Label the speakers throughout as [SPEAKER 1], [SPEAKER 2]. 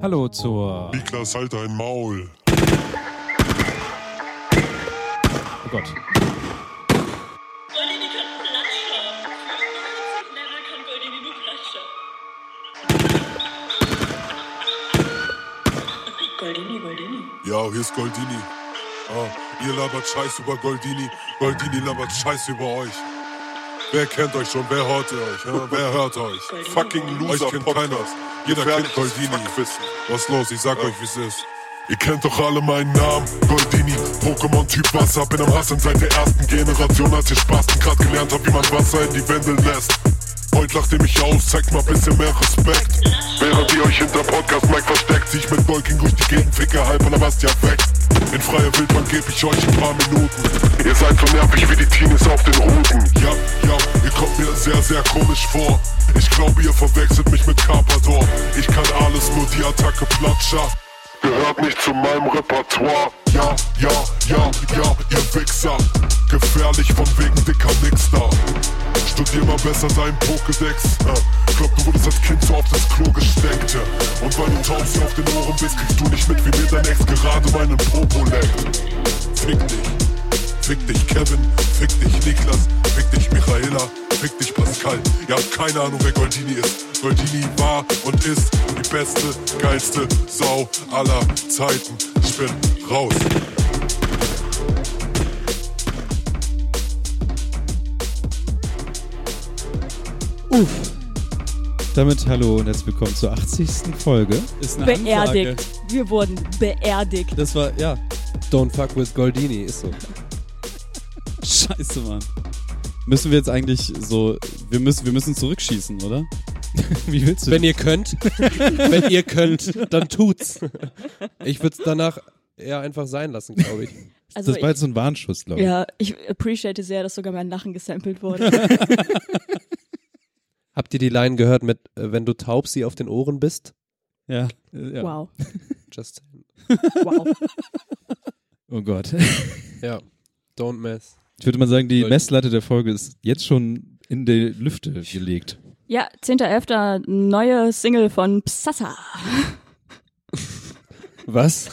[SPEAKER 1] Hallo zur.
[SPEAKER 2] Niklas, halt dein Maul.
[SPEAKER 1] Oh Gott.
[SPEAKER 3] Wollte die Katzen Latscher. Für 50 Level kann Goldi genug Latscher. Goldini, Goldini.
[SPEAKER 2] Ja, hier ist Goldini. Ah, ihr labert Scheiß über Goldini. Goldini labert Scheiß über euch. Wer kennt euch schon? Wer hört ihr euch? Hä? Wer hört euch?
[SPEAKER 4] Fucking Loser
[SPEAKER 2] euch kennt
[SPEAKER 4] Podcast.
[SPEAKER 2] keiner. Jeder kennt
[SPEAKER 4] Gefährliches
[SPEAKER 2] Goldini.
[SPEAKER 4] Fuckwissen.
[SPEAKER 2] Was ist los? Ich sag euch, wie's ist. Ihr kennt doch alle meinen Namen, Goldini, Pokémon-Typ Wasser, bin am Hasseln seit der ersten Generation, als ihr Spasten grad gelernt habt, wie man Wasser in die Wände lässt. Heute lacht ihr mich aus, zeigt mal bisschen mehr Respekt. Während ihr euch hinter Podcast-Mic versteckt, zieh ich mit Wolking durch die Gegend, ficke halb oder was ja weg. In freier Wildbahn geb ich euch ein paar Minuten. Ihr seid so nervig wie die Teenies auf den Routen. Ja, ja, ihr kommt mir sehr, sehr komisch vor. Ich glaube, ihr verwechselt mich mit Carpador. Ich kann alles, nur die Attacke Platscher gehört nicht zu meinem Repertoire. Ja, ja, ja, ja, ihr Wichser. Gefährlich von wegen dicker Nixter. Studier mal besser deinen Pokédex. Ja, ich glaub, du wurdest als Kind so oft ins Klo gesteckt. ja. Und weil du tausend auf den Ohren bist, kriegst du nicht mit, wie mir dein Ex gerade meinen Popo leckt. Fick dich. Fick dich Kevin, fick dich Niklas, fick dich Michaela, fick dich Pascal. Ihr habt keine Ahnung, wer Goldini ist. Goldini war und ist die beste, geilste Sau aller Zeiten. Ich bin raus.
[SPEAKER 1] Uff. Damit hallo und herzlich willkommen zur 80. Folge.
[SPEAKER 5] Ist eine
[SPEAKER 6] beerdigt.
[SPEAKER 5] Ansage.
[SPEAKER 6] Wir wurden beerdigt.
[SPEAKER 5] Das war, ja.
[SPEAKER 7] Don't fuck with Goldini, ist so.
[SPEAKER 5] Scheiße, Mann.
[SPEAKER 1] Müssen wir jetzt eigentlich so. Wir müssen, wir müssen zurückschießen, oder?
[SPEAKER 5] Wie willst du
[SPEAKER 7] Wenn ihr könnt, wenn ihr könnt, dann tut's. Ich würde es danach eher einfach sein lassen, glaube ich.
[SPEAKER 6] Also
[SPEAKER 1] Das war jetzt so ein Warnschuss, glaube
[SPEAKER 6] ich,
[SPEAKER 1] ich.
[SPEAKER 6] ja, ich appreciate sehr, dass sogar mein Lachen gesampelt wurde.
[SPEAKER 7] Habt ihr die Line gehört mit, äh, wenn du taub sie auf den Ohren bist?
[SPEAKER 1] Ja. ja.
[SPEAKER 6] Wow.
[SPEAKER 7] Just,
[SPEAKER 6] Wow.
[SPEAKER 1] Oh Gott.
[SPEAKER 7] ja, don't mess.
[SPEAKER 1] Ich würde mal sagen, die
[SPEAKER 7] Gold-
[SPEAKER 1] Messlatte der Folge ist jetzt schon in die Lüfte gelegt.
[SPEAKER 6] Ja, 10.11. neue Single von Psassa.
[SPEAKER 7] Was?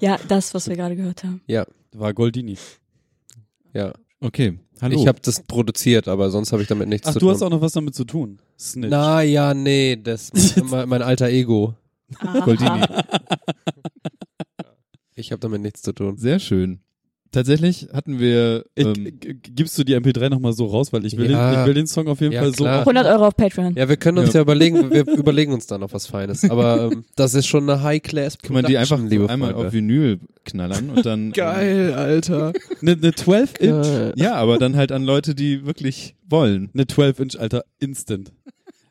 [SPEAKER 6] Ja, das, was wir gerade gehört haben.
[SPEAKER 7] Ja,
[SPEAKER 5] War Goldini.
[SPEAKER 7] ja.
[SPEAKER 1] Okay. Hallo.
[SPEAKER 7] Ich habe das produziert, aber sonst habe ich damit nichts
[SPEAKER 5] Ach,
[SPEAKER 7] zu
[SPEAKER 5] du
[SPEAKER 7] tun.
[SPEAKER 5] hast auch noch was damit zu tun. Snitch.
[SPEAKER 7] Na ja, nee, das mein, mein alter Ego.
[SPEAKER 1] Goldini.
[SPEAKER 6] Ah.
[SPEAKER 7] Ich habe damit nichts zu tun.
[SPEAKER 1] Sehr schön. Tatsächlich hatten wir.
[SPEAKER 5] Ich,
[SPEAKER 1] Ähm,
[SPEAKER 5] g- gibst du die MP3 nochmal so raus, weil ich will, den,
[SPEAKER 7] Ja.
[SPEAKER 5] ich will den Song auf jeden
[SPEAKER 7] Ja,
[SPEAKER 5] Fall so.
[SPEAKER 7] klar.
[SPEAKER 6] 100 Euro auf Patreon.
[SPEAKER 7] Ja, wir können uns
[SPEAKER 1] Ja.
[SPEAKER 7] ja, überlegen, wir überlegen uns da noch was Feines. Aber ähm, das ist schon eine High-Class.
[SPEAKER 1] kann man die einfach
[SPEAKER 7] liebe
[SPEAKER 1] einmal
[SPEAKER 7] Freunde.
[SPEAKER 1] auf Vinyl knallern und dann.
[SPEAKER 7] Alter.
[SPEAKER 5] Eine eine 12-Inch.
[SPEAKER 7] Geil.
[SPEAKER 1] Ja, aber dann halt an Leute, die wirklich wollen.
[SPEAKER 5] Eine 12-Inch, ne Alter. Instant.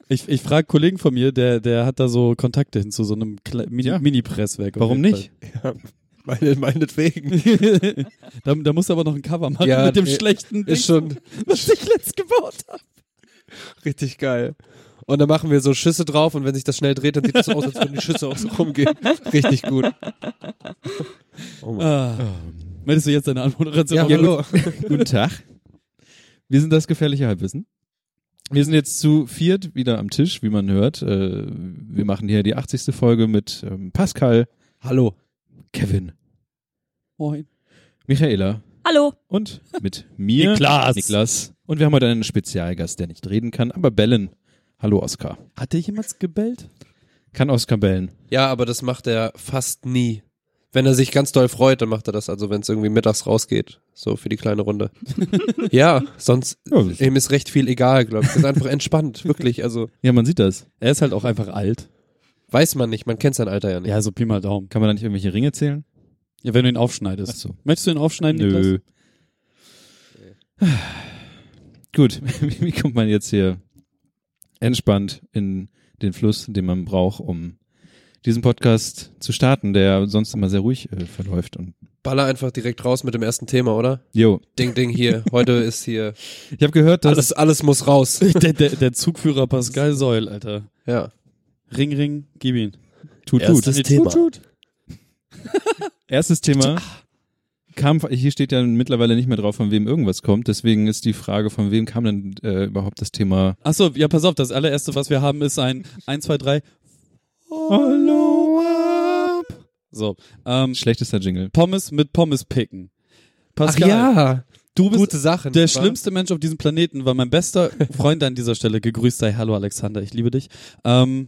[SPEAKER 5] Ich, ich frage Kollegen von mir, der, der hat da so Kontakte hin zu so einem Kle ne, Mini,
[SPEAKER 1] Ja.
[SPEAKER 5] Mini-Presswerk. auf
[SPEAKER 1] Warum
[SPEAKER 5] jeden
[SPEAKER 1] nicht?
[SPEAKER 7] Meine, meinetwegen.
[SPEAKER 5] Fall. da, da musst du aber noch ein Cover machen
[SPEAKER 7] Ja,
[SPEAKER 5] mit dem
[SPEAKER 7] nee,
[SPEAKER 5] schlechten Ding,
[SPEAKER 7] Ist schon
[SPEAKER 5] was ich letzt gebaut habe.
[SPEAKER 7] richtig geil. Und dann machen wir so Schüsse drauf und wenn sich das schnell dreht, dann sieht das aus, als würden die Schüsse auch so rumgehen. Richtig gut.
[SPEAKER 5] Ah. Möchtest du jetzt deine Anmoderation
[SPEAKER 7] Ja,
[SPEAKER 5] machen?
[SPEAKER 7] hallo.
[SPEAKER 1] Oh, Guten Tag. Wir sind das gefährliche Halbwissen. Wir sind jetzt zu viert wieder am Tisch, wie man hört. Äh, Wir machen hier die 80. Folge mit ähm, Pascal,
[SPEAKER 7] Hallo.
[SPEAKER 1] Kevin,
[SPEAKER 5] Moin.
[SPEAKER 1] Michaela
[SPEAKER 6] Hallo.
[SPEAKER 1] und mit mir,
[SPEAKER 5] Niklas.
[SPEAKER 1] Niklas. Und wir haben heute einen Spezialgast, der nicht reden kann, aber bellen. Hallo Oskar.
[SPEAKER 5] Hat dir jemand gebellt?
[SPEAKER 1] Kann Oskar bellen.
[SPEAKER 7] Ja, aber das macht er fast nie. Wenn er sich ganz doll freut, dann macht er das. Also wenn es irgendwie mittags rausgeht, so für die kleine Runde. ja, sonst
[SPEAKER 1] Ja, das-
[SPEAKER 7] ihm ist recht viel egal, glaube ich. Das ist einfach entspannt, wirklich. Also
[SPEAKER 1] Ja, man sieht das.
[SPEAKER 5] Er ist halt auch einfach alt.
[SPEAKER 7] weiß man nicht, man kennt sein Alter ja nicht.
[SPEAKER 5] Ja, so Pi mal Daumen.
[SPEAKER 1] Kann man da nicht irgendwelche Ringe zählen?
[SPEAKER 5] Ja, wenn du ihn aufschneidest.
[SPEAKER 1] Ach so.
[SPEAKER 5] Möchtest du ihn aufschneiden, Niklas?
[SPEAKER 1] Gut, wie kommt man jetzt hier entspannt in den Fluss, den man braucht, um diesen Podcast zu starten, der sonst immer sehr ruhig äh, verläuft und
[SPEAKER 7] Baller einfach direkt raus mit dem ersten Thema, oder?
[SPEAKER 1] Jo,
[SPEAKER 7] Ding, ding hier. Heute ist hier.
[SPEAKER 1] ich habe gehört, dass
[SPEAKER 7] Alles, alles muss raus.
[SPEAKER 5] der, der, der Zugführer Pascal Seul, Alter.
[SPEAKER 7] Ja.
[SPEAKER 5] Ring, Ring, gib ihn.
[SPEAKER 1] Tut,
[SPEAKER 7] Erstes
[SPEAKER 1] tut.
[SPEAKER 7] Thema.
[SPEAKER 1] Tut, tut. Erstes Thema. Kam, hier steht ja mittlerweile nicht mehr drauf, von wem irgendwas kommt. Deswegen ist die Frage, von wem kam denn äh, überhaupt das Thema
[SPEAKER 5] Achso, ja, pass auf, das allererste, was wir haben, ist ein 1, 2, 3.
[SPEAKER 1] Follow-up.
[SPEAKER 5] So, ähm,
[SPEAKER 1] Schlechtester Jingle.
[SPEAKER 5] Pommes mit Pommes picken.
[SPEAKER 7] Ach
[SPEAKER 5] Pascal,
[SPEAKER 7] ja,
[SPEAKER 5] du bist
[SPEAKER 7] gute Sachen.
[SPEAKER 5] der
[SPEAKER 7] wa?
[SPEAKER 5] schlimmste Mensch auf diesem Planeten, weil mein bester Freund an dieser Stelle, gegrüßt sei, hallo Alexander, ich liebe dich, ähm,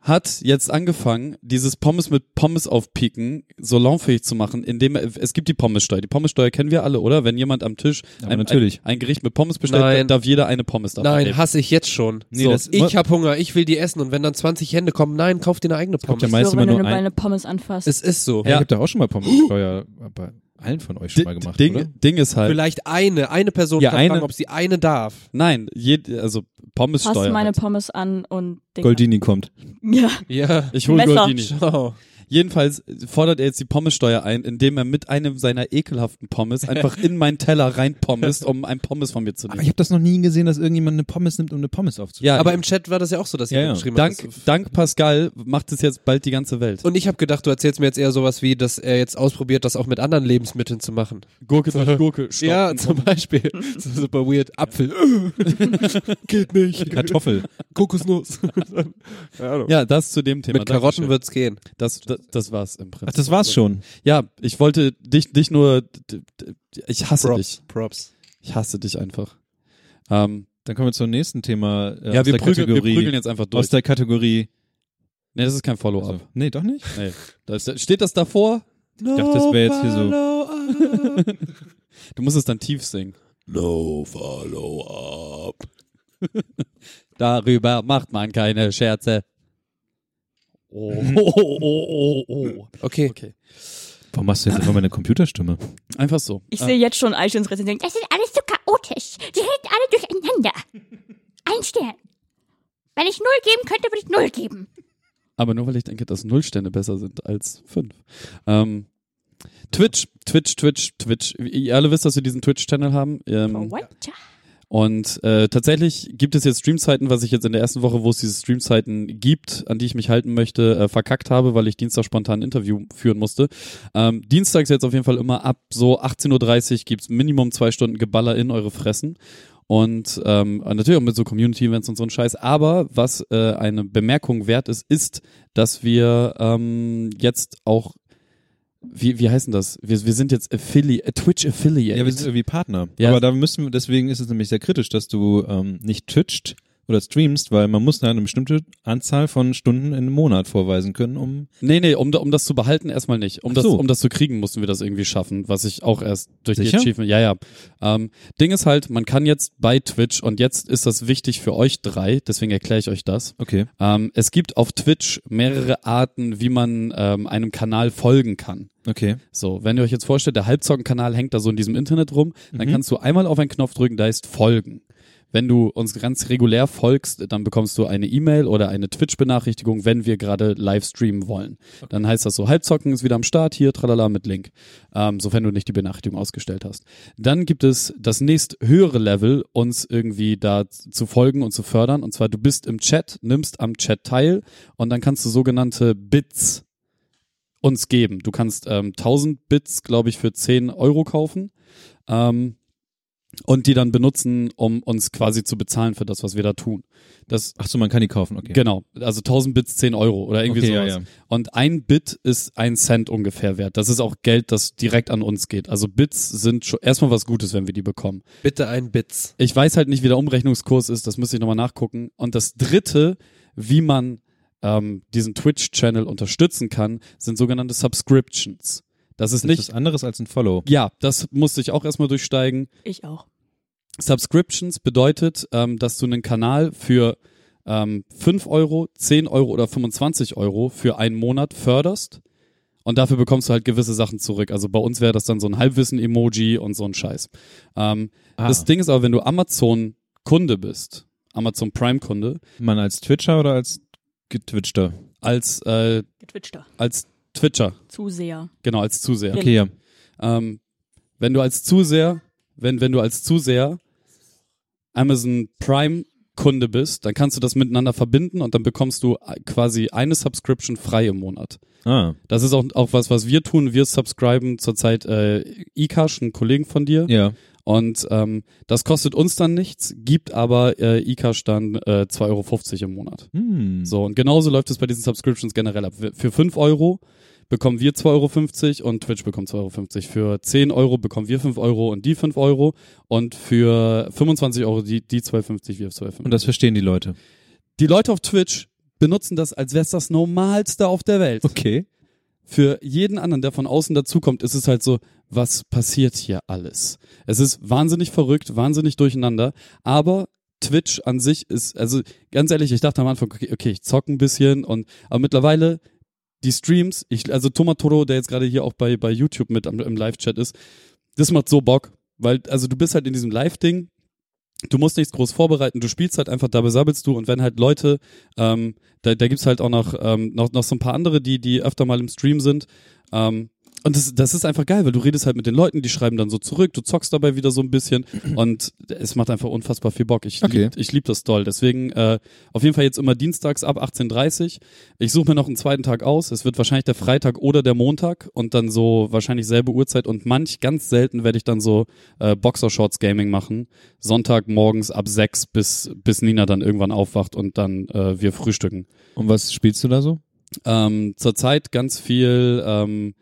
[SPEAKER 5] hat jetzt angefangen, dieses Pommes mit Pommes aufpieken salonfähig zu machen, indem er, es gibt die Pommessteuer. Die Pommessteuer kennen wir alle, oder? Wenn jemand am Tisch
[SPEAKER 1] Aber
[SPEAKER 5] ein,
[SPEAKER 1] natürlich.
[SPEAKER 5] ein, ein Gericht mit Pommes bestellt,
[SPEAKER 7] Nein.
[SPEAKER 5] dann darf jeder eine Pommes davon
[SPEAKER 7] Nein,
[SPEAKER 5] nehmen.
[SPEAKER 7] hasse ich jetzt schon.
[SPEAKER 1] Nee,
[SPEAKER 7] so,
[SPEAKER 1] das-
[SPEAKER 7] ich hab Hunger, ich will die essen und wenn dann 20 Hände kommen, nein, kauf dir eine eigene
[SPEAKER 1] ja
[SPEAKER 7] Pommes.
[SPEAKER 1] meist
[SPEAKER 6] so,
[SPEAKER 1] immer
[SPEAKER 6] wenn du
[SPEAKER 1] nur ein-
[SPEAKER 6] meine Pommes anfasst.
[SPEAKER 7] Es ist so.
[SPEAKER 1] Ja. Ich habe da auch schon mal Pommessteuer bei allen von euch schon mal
[SPEAKER 5] D-
[SPEAKER 1] gemacht,
[SPEAKER 5] Ding,
[SPEAKER 1] oder?
[SPEAKER 5] Ding ist halt,
[SPEAKER 7] Vielleicht eine, eine Person
[SPEAKER 1] Ja,
[SPEAKER 7] kann
[SPEAKER 1] eine-
[SPEAKER 7] fragen, ob sie eine darf.
[SPEAKER 5] nein, jed, also
[SPEAKER 6] Passt
[SPEAKER 5] Pommessteuer.
[SPEAKER 6] meine
[SPEAKER 5] halt.
[SPEAKER 6] Pommes an und Ding.
[SPEAKER 1] Goldini kommt.
[SPEAKER 6] Ja,
[SPEAKER 7] Ja.
[SPEAKER 5] Ich hole
[SPEAKER 6] Messer.
[SPEAKER 5] Goldini.
[SPEAKER 7] Schau.
[SPEAKER 5] Jedenfalls fordert er jetzt die Pommessteuer ein, indem er mit einem seiner ekelhaften Pommes einfach in meinen Teller rein Pommes, um ein Pommes von mir zu
[SPEAKER 1] Aber
[SPEAKER 5] nehmen.
[SPEAKER 1] ich habe das noch nie gesehen, dass irgendjemand eine Pommes nimmt, um eine Pommes aufzuschneiden.
[SPEAKER 5] Ja,
[SPEAKER 7] Aber im Chat war das ja auch so, dass
[SPEAKER 1] Ja,
[SPEAKER 7] ihr
[SPEAKER 1] ja.
[SPEAKER 7] geschrieben habt,
[SPEAKER 5] dank,
[SPEAKER 7] dass-
[SPEAKER 5] dank Pascal macht es jetzt bald die ganze Welt.
[SPEAKER 7] Und ich habe gedacht, du erzählst mir jetzt eher sowas wie, dass er jetzt ausprobiert, das auch mit anderen Lebensmitteln zu machen.
[SPEAKER 5] Gurke durch Gurke. Stoppen.
[SPEAKER 7] ja, zum Beispiel. So super weird. Apfel. Geht nicht.
[SPEAKER 1] Kartoffel.
[SPEAKER 7] Kokosnuss.
[SPEAKER 5] ja, das zu dem Thema.
[SPEAKER 7] mit
[SPEAKER 5] Dankeschön.
[SPEAKER 7] Karotten Also wird's gehen.
[SPEAKER 5] Das, das, das war's im Prinzip.
[SPEAKER 1] Ach, das war's schon.
[SPEAKER 5] Ja, ich wollte dich, dich nur, d- d- ich hasse dich.
[SPEAKER 7] Props.
[SPEAKER 5] Ich hasse dich einfach. Ähm,
[SPEAKER 1] Dann kommen wir zum nächsten Thema äh,
[SPEAKER 5] ja,
[SPEAKER 1] aus
[SPEAKER 5] wir
[SPEAKER 1] der
[SPEAKER 5] prügeln, wir
[SPEAKER 1] Kategorie.
[SPEAKER 5] prügeln jetzt einfach durch.
[SPEAKER 1] aus der Kategorie.
[SPEAKER 5] Nee, das ist kein Follow-up.
[SPEAKER 1] Also, nee, doch nicht.
[SPEAKER 5] Nee. Da ist, steht das davor?
[SPEAKER 7] Ich
[SPEAKER 1] dachte, das wär jetzt hier so-
[SPEAKER 5] Du musst es dann tief singen.
[SPEAKER 7] No follow up.
[SPEAKER 5] Darüber macht man keine Scherze. Oh, oh, oh, oh, oh.
[SPEAKER 7] Okay.
[SPEAKER 5] Okay.
[SPEAKER 1] Warum machst du jetzt immer meine Computerstimme?
[SPEAKER 5] Einfach so.
[SPEAKER 6] ich
[SPEAKER 5] Ah,
[SPEAKER 6] sehe jetzt schon iTunes Rezension.
[SPEAKER 4] Das ist alles so chaotisch. Die hängen alle durcheinander. Ein Stern. Wenn ich null geben könnte, würde ich null geben.
[SPEAKER 5] aber nur weil ich denke, dass null Stände besser sind als fünf. Ähm, Twitch, Twitch, Twitch, Twitch. Ihr alle wisst, dass wir diesen Twitch-Channel haben. Ähm,
[SPEAKER 6] What?
[SPEAKER 5] Und äh, tatsächlich gibt es jetzt Streamzeiten, was ich jetzt in der ersten Woche, wo es diese Streamzeiten gibt, an die ich mich halten möchte, äh, verkackt habe, weil ich Dienstag spontan ein Interview führen musste. Ähm, Dienstags jetzt auf jeden Fall immer ab so 18.30 Uhr gibt's Minimum zwei Stunden Geballer in eure Fressen. Und ähm, natürlich auch mit so Community-Events und so ein Scheiß. Aber was äh, eine Bemerkung wert ist, ist, dass wir ähm, jetzt auch, wie, wie heißen das? Wir, wir sind jetzt Affiliate, Twitch-Affiliate.
[SPEAKER 1] Ja, wir sind irgendwie Partner.
[SPEAKER 5] Ja.
[SPEAKER 1] Aber da müssen wir, deswegen ist es nämlich sehr kritisch, dass du ähm, nicht twitcht oder streamst, weil man muss da eine bestimmte Anzahl von Stunden in einem Monat vorweisen können, um
[SPEAKER 5] Nee, nee, um, da- um das zu behalten erstmal nicht. Um,
[SPEAKER 1] Ach
[SPEAKER 5] das,
[SPEAKER 1] so.
[SPEAKER 5] um das zu kriegen, mussten wir das irgendwie schaffen, was ich auch erst durch
[SPEAKER 1] Sicher?
[SPEAKER 5] die Achievement. Ja, ja. Ähm, Ding ist halt, man kann jetzt bei Twitch, und jetzt ist das wichtig für euch drei, deswegen erkläre ich euch das.
[SPEAKER 1] Okay.
[SPEAKER 5] Ähm, es gibt auf Twitch mehrere Arten, wie man ähm, einem Kanal folgen kann.
[SPEAKER 1] Okay.
[SPEAKER 5] So, wenn ihr euch jetzt vorstellt, der Halbzockenkanal hängt da so in diesem Internet rum, dann kannst du einmal auf einen Knopf drücken, da ist folgen. Wenn du uns ganz regulär folgst, dann bekommst du eine E-Mail oder eine Twitch-Benachrichtigung, wenn wir gerade live streamen wollen. Dann heißt das so, Halbzocken ist wieder am Start, hier, tralala mit Link. Ähm, sofern du nicht die Benachrichtigung ausgestellt hast. Dann gibt es das nächst höhere Level, uns irgendwie da zu folgen und zu fördern. Und zwar, du bist im Chat, nimmst am Chat teil und dann kannst du sogenannte Bits uns geben. Du kannst ähm, 1000 Bits, glaube ich, für 10 Euro kaufen ähm, und die dann benutzen, um uns quasi zu bezahlen für das, was wir da tun. Das
[SPEAKER 1] Ach so, man kann die kaufen. Okay.
[SPEAKER 5] Genau, also 1000 Bits 10 Euro oder irgendwie
[SPEAKER 1] Okay, ja,
[SPEAKER 5] sowas.
[SPEAKER 1] ja.
[SPEAKER 5] Und ein Bit ist ein Cent ungefähr wert. Das ist auch Geld, das direkt an uns geht. Also Bits sind schon erstmal was Gutes, wenn wir die bekommen.
[SPEAKER 7] Bitte ein Bitz.
[SPEAKER 5] Ich weiß halt nicht, wie der Umrechnungskurs ist, das müsste ich nochmal nachgucken. Und das dritte, wie man ähm, diesen Twitch-Channel unterstützen kann, sind sogenannte Subscriptions. Das ist
[SPEAKER 1] Das
[SPEAKER 5] nicht.
[SPEAKER 1] ist was anderes als ein Follow.
[SPEAKER 5] ja, das musste ich auch erstmal durchsteigen.
[SPEAKER 6] Ich auch.
[SPEAKER 5] Subscriptions bedeutet, ähm, dass du einen Kanal für ähm, 5 Euro, 10 Euro oder 25 Euro für einen Monat förderst und dafür bekommst du halt gewisse Sachen zurück. Also bei uns wäre das dann so ein Halbwissen-Emoji und so ein Scheiß. Ähm,
[SPEAKER 1] Ah,
[SPEAKER 5] Das Ding ist aber, wenn du Amazon-Kunde bist, Amazon Prime-Kunde,
[SPEAKER 1] man als Twitcher oder als Getwitchter?
[SPEAKER 5] als, äh,
[SPEAKER 6] Getwitchter.
[SPEAKER 5] als Twitcher,
[SPEAKER 6] Zuseher.
[SPEAKER 5] genau, als Zuseher.
[SPEAKER 1] Okay, ja.
[SPEAKER 5] Ähm, wenn du als Zuseher, wenn, wenn du als Zuseher Amazon Prime Kunde bist, dann kannst du das miteinander verbinden und dann bekommst du äh, quasi eine Subscription frei im Monat.
[SPEAKER 1] Ah,
[SPEAKER 5] Das ist auch, auch was, was wir tun. Wir subscriben zurzeit äh, eCash, einen Kollegen von dir.
[SPEAKER 1] ja.
[SPEAKER 5] Und ähm, das kostet uns dann nichts, gibt aber äh, eCash dann äh, 2,50 Euro im Monat.
[SPEAKER 1] Hm.
[SPEAKER 5] Mhm. So, und genauso läuft es bei diesen Subscriptions generell ab. Wir- Für 5 Euro bekommen wir 2,50 Euro und Twitch bekommt 2,50 Euro. Für 10 Euro bekommen wir 5 Euro und die 5 Euro. Und für 25 Euro die, die 2,50, wir 2,50.
[SPEAKER 1] Und das verstehen die Leute.
[SPEAKER 5] Die Leute auf Twitch benutzen das, als wär's das Normalste auf der Welt.
[SPEAKER 1] Okay.
[SPEAKER 5] Für jeden anderen, der von außen dazukommt, ist es halt so, was passiert hier alles? Es ist wahnsinnig verrückt, wahnsinnig durcheinander, aber Twitch an sich ist, also ganz ehrlich, ich dachte am Anfang, okay, okay ich zocke ein bisschen und, aber mittlerweile die Streams, ich, also Tomatoro, der jetzt gerade hier auch bei, bei YouTube mit am, im Live-Chat ist, das macht so Bock, weil, also du bist halt in diesem Live-Ding, du musst nichts groß vorbereiten, du spielst halt einfach, da besabbelst du und wenn halt Leute, ähm, da, da gibt's halt auch noch, ähm, noch, noch so ein paar andere, die, die öfter mal im Stream sind. Ähm, und das, das ist einfach geil, weil du redest halt mit den Leuten, die schreiben dann so zurück, du zockst dabei wieder so ein bisschen und es macht einfach unfassbar viel Bock. Ich
[SPEAKER 1] Okay.
[SPEAKER 5] lieb, ich lieb das doll. Deswegen äh, auf jeden Fall jetzt immer dienstags ab 18.30 Ich suche mir noch einen zweiten Tag aus. Es wird wahrscheinlich der Freitag oder der Montag und dann so wahrscheinlich selbe Uhrzeit und manch ganz selten werde ich dann so äh, Boxershorts Gaming machen. Sonntag morgens ab 6 bis, bis Nina dann irgendwann aufwacht und dann äh, wir frühstücken.
[SPEAKER 1] Und was spielst du da so?
[SPEAKER 5] Ähm, zurzeit ganz viel ähm,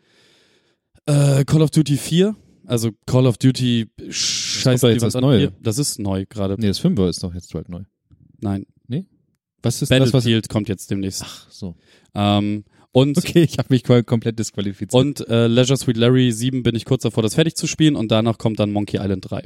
[SPEAKER 5] äh, Call of Duty 4. Also Call of Duty scheiße.
[SPEAKER 1] doch jetzt das Neue.
[SPEAKER 5] Das ist neu gerade.
[SPEAKER 1] Nee, das Fünfer ist doch jetzt bald neu.
[SPEAKER 5] Nein.
[SPEAKER 1] Was ist das, was...
[SPEAKER 5] Battlefield kommt jetzt demnächst.
[SPEAKER 1] Ach so.
[SPEAKER 5] Ähm, und
[SPEAKER 1] Okay, ich habe mich voll komplett disqualifiziert.
[SPEAKER 5] und äh, Leisure Suite Larry 7 bin ich kurz davor, das fertig zu spielen und danach kommt dann Monkey Island 3.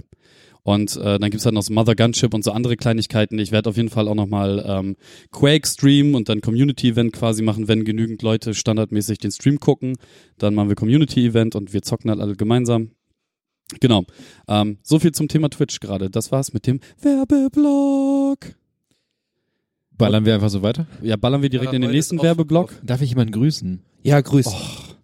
[SPEAKER 5] Und äh, dann gibt's halt noch so Mother Gunship und so andere Kleinigkeiten. Ich werde auf jeden Fall auch nochmal ähm, Quake streamen und dann Community Event quasi machen, wenn genügend Leute standardmäßig den Stream gucken. Dann machen wir Community Event und wir zocken halt alle gemeinsam. Genau. Ähm, so viel zum Thema Twitch gerade. Das war's mit dem Werbeblock.
[SPEAKER 1] Ballern wir einfach so weiter?
[SPEAKER 5] Ja, ballern wir direkt
[SPEAKER 7] Ja,
[SPEAKER 5] in den
[SPEAKER 7] heute ist
[SPEAKER 5] nächsten
[SPEAKER 7] offen,
[SPEAKER 5] Werbeblock.
[SPEAKER 1] Darf ich jemanden grüßen?
[SPEAKER 7] Ja, grüß.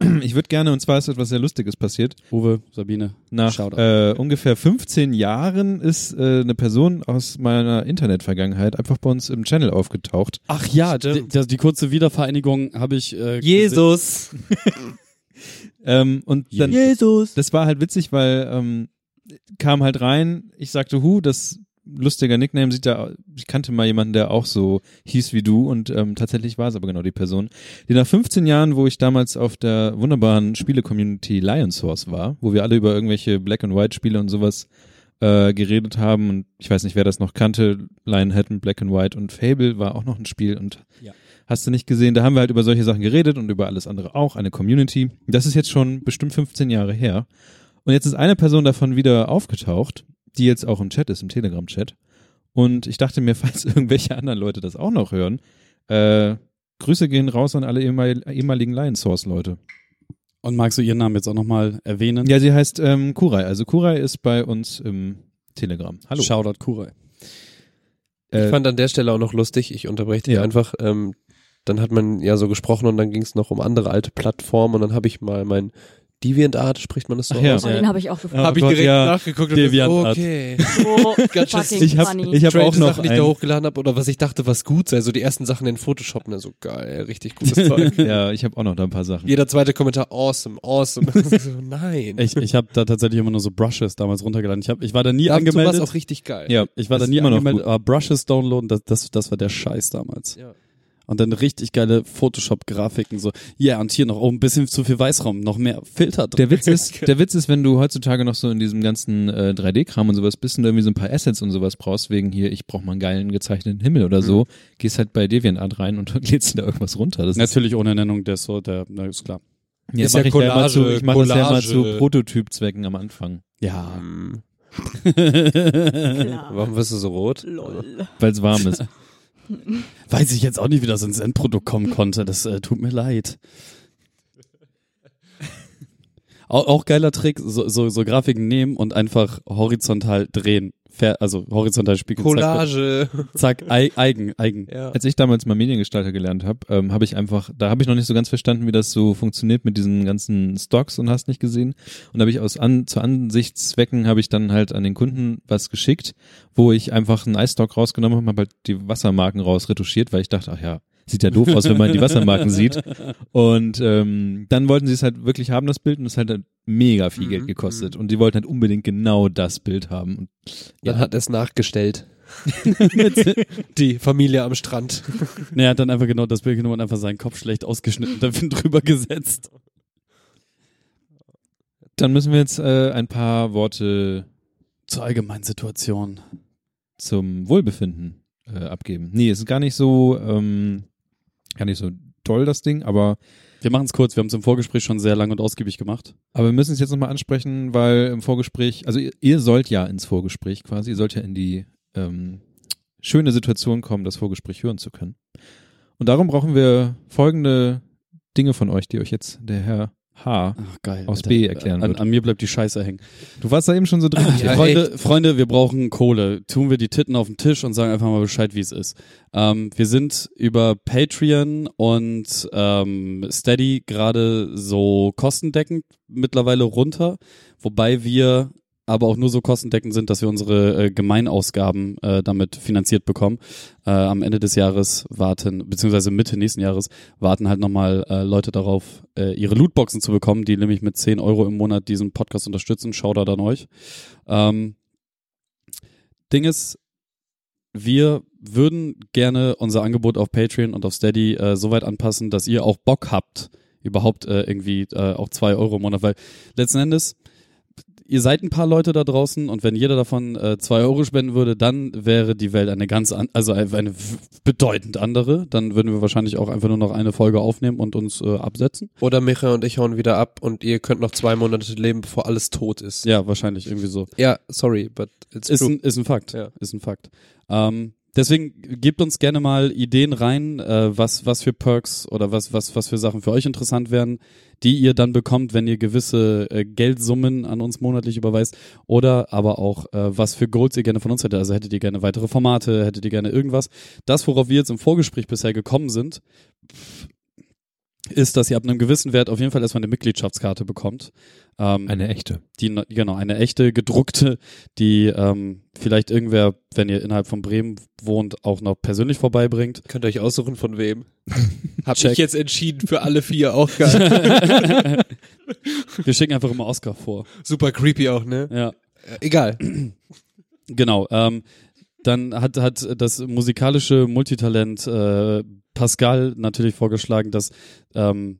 [SPEAKER 1] Oh, Ich würde gerne, und zwar ist etwas sehr Lustiges passiert.
[SPEAKER 5] Uwe, Sabine.
[SPEAKER 1] Nach
[SPEAKER 5] Shoutout.
[SPEAKER 1] äh, ungefähr 15 Jahren ist äh, eine Person aus meiner Internetvergangenheit einfach bei uns im Channel aufgetaucht.
[SPEAKER 5] Ach ja, die,
[SPEAKER 7] Stimmt.
[SPEAKER 5] die, die kurze Wiedervereinigung habe ich. Äh,
[SPEAKER 7] Jesus.
[SPEAKER 1] Ähm, und dann,
[SPEAKER 7] Jesus.
[SPEAKER 1] das war halt witzig, weil ähm, kam halt rein, ich sagte, hu, das lustiger Nickname sieht da, ich kannte mal jemanden, der auch so hieß wie du und ähm, tatsächlich war es aber genau die Person, die nach 15 Jahren, wo ich damals auf der wunderbaren Spiele-Community Lion Source war, wo wir alle über irgendwelche Black-and-White-Spiele und sowas äh, geredet haben und ich weiß nicht, wer das noch kannte, Lionhead und Black and White und Fable war auch noch ein Spiel und
[SPEAKER 5] Ja.
[SPEAKER 1] hast du nicht gesehen, da haben wir halt über solche Sachen geredet und über alles andere auch, eine Community. Das ist jetzt schon bestimmt 15 Jahre her und jetzt ist eine Person davon wieder aufgetaucht, die jetzt auch im Chat ist, im Telegram-Chat und ich dachte mir, falls irgendwelche anderen Leute das auch noch hören, äh, Grüße gehen raus an alle ehemal ehemaligen Lion Source Leute.
[SPEAKER 5] Und magst du ihren Namen jetzt auch nochmal erwähnen?
[SPEAKER 1] Ja, sie heißt ähm, Kurai. Also Kurai ist bei uns im Telegram. Hallo.
[SPEAKER 5] Shoutout Kurai.
[SPEAKER 1] Äh,
[SPEAKER 7] Ich fand an der Stelle auch noch lustig, ich unterbreche dich
[SPEAKER 1] Ja.
[SPEAKER 7] einfach. Ähm, dann hat man ja so gesprochen und dann ging es noch um andere alte Plattformen und dann habe ich mal mein DeviantArt, spricht man das so
[SPEAKER 1] Ach ja.
[SPEAKER 7] aus?
[SPEAKER 6] Oh, den habe ich auch gefragt.
[SPEAKER 1] Oh Gott, ja.
[SPEAKER 7] nachgeguckt
[SPEAKER 5] DeviantArt.
[SPEAKER 7] okay.
[SPEAKER 6] So
[SPEAKER 7] Ganz schön-
[SPEAKER 6] fucking
[SPEAKER 1] ich habe
[SPEAKER 6] funny.
[SPEAKER 1] ich hab
[SPEAKER 7] Strange
[SPEAKER 1] auch noch
[SPEAKER 7] Sachen, die ich da
[SPEAKER 1] ein,
[SPEAKER 7] hochgeladen habe oder was ich dachte, was gut sei. So die ersten Sachen in Photoshop, ne, so geil, richtig gutes Zeug.
[SPEAKER 1] ja, ich habe auch noch da ein paar Sachen.
[SPEAKER 7] Jeder zweite Kommentar, awesome, awesome. so, nein.
[SPEAKER 5] Ich, ich habe da tatsächlich immer nur so Brushes damals runtergeladen. Ich, hab, ich war da nie
[SPEAKER 7] Dazu war's
[SPEAKER 5] angemeldet.
[SPEAKER 7] auch richtig geil.
[SPEAKER 1] Ja,
[SPEAKER 5] Ich war da
[SPEAKER 1] ist
[SPEAKER 5] nie
[SPEAKER 1] immer noch
[SPEAKER 5] angemeldet,
[SPEAKER 1] gut.
[SPEAKER 5] aber Brushes downloaden, das, das, das war der Scheiß damals.
[SPEAKER 7] Ja.
[SPEAKER 5] Und dann richtig geile Photoshop-Grafiken, so, ja, und hier noch oh, ein bisschen zu viel Weißraum, noch mehr Filter
[SPEAKER 1] Der
[SPEAKER 5] drin.
[SPEAKER 1] Witz ist, der Witz ist, wenn du heutzutage noch so in diesem ganzen äh, 3D-Kram und sowas bist und irgendwie so ein paar Assets und sowas brauchst, wegen hier, ich brauche mal einen geilen gezeichneten Himmel
[SPEAKER 7] Mhm.
[SPEAKER 1] oder so, gehst halt bei DeviantArt rein und lädst dir da irgendwas runter. Das ist,
[SPEAKER 5] Natürlich ohne Nennung der so, der, na, ist klar.
[SPEAKER 1] ja,
[SPEAKER 7] ist ja
[SPEAKER 1] mach ich ja immer
[SPEAKER 7] Collage,
[SPEAKER 1] zu, ich mach das ja immer
[SPEAKER 7] Collage.
[SPEAKER 1] zu Prototypzwecken am Anfang,
[SPEAKER 5] Ja.
[SPEAKER 7] Warum wirst du so rot?
[SPEAKER 6] Lol.
[SPEAKER 1] weil es warm ist.
[SPEAKER 5] Weiß ich jetzt auch nicht, wie das ins Endprodukt kommen konnte. Das äh, tut mir leid. Auch, auch geiler Trick, so, so, so Grafiken nehmen und einfach horizontal drehen. ver- also horizontal spiegeln.
[SPEAKER 7] Collage.
[SPEAKER 5] Zack, zack ei, eigen, eigen.
[SPEAKER 7] Ja.
[SPEAKER 1] Als ich damals mal Mediengestalter gelernt habe, ähm, habe ich einfach, da habe ich noch nicht so ganz verstanden, wie das so funktioniert mit diesen ganzen Stocks und hast nicht gesehen. Und da habe ich aus an, zu Ansichtszwecken habe ich dann halt an den Kunden was geschickt, wo ich einfach einen Eisstock rausgenommen habe, habe halt die Wassermarken rausretuschiert, weil ich dachte, ach ja, sieht ja doof aus, wenn man die Wassermarken sieht. Und ähm, dann wollten sie es halt wirklich haben, das Bild, und es hat halt mega viel Geld
[SPEAKER 7] Mhm,
[SPEAKER 1] gekostet. Und die wollten halt unbedingt genau das Bild haben. Und
[SPEAKER 7] Dann hat er es nachgestellt. Die Familie am Strand.
[SPEAKER 5] Nee, er hat dann einfach genau das Bild genommen und einfach seinen Kopf schlecht ausgeschnitten und dann drüber gesetzt.
[SPEAKER 1] dann müssen wir jetzt äh, ein paar Worte
[SPEAKER 5] Zur allgemeinen Situation.
[SPEAKER 1] zum Wohlbefinden äh, abgeben. Nee, es ist gar nicht so, ähm, gar nicht so toll, das Ding, aber,
[SPEAKER 5] Wir machen es kurz, wir haben es im Vorgespräch schon sehr lang und ausgiebig gemacht.
[SPEAKER 1] aber wir müssen es jetzt nochmal ansprechen, weil im Vorgespräch, also ihr, ihr sollt ja ins Vorgespräch quasi, ihr sollt ja in die ähm, schöne Situation kommen, das Vorgespräch hören zu können. Und darum brauchen wir folgende Dinge von euch, die euch jetzt der Herr H.
[SPEAKER 5] Ach, geil.
[SPEAKER 1] Aus B erklären
[SPEAKER 5] an,
[SPEAKER 1] wird.
[SPEAKER 5] an mir bleibt die Scheiße hängen.
[SPEAKER 1] Du warst da eben schon so drin.
[SPEAKER 7] Ja,
[SPEAKER 5] Freunde, Freunde, wir brauchen Kohle. Tun wir die Titten auf den Tisch und sagen einfach mal Bescheid, wie es ist. Ähm, wir sind über Patreon und ähm, Steady gerade so kostendeckend mittlerweile runter, wobei wir aber auch nur so kostendeckend sind, dass wir unsere äh, Gemeinausgaben äh, damit finanziert bekommen. Äh, am Ende des Jahres warten, beziehungsweise Mitte nächsten Jahres warten halt nochmal äh, Leute darauf, äh, ihre Lootboxen zu bekommen, die nämlich mit 10 Euro im Monat diesen Podcast unterstützen. Shoutout an euch. Ähm, Ding ist, wir würden gerne unser Angebot auf Patreon und auf Steady äh, so weit anpassen, dass ihr auch Bock habt, überhaupt äh, irgendwie äh, auch zwei Euro im Monat, weil letzten Endes, ihr seid ein paar Leute da draußen und wenn jeder davon äh, zwei Euro spenden würde, dann wäre die Welt eine ganz, an also eine w- bedeutend andere. Dann würden wir wahrscheinlich auch einfach nur noch eine Folge aufnehmen und uns äh, absetzen.
[SPEAKER 7] Oder Micha und ich hauen wieder ab und ihr könnt noch zwei Monate leben, bevor alles tot ist.
[SPEAKER 5] Ja, wahrscheinlich irgendwie so.
[SPEAKER 7] Ja, sorry, but it's
[SPEAKER 5] ist
[SPEAKER 7] true.
[SPEAKER 5] ein, ist ein Fakt.
[SPEAKER 7] Ja.
[SPEAKER 5] Ist ein Fakt. Ähm, deswegen gebt uns gerne mal Ideen rein, äh, was, was für Perks oder was, was, was für Sachen für euch interessant wären, die ihr dann bekommt, wenn ihr gewisse äh, Geldsummen an uns monatlich überweist. Oder aber auch, äh, was für Goals ihr gerne von uns hättet. Also hättet ihr gerne weitere Formate, hättet ihr gerne irgendwas. Das, worauf wir jetzt im Vorgespräch bisher gekommen sind, ist, dass ihr ab einem gewissen Wert auf jeden Fall erstmal eine Mitgliedschaftskarte bekommt. Ähm,
[SPEAKER 1] Eine echte.
[SPEAKER 5] die ne- genau eine echte gedruckte, die ähm, vielleicht irgendwer, wenn ihr innerhalb von Bremen wohnt, auch noch persönlich vorbeibringt.
[SPEAKER 7] Könnt ihr euch aussuchen, von wem. Hab
[SPEAKER 5] Check.
[SPEAKER 7] ich jetzt entschieden für alle vier, auch geil.
[SPEAKER 5] Wir schicken einfach immer Oscar vor.
[SPEAKER 7] Super creepy auch, ne?
[SPEAKER 5] Ja,
[SPEAKER 7] Äh, Egal.
[SPEAKER 5] genau. Ähm, dann hat hat das musikalische Multitalent äh, Pascal natürlich vorgeschlagen, dass ähm,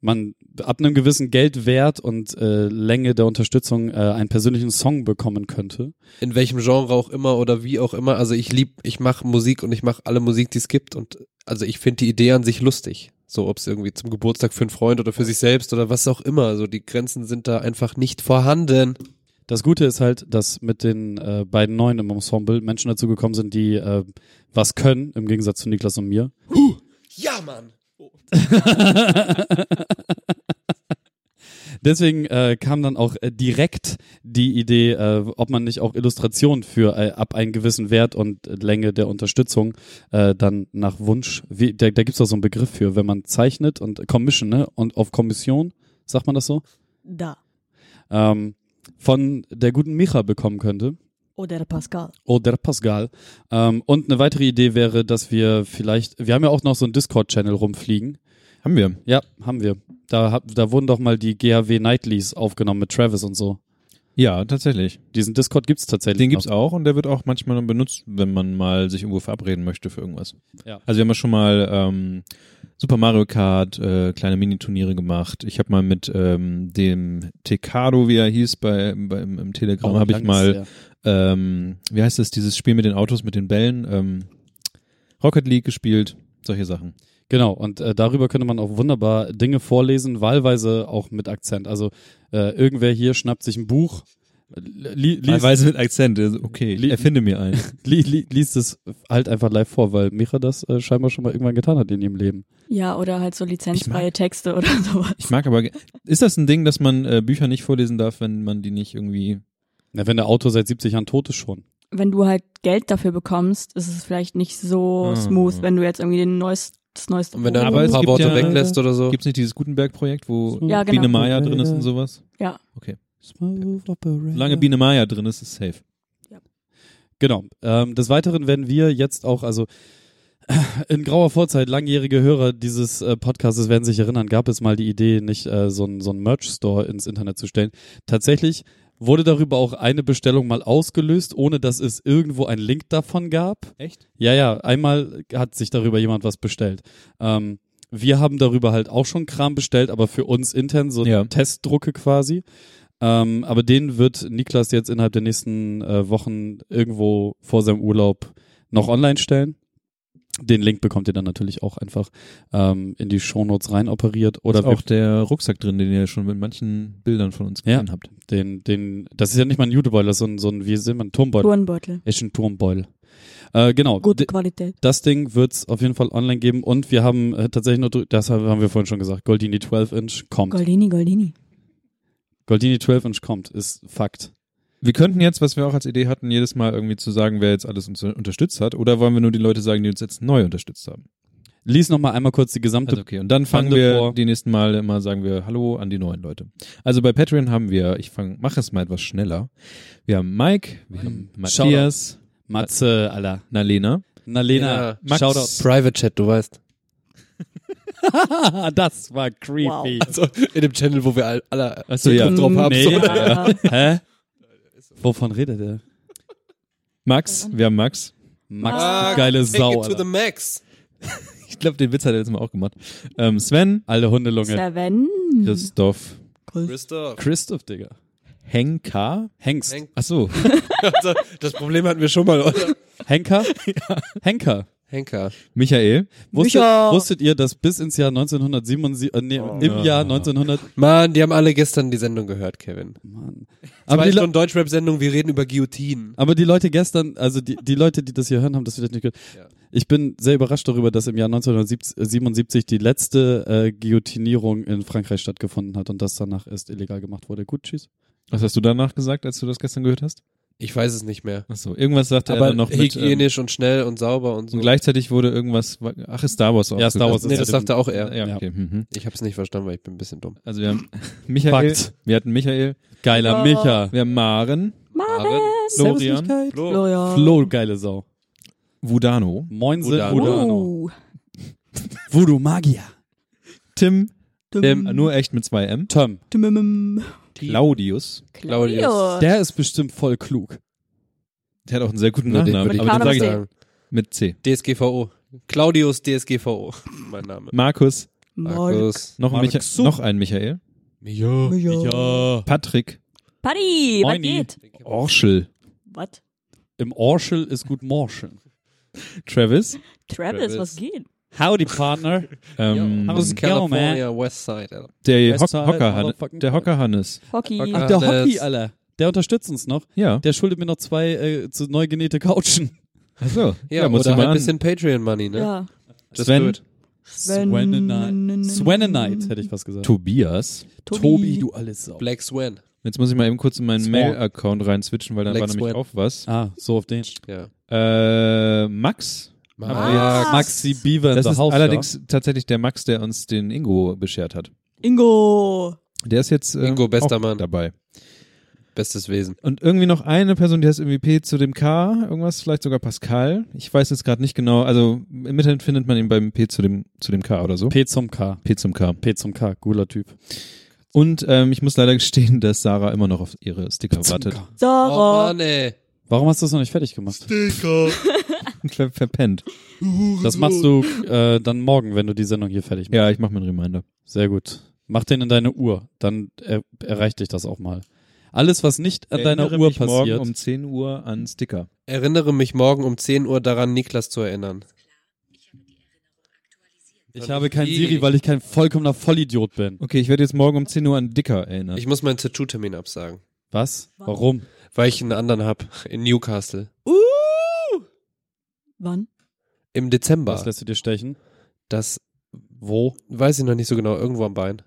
[SPEAKER 5] man ab einem gewissen Geldwert und äh, Länge der Unterstützung äh, einen persönlichen Song bekommen könnte.
[SPEAKER 7] In welchem Genre auch immer oder wie auch immer. Also ich lieb, ich mache Musik und ich mache alle Musik, die es gibt. Und also ich finde die Idee an sich lustig. So, ob es irgendwie zum Geburtstag für einen Freund oder für sich selbst oder was auch immer. Also die Grenzen sind da einfach nicht vorhanden.
[SPEAKER 5] Das Gute ist halt, dass mit den äh, beiden Neuen im Ensemble Menschen dazu gekommen sind, die äh, was können, im Gegensatz zu Niklas und mir.
[SPEAKER 7] Ja, Mann.
[SPEAKER 5] Deswegen äh, kam dann auch äh, direkt die Idee, äh, ob man nicht auch Illustrationen für äh, ab einen gewissen Wert und äh, Länge der Unterstützung äh, dann nach Wunsch, wie, da, da gibt's auch so einen Begriff für, wenn man zeichnet und Commission, ne? Und auf Kommission, sagt man das so,
[SPEAKER 6] Da.
[SPEAKER 5] ähm, von der guten Micha bekommen könnte.
[SPEAKER 6] Oder der Pascal.
[SPEAKER 5] Oder Pascal. Ähm, und eine weitere Idee wäre, dass wir vielleicht, wir haben ja auch noch so einen Discord-Channel rumfliegen.
[SPEAKER 1] Haben wir.
[SPEAKER 5] Ja, haben wir. Da, hab- da wurden doch mal die GHW Nightlies aufgenommen mit Travis und so.
[SPEAKER 1] Ja, tatsächlich.
[SPEAKER 5] Diesen Discord gibt's tatsächlich.
[SPEAKER 1] Den gibt's
[SPEAKER 5] noch.
[SPEAKER 1] auch und der wird auch manchmal benutzt, wenn man mal sich irgendwo verabreden möchte für irgendwas.
[SPEAKER 5] Ja.
[SPEAKER 1] Also wir haben ja schon mal ähm, Super Mario Kart, äh, kleine Miniturniere gemacht. Ich habe mal mit ähm, dem Tecado, wie er hieß, bei, bei im, im Telegram, habe ich
[SPEAKER 5] Lang
[SPEAKER 1] mal,
[SPEAKER 5] ist
[SPEAKER 1] ähm, wie heißt das, dieses Spiel mit den Autos, mit den Bällen, ähm, Rocket League gespielt, solche Sachen.
[SPEAKER 5] der. Genau, und äh, darüber könnte man auch wunderbar Dinge vorlesen, wahlweise auch mit Akzent. Also äh, irgendwer hier schnappt sich ein Buch, li liest,
[SPEAKER 1] Teilweise mit Akzent, also okay,
[SPEAKER 5] Lie-
[SPEAKER 1] erfinde mir einen.
[SPEAKER 5] li li liest es halt einfach live vor, weil Micha das äh, scheinbar schon mal irgendwann getan hat in ihrem Leben.
[SPEAKER 6] Ja, oder halt so
[SPEAKER 1] Ich
[SPEAKER 6] lizenzfreie Texte oder sowas.
[SPEAKER 1] Ich mag aber, ge- ist das ein Ding, dass man äh, Bücher nicht vorlesen darf, wenn man die nicht irgendwie
[SPEAKER 5] Na, wenn der Autor seit 70 Jahren tot ist schon.
[SPEAKER 6] wenn du halt Geld dafür bekommst, ist es vielleicht nicht so
[SPEAKER 1] Ah.
[SPEAKER 6] smooth, wenn du jetzt irgendwie den neuest, das neueste.
[SPEAKER 7] Und wenn er
[SPEAKER 1] Aber
[SPEAKER 7] ein
[SPEAKER 1] es
[SPEAKER 7] paar
[SPEAKER 1] gibt
[SPEAKER 7] Worte
[SPEAKER 1] ja-
[SPEAKER 7] weglässt oder so.
[SPEAKER 1] Gibt es nicht dieses Gutenberg-Projekt, wo
[SPEAKER 6] Ja, genau.
[SPEAKER 1] Biene Maya drin ist und sowas?
[SPEAKER 6] Ja.
[SPEAKER 1] Okay.
[SPEAKER 5] Smooth operator.
[SPEAKER 1] Solange Biene Maya drin ist, ist safe.
[SPEAKER 5] Genau. Ähm, des Weiteren werden wir jetzt auch, also in grauer Vorzeit, langjährige Hörer dieses äh, Podcasts werden sich erinnern, gab es mal die Idee, nicht äh, so einen so einen Merch-Store ins Internet zu stellen. Tatsächlich wurde darüber auch eine Bestellung mal ausgelöst, ohne dass es irgendwo einen Link davon gab.
[SPEAKER 1] Echt?
[SPEAKER 5] Ja, ja, einmal hat sich darüber jemand was bestellt. Ähm, wir haben darüber halt auch schon Kram bestellt, aber für uns intern so
[SPEAKER 1] Ja.
[SPEAKER 5] Testdrucke quasi. Ähm, aber den wird Niklas jetzt innerhalb der nächsten äh, Wochen irgendwo vor seinem Urlaub noch online stellen. Den Link bekommt ihr dann natürlich auch einfach ähm, in die Shownotes rein operiert. Oder
[SPEAKER 1] Ist auch der Rucksack drin, den ihr schon mit manchen Bildern von uns
[SPEAKER 5] Ja.
[SPEAKER 1] gesehen habt.
[SPEAKER 5] den, den, das ist ja nicht mal ein Jutebeutel, das ist so ein, so ein wie sehen wir, ein Turmbeutel.
[SPEAKER 6] Turnbeutel.
[SPEAKER 5] Ist ein Turmbeutel. Äh, genau.
[SPEAKER 6] Gute
[SPEAKER 5] D-
[SPEAKER 6] Qualität.
[SPEAKER 5] Das Ding wird's auf jeden Fall online geben und wir haben äh, tatsächlich nur, drü- das haben wir vorhin schon gesagt, Goldini 12-Inch kommt.
[SPEAKER 6] Goldini, Goldini.
[SPEAKER 5] Goldini 12-Inch kommt, ist Fakt.
[SPEAKER 1] Wir könnten jetzt, was wir auch als Idee hatten, jedes Mal irgendwie zu sagen, wer jetzt alles uns unterstützt hat. Oder wollen wir nur die Leute sagen, die uns jetzt neu unterstützt haben?
[SPEAKER 5] Lies nochmal einmal kurz die gesamte
[SPEAKER 1] Also okay, und dann fangen
[SPEAKER 5] Bande
[SPEAKER 1] wir
[SPEAKER 5] vor.
[SPEAKER 1] die nächsten Mal immer, sagen wir Hallo an die neuen Leute. Also bei Patreon haben wir, ich fang, mach es mal etwas schneller. Wir haben Mike, wir haben
[SPEAKER 5] Shoutout.
[SPEAKER 1] Matthias,
[SPEAKER 5] Matze, Alter.
[SPEAKER 1] Nalena,
[SPEAKER 5] Na Lena,
[SPEAKER 7] Ja,
[SPEAKER 1] Max.
[SPEAKER 5] Shoutout.
[SPEAKER 7] Private Chat, du weißt.
[SPEAKER 5] das war creepy.
[SPEAKER 7] Also in dem Channel, wo wir all- alle
[SPEAKER 1] Ach so, ja.
[SPEAKER 7] Zugriff drauf haben.
[SPEAKER 5] Nee.
[SPEAKER 7] So.
[SPEAKER 6] Ja.
[SPEAKER 5] Hä? Wovon redet er?
[SPEAKER 1] Max, wir haben Max.
[SPEAKER 5] Max,
[SPEAKER 7] Ah,
[SPEAKER 5] du geile
[SPEAKER 7] Take
[SPEAKER 5] Sau,
[SPEAKER 7] it to the
[SPEAKER 5] Alter.
[SPEAKER 7] max.
[SPEAKER 1] Ich glaube, den Witz hat er jetzt mal auch gemacht. Ähm, Sven,
[SPEAKER 5] Alle Hundelunge.
[SPEAKER 6] Seven.
[SPEAKER 1] Christoph,
[SPEAKER 7] Christoph.
[SPEAKER 5] Christoph, Digga.
[SPEAKER 1] Henka.
[SPEAKER 5] Hengst.
[SPEAKER 7] Henk-
[SPEAKER 1] Ach so,
[SPEAKER 7] Also, Das Problem hatten wir schon mal, oder?
[SPEAKER 5] Henker? Henker.
[SPEAKER 7] Henker.
[SPEAKER 1] Michael,
[SPEAKER 5] Wusstet,
[SPEAKER 6] Micha.
[SPEAKER 5] wusstet ihr, dass bis ins Jahr 1977, äh, nee, im Jahr 1900,
[SPEAKER 7] Mann, die haben alle gestern die Sendung gehört, Kevin.
[SPEAKER 5] Mann.
[SPEAKER 7] Aber
[SPEAKER 5] Aber die, Le-
[SPEAKER 7] Stunden Deutschrap-Sendung, wir reden über Guillotinen.
[SPEAKER 5] Aber die Leute gestern, also die, die Leute, die das hier hören, haben das vielleicht nicht gehört.
[SPEAKER 7] Ja.
[SPEAKER 5] Ich bin sehr überrascht darüber, dass im Jahr 1977 die letzte äh, Guillotinierung in Frankreich stattgefunden hat und das danach erst illegal gemacht wurde. Gut, tschüss.
[SPEAKER 1] was hast du danach gesagt, als du das gestern gehört hast?
[SPEAKER 7] Ich weiß es nicht mehr.
[SPEAKER 1] Ach so, irgendwas sagte er
[SPEAKER 7] Aber
[SPEAKER 1] dann noch mit, ähm,
[SPEAKER 7] hygienisch und schnell und sauber und so.
[SPEAKER 1] und gleichzeitig wurde irgendwas, ach, ist Star Wars auch.
[SPEAKER 5] Ja, Star Wars
[SPEAKER 7] nee, das sagte auch er.
[SPEAKER 1] Ja, okay. Mhm.
[SPEAKER 7] Ich hab's nicht verstanden, weil ich bin ein bisschen dumm.
[SPEAKER 1] Also wir haben Michael,
[SPEAKER 5] Fakt.
[SPEAKER 1] wir hatten Michael,
[SPEAKER 5] Geiler
[SPEAKER 6] Oh.
[SPEAKER 5] Micha.
[SPEAKER 1] wir haben Maren, Florian,
[SPEAKER 7] Flo.
[SPEAKER 6] Florian.
[SPEAKER 5] Flo, geile Sau.
[SPEAKER 1] Vudano,
[SPEAKER 5] Moinse,
[SPEAKER 7] Budano.
[SPEAKER 5] Budano.
[SPEAKER 6] Uh.
[SPEAKER 5] Voodoo Magier.
[SPEAKER 1] Tim, äh,
[SPEAKER 6] Dum.
[SPEAKER 1] nur echt mit zwei M,
[SPEAKER 5] Tom,
[SPEAKER 6] Dum.
[SPEAKER 1] Claudius,
[SPEAKER 7] Claudius.
[SPEAKER 5] der ist bestimmt voll klug.
[SPEAKER 1] der hat auch einen sehr guten
[SPEAKER 7] Ja, den
[SPEAKER 1] Nachnamen,
[SPEAKER 7] würde ich
[SPEAKER 1] aber den
[SPEAKER 6] auch
[SPEAKER 1] sage ich
[SPEAKER 6] noch
[SPEAKER 1] mit C.
[SPEAKER 7] DSGVO. Claudius DSGVO. Mein Name.
[SPEAKER 1] Markus,
[SPEAKER 6] Mark.
[SPEAKER 7] Markus.
[SPEAKER 1] noch ein, Micha
[SPEAKER 5] Marxu.
[SPEAKER 1] noch ein Michael,
[SPEAKER 7] Ja.
[SPEAKER 1] Mm.
[SPEAKER 5] Ja.
[SPEAKER 1] Patrick,
[SPEAKER 6] Paddy, was
[SPEAKER 5] Moini.
[SPEAKER 6] geht?
[SPEAKER 1] Orschel,
[SPEAKER 6] Was?
[SPEAKER 5] Im Orschel ist gut Morscheln.
[SPEAKER 1] Travis,
[SPEAKER 6] Travis,
[SPEAKER 7] Travis.
[SPEAKER 6] was geht?
[SPEAKER 5] Howdy, Partner.
[SPEAKER 1] ähm,
[SPEAKER 5] How's it
[SPEAKER 7] California Westside. Alter.
[SPEAKER 1] der Hock
[SPEAKER 5] Westside,
[SPEAKER 1] Hocker, Han
[SPEAKER 5] motherfucking-
[SPEAKER 1] der Hocker Hannes,
[SPEAKER 6] Hockey.
[SPEAKER 7] Hockey.
[SPEAKER 5] Ach,
[SPEAKER 7] Ah,
[SPEAKER 5] der
[SPEAKER 7] das-
[SPEAKER 5] Hockey, Alter. Der unterstützt uns noch.
[SPEAKER 1] ja,
[SPEAKER 5] Der schuldet mir noch zwei äh, zu neu genähte Couchen.
[SPEAKER 1] Ach so,
[SPEAKER 7] Ja,
[SPEAKER 1] ja muss ich mal
[SPEAKER 7] oder halt ein
[SPEAKER 1] an.
[SPEAKER 7] bisschen Patreon-Money, ne?
[SPEAKER 6] Ja.
[SPEAKER 7] Just
[SPEAKER 1] Sven.
[SPEAKER 7] do it.
[SPEAKER 5] Swenenite. Swenenite, hätte ich was gesagt.
[SPEAKER 1] Tobias.
[SPEAKER 6] Tobi.
[SPEAKER 5] alles Sau.
[SPEAKER 7] Black Swan.
[SPEAKER 1] Jetzt muss ich mal eben kurz in meinen
[SPEAKER 5] Swan.
[SPEAKER 1] Mail-Account reinzwitschen, weil da
[SPEAKER 7] Lex
[SPEAKER 1] war nämlich
[SPEAKER 7] Swan.
[SPEAKER 1] auch was.
[SPEAKER 5] Ah, so auf den.
[SPEAKER 7] Ja.
[SPEAKER 1] Äh, Max,
[SPEAKER 7] Max.
[SPEAKER 5] Maxi Beaver in
[SPEAKER 1] Das
[SPEAKER 5] the
[SPEAKER 1] ist
[SPEAKER 5] House.
[SPEAKER 1] allerdings tatsächlich der Max, der uns den Ingo beschert hat.
[SPEAKER 6] Ingo.
[SPEAKER 1] Der ist jetzt äh,
[SPEAKER 7] Ingo, bester
[SPEAKER 1] auch
[SPEAKER 7] Mann.
[SPEAKER 1] dabei.
[SPEAKER 7] Bestes Wesen.
[SPEAKER 1] Und irgendwie noch eine Person, die heißt irgendwie P zu dem K, irgendwas, vielleicht sogar Pascal. Ich weiß jetzt gerade nicht genau. Also im Internet findet man ihn beim P zu dem, zu dem K oder so.
[SPEAKER 5] ja. P zum K.
[SPEAKER 1] P zum K.
[SPEAKER 5] P zum K, cooler Typ.
[SPEAKER 1] Und ähm, ich muss leider gestehen, dass Sarah immer noch auf ihre Sticker
[SPEAKER 5] Zum
[SPEAKER 1] wartet.
[SPEAKER 5] K.
[SPEAKER 7] Oh
[SPEAKER 6] Sarah.
[SPEAKER 7] Mann, ey.
[SPEAKER 5] Warum hast du das noch nicht fertig gemacht?
[SPEAKER 1] Ver verpennt.
[SPEAKER 5] Das machst du äh, dann morgen, wenn du die Sendung hier fertig machst.
[SPEAKER 1] Ja, ich mache mir einen Reminder.
[SPEAKER 5] Sehr gut. Mach den in deine Uhr, dann er erreicht dich das auch mal. Alles, was nicht an deiner
[SPEAKER 1] Erinnere
[SPEAKER 5] Uhr
[SPEAKER 1] mich morgen
[SPEAKER 5] passiert.
[SPEAKER 1] um 10 Uhr an Sticker.
[SPEAKER 7] Erinnere mich morgen um 10 Uhr daran, Niklas zu erinnern.
[SPEAKER 5] ich habe kein Siri, weil ich kein vollkommener Vollidiot bin.
[SPEAKER 1] Okay, ich werde jetzt morgen um 10 Uhr an Dicker erinnern.
[SPEAKER 7] Ich muss meinen Tattoo-Termin absagen.
[SPEAKER 5] Was? Warum?
[SPEAKER 7] Weil ich einen anderen hab. In Newcastle.
[SPEAKER 6] Uh. Wann?
[SPEAKER 7] Im Dezember.
[SPEAKER 5] Was lässt du dir stechen?
[SPEAKER 7] Das
[SPEAKER 5] Wo?
[SPEAKER 7] weiß ich noch nicht so genau. Irgendwo am Bein.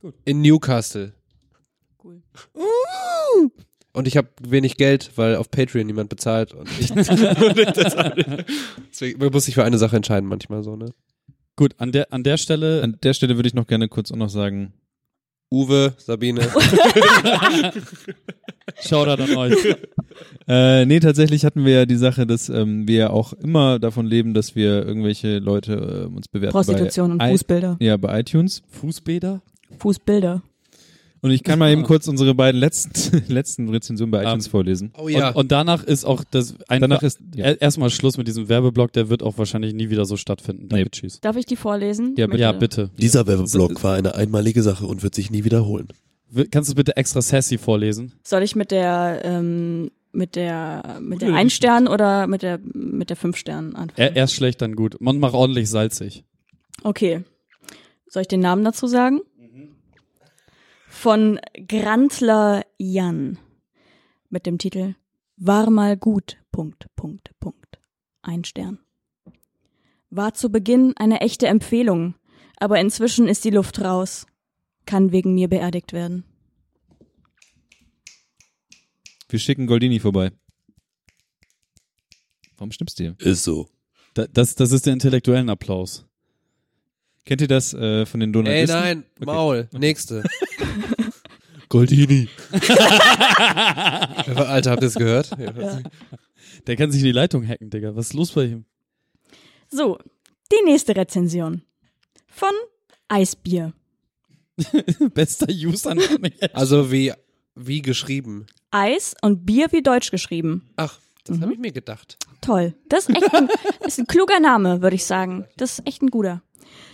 [SPEAKER 5] Gut.
[SPEAKER 7] In Newcastle.
[SPEAKER 6] Cool.
[SPEAKER 7] Und Uh! Und ich habe wenig Geld, weil auf Patreon niemand bezahlt. Und ich, deswegen, man muss sich für eine Sache entscheiden manchmal so, ne?
[SPEAKER 5] Gut, an der, an der Stelle,
[SPEAKER 1] An der Stelle würde ich noch gerne kurz auch noch sagen,
[SPEAKER 7] Uwe, Sabine.
[SPEAKER 5] Shoutout an euch.
[SPEAKER 1] Äh, nee, tatsächlich hatten wir ja die Sache, dass ähm, wir auch immer davon leben, dass wir irgendwelche Leute äh, uns bewerten.
[SPEAKER 6] Prostitution und
[SPEAKER 1] bei, i-
[SPEAKER 6] Fußbilder.
[SPEAKER 1] Ja, bei iTunes.
[SPEAKER 5] Fußbäder?
[SPEAKER 6] Fußbilder.
[SPEAKER 1] Und ich kann mal eben kurz unsere beiden letzten, letzten Rezensionen bei iTunes
[SPEAKER 5] Ähm,
[SPEAKER 1] vorlesen.
[SPEAKER 7] Oh
[SPEAKER 5] Und, und danach ist auch das ein
[SPEAKER 1] Danach ist, ja,
[SPEAKER 5] er- erstmal Schluss mit diesem Werbeblock, der wird auch wahrscheinlich nie wieder so stattfinden. Danke,
[SPEAKER 1] Nee.
[SPEAKER 5] tschüss.
[SPEAKER 6] Darf ich die vorlesen?
[SPEAKER 1] Ja,
[SPEAKER 6] Ich möchte-
[SPEAKER 5] Ja, bitte.
[SPEAKER 8] Dieser Werbeblock war eine einmalige Sache und wird sich nie wiederholen.
[SPEAKER 5] W- Kannst du es bitte extra sassy vorlesen?
[SPEAKER 6] Soll ich mit der, ähm, mit der, mit der
[SPEAKER 1] Oder
[SPEAKER 6] ein Stern oder mit der, mit der fünf Sternen anfangen?
[SPEAKER 5] Er, erst schlecht, dann gut. Und mach ordentlich salzig.
[SPEAKER 6] Okay. Soll ich den Namen dazu sagen? Von Grantler Jan mit dem Titel War mal gut. Punkt, Punkt, Punkt. Ein Stern. War zu Beginn eine echte Empfehlung, aber inzwischen ist die Luft raus. Kann wegen mir beerdigt werden.
[SPEAKER 1] wir schicken Goldini vorbei. Warum schnippst du hier?
[SPEAKER 8] Ist so.
[SPEAKER 5] Da, das, das ist der intellektuellen Applaus.
[SPEAKER 1] Kennt ihr das äh, von den Donald?
[SPEAKER 7] Ey, nein, Maul, nächste.
[SPEAKER 8] Goldini.
[SPEAKER 7] Alter, habt ihr es gehört?
[SPEAKER 5] Der kann sich in die Leitung hacken, Digga. Was ist los bei ihm?
[SPEAKER 6] So, die nächste Rezension. Von Eisbier.
[SPEAKER 5] Bester User.
[SPEAKER 7] Also wie, wie geschrieben.
[SPEAKER 6] Eis und Bier wie deutsch geschrieben.
[SPEAKER 7] Ach, das
[SPEAKER 6] Mhm.
[SPEAKER 7] habe ich mir gedacht.
[SPEAKER 6] Toll. Das ist echt ein, ist ein kluger Name, würde ich sagen. Das ist echt ein guter.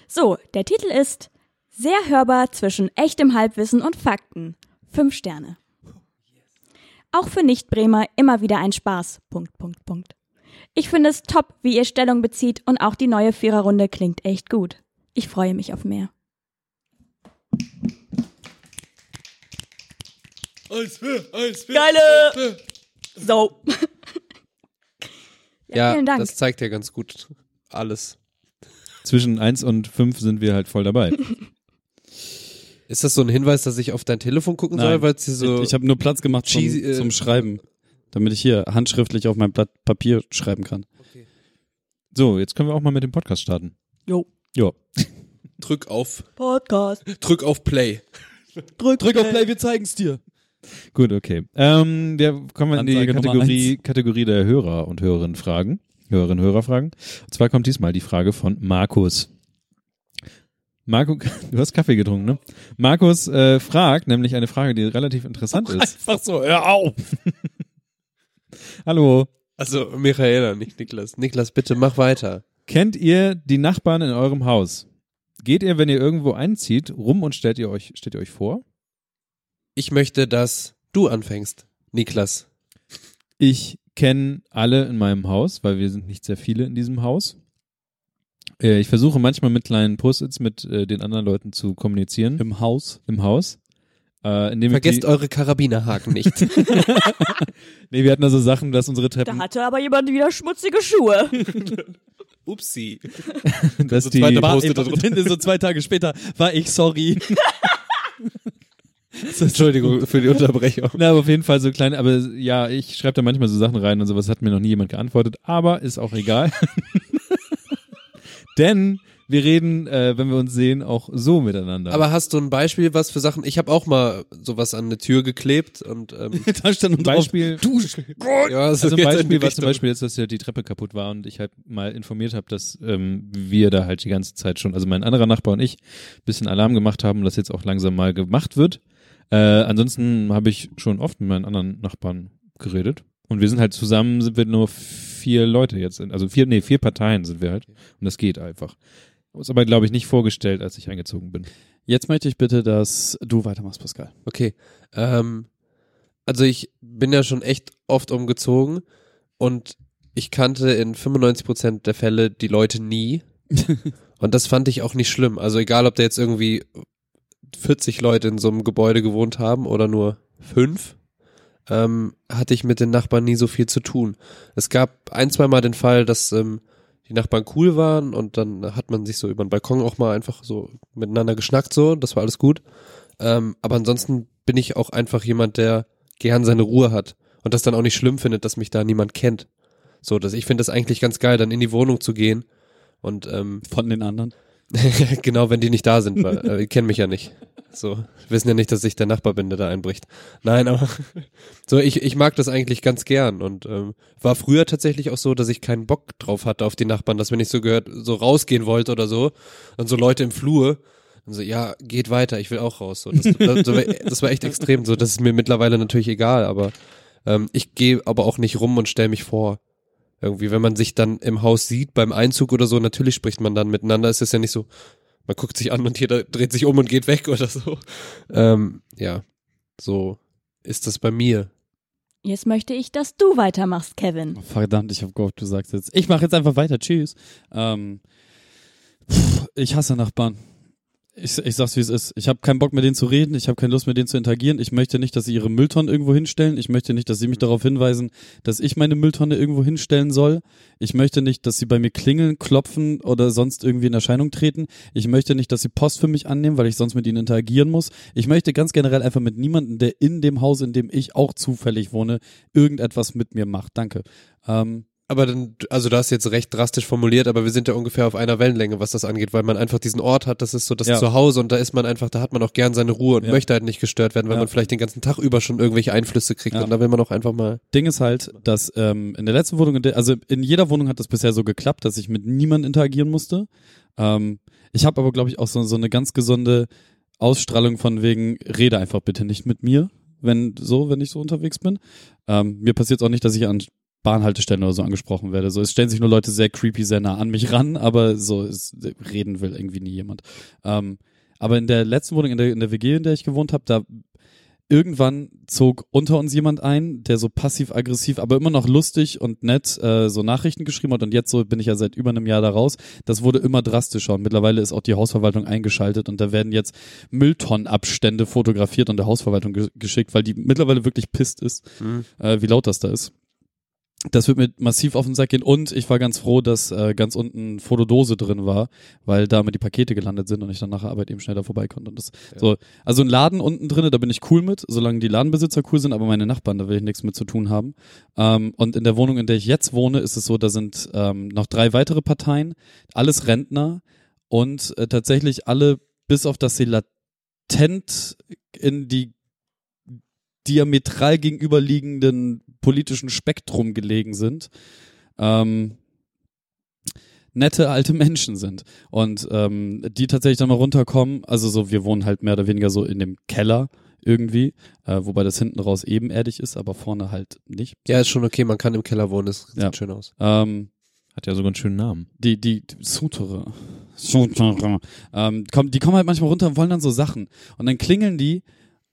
[SPEAKER 6] So, der Titel ist Sehr hörbar zwischen echtem Halbwissen und Fakten. Fünf Sterne. Auch für Nicht-Bremer immer wieder ein Spaß. Punkt, Punkt, Punkt. Ich finde es top, wie ihr Stellung bezieht und auch die neue Viererrunde klingt echt gut. Ich freue mich auf mehr. Geile! So. Ja, vielen Dank.
[SPEAKER 7] das zeigt ja ganz gut alles.
[SPEAKER 1] Zwischen 1 und 5 sind wir halt voll dabei.
[SPEAKER 7] Ist das so ein Hinweis, dass ich auf dein Telefon gucken
[SPEAKER 5] Nein.
[SPEAKER 7] soll, weil es hier so
[SPEAKER 5] ich ich habe nur Platz gemacht zum,
[SPEAKER 7] Also Cheesy, äh,
[SPEAKER 5] zum Schreiben, damit ich hier handschriftlich auf mein Blatt Papier schreiben kann.
[SPEAKER 1] So, jetzt können wir auch mal mit dem Podcast starten.
[SPEAKER 6] Jo.
[SPEAKER 1] Jo.
[SPEAKER 7] drück auf
[SPEAKER 6] Podcast.
[SPEAKER 7] drück auf Play.
[SPEAKER 5] Drück, Drück auf Play, wir zeigen's dir.
[SPEAKER 1] Gut, okay. Ähm, wir kommen in die
[SPEAKER 5] Ansage Nummer
[SPEAKER 1] Kategorie, Kategorie der Hörer und Hörerinnenfragen. Hörerinnen und Hörerfragen. Und zwar kommt diesmal die Frage von Markus. Marco, du hast Kaffee getrunken, ne? Markus äh, fragt nämlich eine Frage, die relativ interessant ist.
[SPEAKER 5] Einfach so, hör auf.
[SPEAKER 1] Hallo.
[SPEAKER 7] Also Michaela, nicht Niklas. Niklas, bitte mach weiter.
[SPEAKER 1] Kennt ihr die Nachbarn in eurem Haus? Geht ihr, wenn ihr irgendwo einzieht, rum und stellt ihr euch, stellt ihr euch vor?
[SPEAKER 7] Ich möchte, dass du anfängst, Niklas.
[SPEAKER 1] Ich kenne alle in meinem Haus, weil wir sind nicht sehr viele in diesem Haus. Äh, Ich versuche manchmal mit kleinen Post-its mit äh, den anderen Leuten zu kommunizieren im,
[SPEAKER 5] Im Haus.
[SPEAKER 1] Haus. Äh, indem ich
[SPEAKER 7] Vergesst
[SPEAKER 1] die,
[SPEAKER 7] eure Karabinerhaken nicht.
[SPEAKER 1] nee, wir hatten da so Sachen, dass unsere
[SPEAKER 6] Da
[SPEAKER 1] Treppen,
[SPEAKER 6] hatte aber jemand wieder schmutzige Schuhe.
[SPEAKER 7] Upsi.
[SPEAKER 1] dass
[SPEAKER 7] so
[SPEAKER 1] die,
[SPEAKER 7] zweite
[SPEAKER 5] War,
[SPEAKER 7] Post-
[SPEAKER 1] dass
[SPEAKER 7] Postet da drunter.
[SPEAKER 5] ey, so zwei Tage später war ich sorry.
[SPEAKER 7] Entschuldigung für die Unterbrechung.
[SPEAKER 1] na, aber auf jeden Fall so kleine, aber ja, ich schreibe da manchmal so Sachen rein und sowas hat mir noch nie jemand geantwortet, aber ist auch egal. Denn wir reden, äh, wenn wir uns sehen, auch so miteinander.
[SPEAKER 7] Aber hast du ein Beispiel, was für Sachen? Ich habe auch mal sowas an eine Tür geklebt und ähm,
[SPEAKER 5] da stand nun drauf,
[SPEAKER 1] Beispiel,
[SPEAKER 7] ja, das
[SPEAKER 1] Also
[SPEAKER 7] geht
[SPEAKER 1] ein
[SPEAKER 7] in die
[SPEAKER 1] Beispiel war zum
[SPEAKER 7] Richtung.
[SPEAKER 1] Beispiel jetzt, dass ja die Treppe kaputt war und ich halt mal informiert habe, dass ähm, wir da halt die ganze Zeit schon, also mein anderer Nachbar und ich, bisschen Alarm gemacht haben und das jetzt auch langsam mal gemacht wird. Äh, ansonsten habe ich schon oft mit meinen anderen Nachbarn geredet. Und wir sind halt zusammen, sind wir nur vier Leute jetzt, in- also vier, nee, vier Parteien sind wir halt. Und das geht einfach. Ist aber, glaube ich, nicht vorgestellt, als ich eingezogen bin.
[SPEAKER 5] Jetzt möchte ich bitte, dass du weitermachst, Pascal.
[SPEAKER 7] Okay. Ähm, also ich bin ja schon echt oft umgezogen und ich kannte in 95% der Fälle die Leute nie. und das fand ich auch nicht schlimm. Also egal, ob da jetzt irgendwie 40 Leute in so einem Gebäude gewohnt haben oder nur fünf, ähm, hatte ich mit den Nachbarn nie so viel zu tun. Es gab ein, zweimal den Fall, dass ähm, die Nachbarn cool waren und dann hat man sich so über den Balkon auch mal einfach so miteinander geschnackt so, das war alles gut. Ähm, aber ansonsten bin ich auch einfach jemand, der gern seine Ruhe hat und das dann auch nicht schlimm findet, dass mich da niemand kennt. So, dass ich finde das eigentlich ganz geil, dann in die Wohnung zu gehen und ähm,
[SPEAKER 5] Von den anderen.
[SPEAKER 7] genau, wenn die nicht da sind, weil äh, die kennen mich ja nicht. So, wissen ja nicht, dass ich der Nachbar bin, der da einbricht. Nein, aber so, ich, ich mag das eigentlich ganz gern und ähm, war früher tatsächlich auch so, dass ich keinen Bock drauf hatte auf die Nachbarn, dass wenn ich so gehört, so rausgehen wollte oder so, und so Leute im Flur, und so, ja, geht weiter, ich will auch raus. So, das, das, so, das war echt extrem so. Das ist mir mittlerweile natürlich egal, aber ähm, ich gehe aber auch nicht rum und stelle mich vor. Irgendwie, wenn man sich dann im Haus sieht, beim Einzug oder so, natürlich spricht man dann miteinander. Es ist ja nicht so, man guckt sich an und jeder dreht sich um und geht weg oder so. Ähm, ja, so ist das bei mir.
[SPEAKER 6] Jetzt möchte ich, dass du weitermachst, Kevin.
[SPEAKER 5] Oh, verdammt, ich habe gehofft, du sagst jetzt. Ich mache jetzt einfach weiter. Tschüss. Ähm, pff, ich hasse Nachbarn. Ich, ich sag's, wie es ist. Ich habe keinen Bock, mit denen zu reden. Ich habe keine Lust, mit denen zu interagieren. Ich möchte nicht, dass sie ihre Mülltonnen irgendwo hinstellen. Ich möchte nicht, dass sie mich darauf hinweisen, dass ich meine Mülltonne irgendwo hinstellen soll. Ich möchte nicht, dass sie bei mir klingeln, klopfen oder sonst irgendwie in Erscheinung treten. Ich möchte nicht, dass sie Post für mich annehmen, weil ich sonst mit ihnen interagieren muss. Ich möchte ganz generell einfach mit niemandem, der in dem Haus, in dem ich auch zufällig wohne, irgendetwas mit mir macht. Danke. Ähm,
[SPEAKER 7] Aber dann, also du hast jetzt recht drastisch formuliert, aber wir sind ja ungefähr auf einer Wellenlänge, was das angeht, weil man einfach diesen Ort hat, das ist so das
[SPEAKER 5] Ja.
[SPEAKER 7] Zuhause und da ist man einfach, da hat man auch gern seine Ruhe und
[SPEAKER 5] Ja.
[SPEAKER 7] möchte halt nicht gestört werden, weil
[SPEAKER 5] Ja.
[SPEAKER 7] man vielleicht den ganzen Tag über schon irgendwelche Einflüsse kriegt
[SPEAKER 5] Ja.
[SPEAKER 7] und da will man auch einfach mal.
[SPEAKER 5] Ding ist halt, dass ähm, in der letzten Wohnung, in der- also in jeder Wohnung hat das bisher so geklappt, dass ich mit niemandem interagieren musste. Ähm, ich habe aber, glaube ich, auch so, so eine ganz gesunde Ausstrahlung von wegen, rede einfach bitte nicht mit mir, wenn so, wenn ich so unterwegs bin. Ähm, mir passiert auch nicht, dass ich an Bahnhaltestellen oder so angesprochen werde. So, es stellen sich nur Leute sehr creepy, sehr nah an mich ran, aber so, es, äh, reden will irgendwie nie jemand. Ähm, aber in der letzten Wohnung, in der, in der WG, in der ich gewohnt habe, da irgendwann zog unter uns jemand ein, der so passiv-aggressiv, aber immer noch lustig und nett äh, so Nachrichten geschrieben hat. Und jetzt so bin ich ja seit über einem Jahr da raus. Das wurde immer drastischer. Und mittlerweile ist auch die Hausverwaltung eingeschaltet und da werden jetzt Mülltonnenabstände fotografiert und der Hausverwaltung ge geschickt, weil die mittlerweile wirklich pisst ist, äh, wie laut das da ist. Das wird mir massiv auf den Sack gehen und ich war ganz froh, dass äh, ganz unten Fotodose drin war, weil damit die Pakete gelandet sind und ich dann nach der Arbeit eben schneller vorbei konnte. Und das, so, also ein Laden unten drinne, da bin ich cool mit, solange die Ladenbesitzer cool sind, aber meine Nachbarn, da will ich nichts mit zu tun haben. Ähm, und in der Wohnung, in der ich jetzt wohne, ist es so, da sind ähm, noch drei weitere Parteien, alles Rentner und äh, tatsächlich alle, bis auf das sie latent in die diametral gegenüberliegenden politischen Spektrum gelegen sind, ähm, nette alte Menschen sind. Und ähm, die tatsächlich dann mal runterkommen, also so, wir wohnen halt mehr oder weniger so in dem Keller irgendwie, äh, wobei das hinten raus ebenerdig ist, aber vorne halt nicht.
[SPEAKER 7] Ja, ist schon okay, man kann im Keller wohnen, das sieht
[SPEAKER 5] Ja.
[SPEAKER 7] schön aus.
[SPEAKER 5] Ähm,
[SPEAKER 1] Hat ja sogar einen schönen Namen.
[SPEAKER 5] die, die, die Soutere. Soutere. Ähm, komm, die kommen halt manchmal runter und wollen dann so Sachen. Und dann klingeln die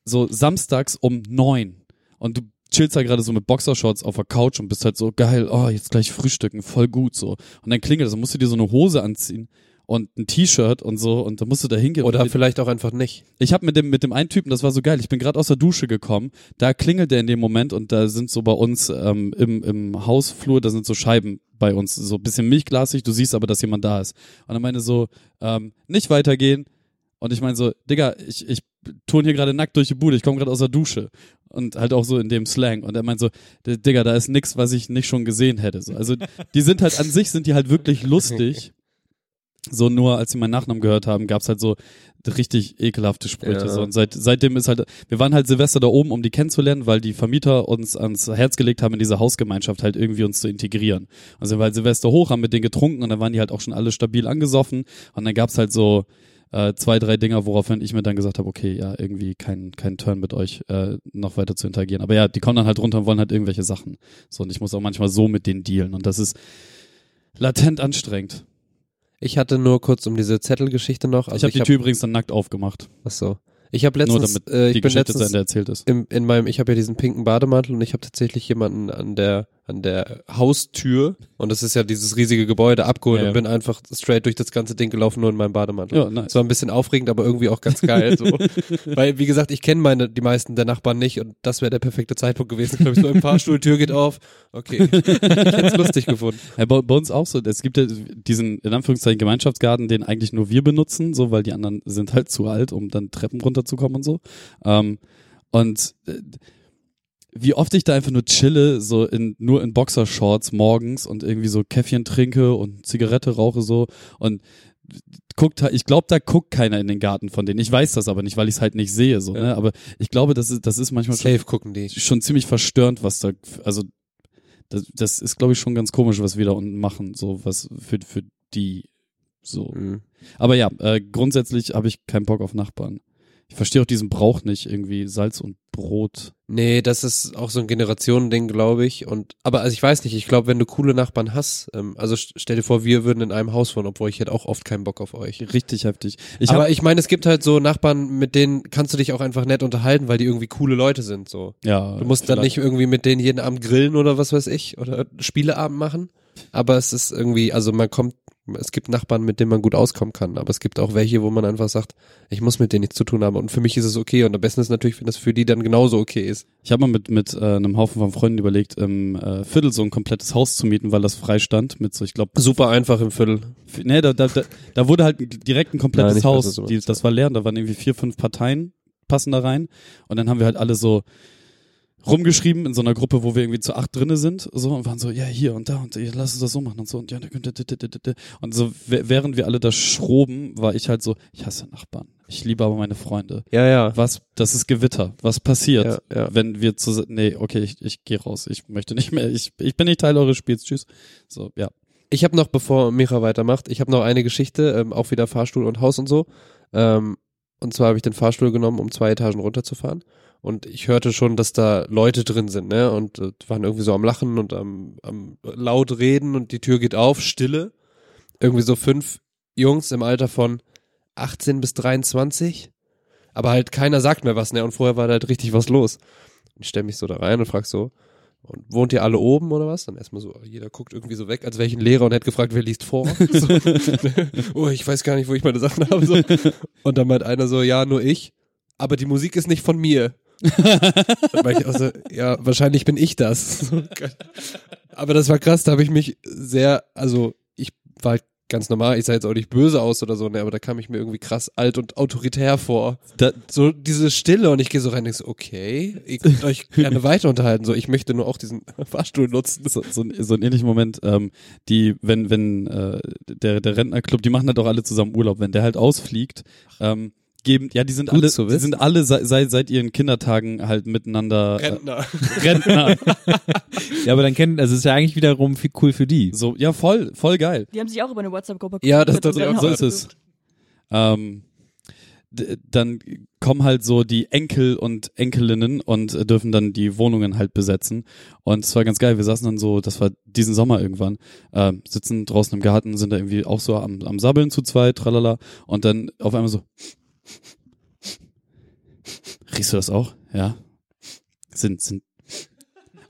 [SPEAKER 5] so samstags um neun. Und du chillst da gerade so mit Boxershorts auf der Couch und bist halt so geil, oh, jetzt gleich frühstücken, voll gut so. Und dann klingelt das, dann musst du dir so eine Hose anziehen und ein T-Shirt und so und dann musst du da hingehen.
[SPEAKER 7] Oder
[SPEAKER 5] Und mit-
[SPEAKER 7] vielleicht auch einfach nicht.
[SPEAKER 5] ich habe mit dem mit dem einen Typen, das war so geil. Ich bin gerade aus der Dusche gekommen. Da klingelt er in dem Moment und da sind so bei uns ähm, im im Hausflur, da sind so Scheiben bei uns, so ein bisschen milchglasig. Du siehst aber, dass jemand da ist. Und er meinte so, ähm, nicht weitergehen. Und ich meine so, Digga, ich ich turn hier gerade nackt durch die Bude. Ich komme gerade aus der Dusche und halt auch so in dem Slang. Und er meint so, D- Digga, da ist nix, was ich nicht schon gesehen hätte. So, also die sind halt an sich sind die halt wirklich lustig. So nur, als sie meinen Nachnamen gehört haben, gab's halt so richtig ekelhafte Sprüche.
[SPEAKER 7] Ja.
[SPEAKER 5] So. Und seit, seitdem ist halt, wir waren halt Silvester da oben, um die kennenzulernen, weil die Vermieter uns ans Herz gelegt haben, in diese Hausgemeinschaft halt irgendwie uns zu integrieren. Und sind wir halt Silvester hoch, haben mit denen getrunken und dann waren die halt auch schon alle stabil angesoffen. Und dann gab's halt so äh, zwei, drei Dinger, woraufhin ich mir dann gesagt habe, okay, ja, irgendwie kein, kein Turn mit euch äh, noch weiter zu interagieren. Aber ja, die kommen dann halt runter und wollen halt irgendwelche Sachen. So, und ich muss auch manchmal so mit denen dealen. Und das ist latent anstrengend.
[SPEAKER 7] Ich hatte nur kurz um diese Zettelgeschichte noch. Also
[SPEAKER 5] ich habe die Tür übrigens dann nackt aufgemacht.
[SPEAKER 7] Ach so. Ich habe letztens,
[SPEAKER 5] Nur damit
[SPEAKER 7] äh, ich
[SPEAKER 5] die
[SPEAKER 7] bin
[SPEAKER 5] Geschichte zu
[SPEAKER 7] letztens
[SPEAKER 5] Ende erzählt ist.
[SPEAKER 7] im, in meinem, ich habe ja diesen pinken Bademantel und ich habe tatsächlich jemanden an der an der Haustür und das ist ja dieses riesige Gebäude abgeholt
[SPEAKER 5] Ja, ja.
[SPEAKER 7] und bin einfach straight durch das ganze Ding gelaufen nur in meinem Bademantel.
[SPEAKER 5] Ja, nice.
[SPEAKER 7] Es war ein bisschen aufregend, aber irgendwie auch ganz geil. So. Weil, wie gesagt, ich kenne meine die meisten der Nachbarn nicht und das wäre der perfekte Zeitpunkt gewesen, glaube ich. So im Fahrstuhl, Tür geht auf. Okay. Ich hätte es lustig gefunden.
[SPEAKER 5] Ja, bei, bei uns auch so. Es gibt ja diesen, in Anführungszeichen, Gemeinschaftsgarten, den eigentlich nur wir benutzen, so, weil die anderen sind halt zu alt, um dann Treppen runterzukommen und so. Ähm, und äh, wie oft ich da einfach nur chille, so in, nur in Boxershorts morgens und irgendwie so Käffchen trinke und Zigarette rauche so und guckt halt- ich glaube, da guckt keiner in den Garten von denen. Ich weiß das aber nicht, weil ich es halt nicht sehe, so, ne? Aber ich glaube, das ist, das ist manchmal schon,
[SPEAKER 7] Safe gucken die.
[SPEAKER 5] schon ziemlich verstörend, was da, also, das, das ist, glaube ich, schon ganz komisch, was wir da unten machen, so, was für, für die, so.
[SPEAKER 7] Mhm.
[SPEAKER 5] Aber ja, äh, grundsätzlich habe ich keinen Bock auf Nachbarn. Ich verstehe auch diesen Brauch nicht, irgendwie Salz und Brot.
[SPEAKER 7] Nee, das ist auch so ein Generationending, glaube ich. Und aber also ich weiß nicht, ich glaube, wenn du coole Nachbarn hast, ähm, also st- stell dir vor, wir würden in einem Haus wohnen, obwohl ich hätte auch oft keinen Bock auf euch.
[SPEAKER 5] Richtig heftig. Ich hab-
[SPEAKER 7] aber ich meine, es gibt halt so Nachbarn, mit denen kannst du dich auch einfach nett unterhalten, weil die irgendwie coole Leute sind. So,
[SPEAKER 5] ja,
[SPEAKER 7] du musst dann
[SPEAKER 5] vielleicht.
[SPEAKER 7] nicht irgendwie mit denen jeden Abend grillen oder was weiß ich oder Spieleabend machen. Aber es ist irgendwie, also man kommt, es gibt Nachbarn, mit denen man gut auskommen kann. Aber es gibt auch welche, wo man einfach sagt, ich muss mit denen nichts zu tun haben und für mich ist es okay. Und am besten ist natürlich, wenn das für die dann genauso okay ist.
[SPEAKER 5] Ich habe mal mit, mit äh, einem Haufen von Freunden überlegt, im äh, Viertel so ein komplettes Haus zu mieten, weil das frei stand mit so, ich glaube,
[SPEAKER 7] Super einfach im Viertel.
[SPEAKER 5] ne, da, da, da, da wurde halt ein- direkt ein komplettes
[SPEAKER 7] Nein, ich weiß,
[SPEAKER 5] Haus.
[SPEAKER 7] was du
[SPEAKER 5] die,
[SPEAKER 7] meinst.
[SPEAKER 5] das war leer und da waren irgendwie vier, fünf Parteien passen da rein. Und dann haben wir halt alle so rumgeschrieben in so einer Gruppe, wo wir irgendwie zu acht drinne sind, so und waren so, ja, hier und da und ja, lass uns das so machen und so und ja, da könnte dit, dit, dit, dit, dit. und so wä- während wir alle da schroben, war ich halt so, ich hasse Nachbarn. Ich liebe aber meine Freunde.
[SPEAKER 7] Ja, ja.
[SPEAKER 5] Was, das ist Gewitter. Was passiert?
[SPEAKER 7] Ja, ja.
[SPEAKER 5] wenn wir zu nee, okay, ich, ich gehe raus. Ich möchte nicht mehr. Ich, ich bin nicht Teil eures Spiels. Tschüss. So, ja.
[SPEAKER 7] Ich habe noch, bevor Micha weitermacht, ich habe noch eine Geschichte, ähm, auch wieder Fahrstuhl und Haus und so. Ähm, und zwar habe ich den Fahrstuhl genommen, um zwei Etagen runterzufahren. Und ich hörte schon, dass da Leute drin sind, ne? Und äh, waren irgendwie so am Lachen und am, am laut reden und die Tür geht auf, Stille. Irgendwie so fünf Jungs im Alter von 18 bis 23. Aber halt keiner sagt mehr was, ne? Und vorher war da halt richtig was los. Ich stelle mich so da rein und frag so, und wohnt ihr alle oben oder was? Dann erstmal so, jeder guckt irgendwie so weg, als wäre ich ein Lehrer und hätte gefragt, wer liest vor. So. oh, ich weiß gar nicht, wo ich meine Sachen habe. So. Und dann meint einer so, ja, nur ich. Aber die Musik ist nicht von mir. dann war ich auch so, ja, wahrscheinlich bin ich das. So, keine- Aber das war krass, da habe ich mich sehr, also ich war halt ganz normal, ich sah jetzt auch nicht böse aus oder so, ne, aber da kam ich mir irgendwie krass alt und autoritär vor
[SPEAKER 5] Da,
[SPEAKER 7] so diese Stille und ich gehe so rein und denk so, okay, ihr könnt euch gerne weiter unterhalten. So, ich möchte nur auch diesen Fahrstuhl nutzen.
[SPEAKER 5] so, so, ein- so einen ähnlichen Moment, ähm, die, wenn, wenn äh, der, der Rentnerclub, die machen halt auch alle zusammen Urlaub, wenn der halt ausfliegt, ähm, geben, ja, die sind
[SPEAKER 7] Gut
[SPEAKER 5] alle,
[SPEAKER 7] zu
[SPEAKER 5] die
[SPEAKER 7] wissen.
[SPEAKER 5] sind alle seit, seit, seit ihren Kindertagen halt miteinander äh,
[SPEAKER 7] Rentner.
[SPEAKER 5] Rentner.
[SPEAKER 1] Ja, aber dann kennen, also es ist ja eigentlich wiederum viel cool für die.
[SPEAKER 5] so, ja, voll, voll geil.
[SPEAKER 6] Die haben sich auch über eine WhatsApp-Gruppe
[SPEAKER 7] Ja, das-
[SPEAKER 6] gegründet
[SPEAKER 7] das-
[SPEAKER 6] und
[SPEAKER 5] so
[SPEAKER 6] dann
[SPEAKER 5] ist es. Ähm, d- dann kommen halt so die Enkel und Enkelinnen und äh, dürfen dann die Wohnungen halt besetzen. Und es war ganz geil. Wir saßen dann so, das war diesen Sommer irgendwann, ähm, sitzen draußen im Garten, sind da irgendwie auch so am, am Sabbeln zu zweit, tralala. Und dann auf einmal so, riechst du das auch? Ja. Sind, sind.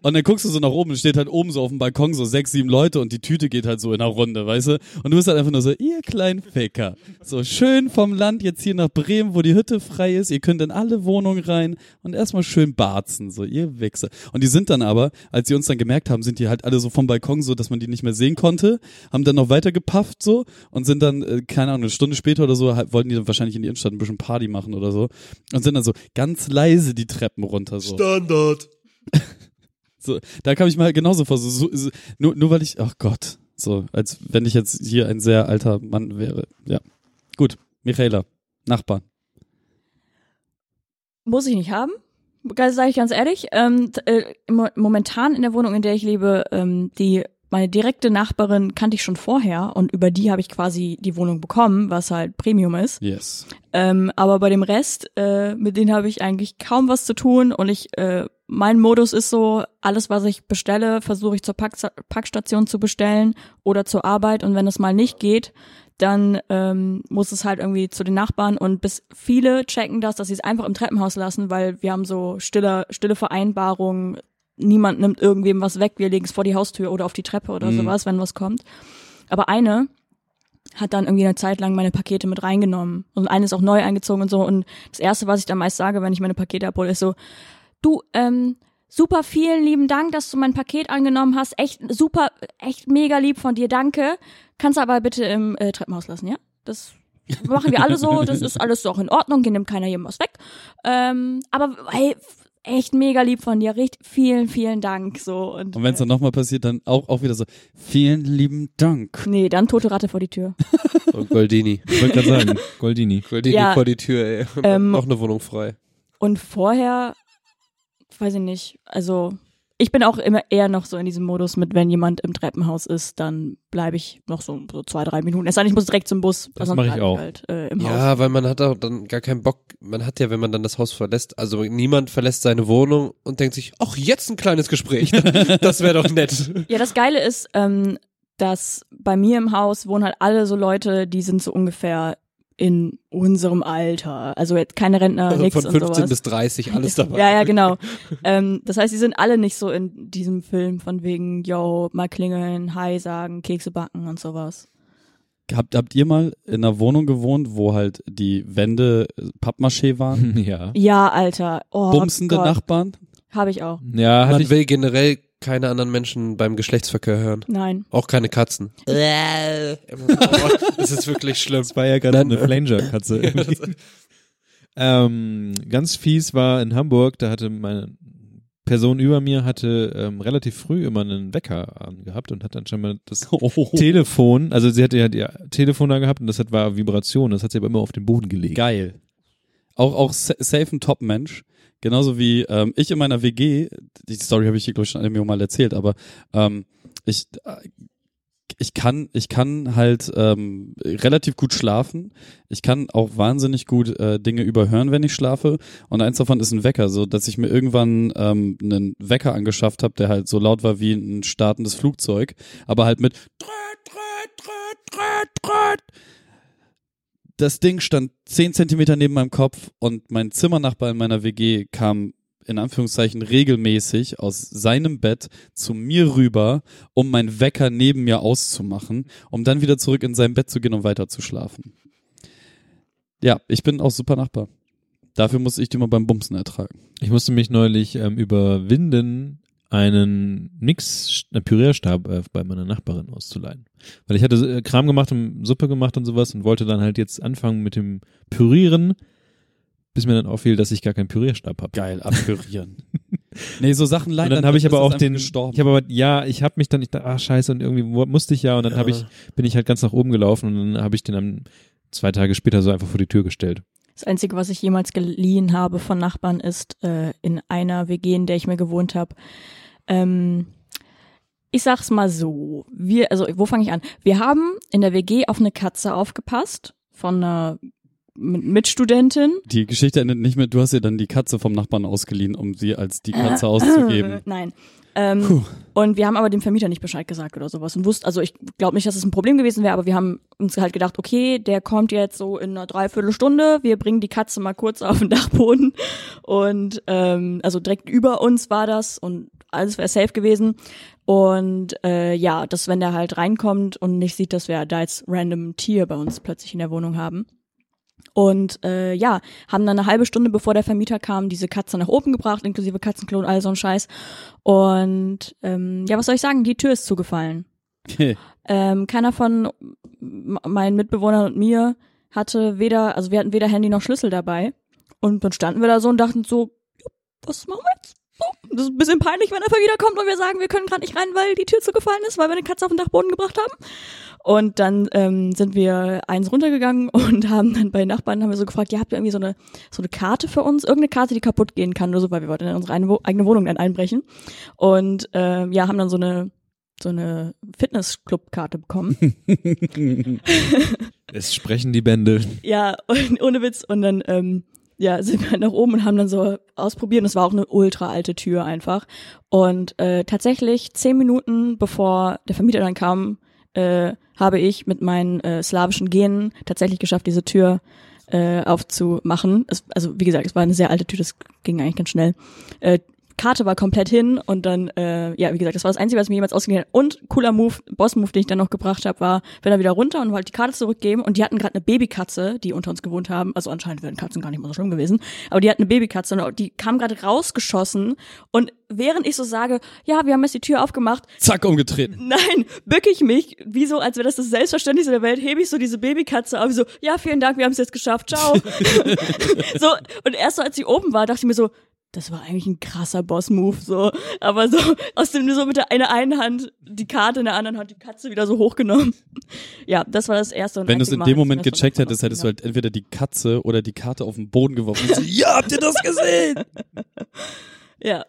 [SPEAKER 5] Und dann guckst du so nach oben, steht halt oben so auf dem Balkon so sechs, sieben Leute und die Tüte geht halt so in einer Runde, weißt du? Und du bist halt einfach nur so, ihr kleinen Ficker. So schön vom Land jetzt hier nach Bremen, wo die Hütte frei ist. Ihr könnt in alle Wohnungen rein und erstmal schön barzen, so ihr Wichser. Und die sind dann aber, als sie uns dann gemerkt haben, sind die halt alle so vom Balkon so, dass man die nicht mehr sehen konnte, haben dann noch weiter gepafft so und sind dann, äh, keine Ahnung, eine Stunde später oder so, halt, wollten die dann wahrscheinlich in die Innenstadt ein bisschen Party machen oder so und sind dann so ganz leise die Treppen runter so.
[SPEAKER 8] Standard.
[SPEAKER 5] So, da kam ich mal genauso vor. So, so, so, nur, nur weil ich, ach Gott, so, als wenn ich jetzt hier ein sehr alter Mann wäre. Ja. Gut, Michaela, Nachbarn.
[SPEAKER 6] Muss ich nicht haben. Sage ich ganz ehrlich. Ähm, t- äh, mo- momentan in der Wohnung, in der ich lebe, ähm, die meine direkte Nachbarin kannte ich schon vorher und über die habe ich quasi die Wohnung bekommen, was halt Premium ist.
[SPEAKER 5] Yes.
[SPEAKER 6] Ähm, aber bei dem Rest, äh, mit denen habe ich eigentlich kaum was zu tun und ich, äh, mein Modus ist so, alles, was ich bestelle, versuche ich zur Pack Packstation zu bestellen oder zur Arbeit und wenn es mal nicht geht, dann ähm, muss es halt irgendwie zu den Nachbarn und bis viele checken das, dass sie es einfach im Treppenhaus lassen, weil wir haben so stille, stille Vereinbarungen, niemand nimmt irgendwem was weg, wir legen es vor die Haustür oder auf die Treppe oder sowas, wenn was kommt. Aber eine, hat dann irgendwie eine Zeit lang meine Pakete mit reingenommen. Und eine ist auch neu eingezogen und so. Und das Erste, was ich dann meist sage, wenn ich meine Pakete abhole, ist so, du, ähm, super vielen lieben Dank, dass du mein Paket angenommen hast. Echt super, echt mega lieb von dir, danke. Kannst aber bitte im äh, Treppenhaus lassen, ja? Das machen wir alle so, das ist alles doch in Ordnung, hier nimmt keiner jedem was weg. Ähm, aber hey, echt mega lieb von dir. Richt, vielen, vielen Dank. So. Und,
[SPEAKER 5] Und wenn es dann nochmal passiert, dann auch, auch wieder so, vielen lieben Dank.
[SPEAKER 6] Nee, dann tote Ratte vor die Tür.
[SPEAKER 7] Und Goldini.
[SPEAKER 1] Ich wollte gerade sagen, Goldini.
[SPEAKER 7] Goldini
[SPEAKER 6] Ja.
[SPEAKER 7] vor die Tür, ey.
[SPEAKER 6] Ähm,
[SPEAKER 7] Noch eine Wohnung frei.
[SPEAKER 6] Und vorher, weiß ich nicht, also ich bin auch immer eher noch so in diesem Modus mit, wenn jemand im Treppenhaus ist, dann bleibe ich noch so, so zwei, drei Minuten. Es sei denn, ich muss direkt zum Bus.
[SPEAKER 1] Das
[SPEAKER 6] sonst
[SPEAKER 1] mach ich
[SPEAKER 6] bleib
[SPEAKER 1] auch.
[SPEAKER 6] Halt, äh, im Haus.
[SPEAKER 7] Ja, weil man hat auch dann gar keinen Bock. Man hat ja, wenn man dann das Haus verlässt, also niemand verlässt seine Wohnung und denkt sich, ach, jetzt ein kleines Gespräch. Das wäre doch nett.
[SPEAKER 6] Ja, das Geile ist, ähm, dass bei mir im Haus wohnen halt alle so Leute, die sind so ungefähr in unserem Alter. Also jetzt keine Rentner,
[SPEAKER 7] Also
[SPEAKER 6] nix
[SPEAKER 7] von
[SPEAKER 6] und
[SPEAKER 7] 15
[SPEAKER 6] sowas.
[SPEAKER 7] bis 30, alles dabei.
[SPEAKER 6] Ja, ja, genau. ähm, das heißt, die sind alle nicht so in diesem Film von wegen, yo, mal klingeln, Hi sagen, Kekse backen und sowas.
[SPEAKER 5] Habt, habt ihr mal in einer Wohnung gewohnt, wo halt die Wände äh, Pappmaché waren?
[SPEAKER 1] Ja.
[SPEAKER 6] Ja, Alter. Oh,
[SPEAKER 5] Bumsende
[SPEAKER 6] Gott.
[SPEAKER 5] Nachbarn?
[SPEAKER 6] Habe ich auch.
[SPEAKER 1] Ja, hatte
[SPEAKER 7] Man
[SPEAKER 1] ich,
[SPEAKER 7] will generell keine anderen Menschen beim Geschlechtsverkehr hören.
[SPEAKER 6] Nein.
[SPEAKER 7] Auch keine Katzen. das ist wirklich schlimm.
[SPEAKER 1] das war ja gerade
[SPEAKER 7] Nein.
[SPEAKER 1] eine Flanger-Katze. irgendwie. ähm, ganz fies war in Hamburg, da hatte meine Person über mir hatte ähm, relativ früh immer einen Wecker angehabt und hat dann scheinbar das
[SPEAKER 6] Oh.
[SPEAKER 1] Telefon, also sie hatte ja ihr Telefon da gehabt und das hat, war Vibration, das hat sie aber immer auf den Boden gelegt.
[SPEAKER 5] Geil. Auch, auch sa- safe ein Top-Mensch. Genauso wie ähm, ich in meiner WG, die Story habe ich hier, glaube ich, schon eine Million Mal erzählt, aber ähm, ich, äh, ich, kann, ich kann halt ähm, relativ gut schlafen. Ich kann auch wahnsinnig gut äh, Dinge überhören, wenn ich schlafe. Und eins davon ist ein Wecker, so dass ich mir irgendwann ähm, einen Wecker angeschafft habe, der halt so laut war wie ein startendes Flugzeug, aber halt mit das Ding stand 10 Zentimeter neben meinem Kopf und mein Zimmernachbar in meiner WG kam in Anführungszeichen regelmäßig aus seinem Bett zu mir rüber, um meinen Wecker neben mir auszumachen, um dann wieder zurück in sein Bett zu gehen und weiter zu schlafen. Ja, ich bin auch super Nachbar. Dafür muss ich die mal beim Bumsen ertragen.
[SPEAKER 1] Ich musste mich neulich ähm, überwinden, einen Mix, einen Pürierstab äh, bei meiner Nachbarin auszuleihen. Weil ich hatte äh, Kram gemacht und Suppe gemacht und sowas und wollte dann halt jetzt anfangen mit dem Pürieren, bis mir dann auffiel, dass ich gar keinen Pürierstab habe.
[SPEAKER 5] Geil, abpürieren. nee, so Sachen
[SPEAKER 1] Und
[SPEAKER 5] leider.
[SPEAKER 1] dann habe ich
[SPEAKER 5] ist
[SPEAKER 1] aber
[SPEAKER 5] es
[SPEAKER 1] auch
[SPEAKER 5] einfach
[SPEAKER 1] den,
[SPEAKER 5] Gestorben.
[SPEAKER 1] ich habe aber, ja, ich habe mich dann, ich dachte, ah, scheiße, und irgendwie wo- musste ich ja, und dann habe ich, bin ich halt ganz nach oben gelaufen und dann habe ich den am, zwei Tage später so einfach vor die Tür gestellt.
[SPEAKER 6] Das Einzige, was ich jemals geliehen habe von Nachbarn, ist äh, in einer WG, in der ich mir gewohnt habe. Ähm, ich sag's mal so. Wir, also wo fange ich an? Wir haben in der WG auf eine Katze aufgepasst von einer M- Mitstudentin.
[SPEAKER 5] die Geschichte endet nicht mit, du hast ihr dann die Katze vom Nachbarn ausgeliehen, um sie als die Katze auszugeben.
[SPEAKER 6] Nein. Ähm,
[SPEAKER 5] Puh.
[SPEAKER 6] Und wir haben aber dem Vermieter nicht Bescheid gesagt oder sowas und wussten, also ich glaube nicht, dass es ein Problem gewesen wäre, aber wir haben uns halt gedacht, okay, der kommt jetzt so in einer Dreiviertelstunde, wir bringen die Katze mal kurz auf den Dachboden und ähm, also direkt über uns war das und alles wäre safe gewesen und äh, ja, dass wenn der halt reinkommt und nicht sieht, dass wir da jetzt random Tier bei uns plötzlich in der Wohnung haben. Und äh, ja, haben dann eine halbe Stunde, bevor der Vermieter kam, diese Katze nach oben gebracht, inklusive Katzenklo und all so ein Scheiß. Und ähm, ja, was soll ich sagen? Die Tür ist zugefallen. Ähm, keiner von m- meinen Mitbewohnern und mir hatte weder, also wir hatten weder Handy noch Schlüssel dabei. Und dann standen wir da so und dachten so, "Jupp, was machen wir jetzt? So, Das ist ein bisschen peinlich, wenn er wiederkommt und wir sagen, wir können gerade nicht rein, weil die Tür zugefallen ist, weil wir eine Katze auf den Dachboden gebracht haben. Und dann ähm, sind wir eins runtergegangen und haben dann bei Nachbarn haben wir so gefragt, ja, habt ihr irgendwie so eine, so eine Karte für uns? Irgendeine Karte, die kaputt gehen kann oder so, weil wir wollten in unsere eine, eigene Wohnung dann einbrechen. Und ähm, ja, haben dann so eine, so eine Fitnessclub-Karte bekommen.
[SPEAKER 1] Es sprechen die Bände.
[SPEAKER 6] Ja, und, ohne Witz. Und dann ähm, ja, sind wir halt nach oben und haben dann so ausprobiert. Und es war auch eine ultra alte Tür einfach. Und äh, tatsächlich zehn Minuten bevor der Vermieter dann kam, äh, habe ich mit meinen äh, slawischen Genen tatsächlich geschafft, diese Tür äh, aufzumachen. Es, also wie gesagt, es war eine sehr alte Tür, das ging eigentlich ganz schnell. Äh, Karte war komplett hin und dann, äh, ja, wie gesagt, das war das Einzige, was mir jemals ausgegangen hat. Und cooler Move, Boss-Move, den ich dann noch gebracht habe, war, wenn er wieder runter und wollte die Karte zurückgeben und die hatten gerade eine Babykatze, die unter uns gewohnt haben. Also anscheinend wären Katzen gar nicht mal so schlimm gewesen, aber die hatten eine Babykatze und die kam gerade rausgeschossen und während ich so sage, ja, wir haben jetzt die Tür aufgemacht,
[SPEAKER 5] Zack, umgetreten.
[SPEAKER 6] Nein, bück ich mich, wie so, als wäre das das Selbstverständlichste der Welt, hebe ich so diese Babykatze auf, so, ja, vielen Dank, wir haben es jetzt geschafft, ciao. so, und erst so, als sie oben war, dachte ich mir so, das war eigentlich ein krasser Boss-Move, so. Aber so, aus dem, so mit der einer einen Hand die Karte, in der anderen Hand die Katze wieder so hochgenommen. Ja, das war das erste. Und
[SPEAKER 5] Wenn du es in
[SPEAKER 6] einzige
[SPEAKER 5] dem
[SPEAKER 6] Mal,
[SPEAKER 5] Moment
[SPEAKER 6] dass ich das
[SPEAKER 5] gecheckt
[SPEAKER 6] davon
[SPEAKER 5] hättest, hättest du
[SPEAKER 6] ausgegangen
[SPEAKER 5] halt entweder die Katze oder die Karte auf den Boden geworfen. Und so, ja, habt ihr das gesehen?
[SPEAKER 6] Ja,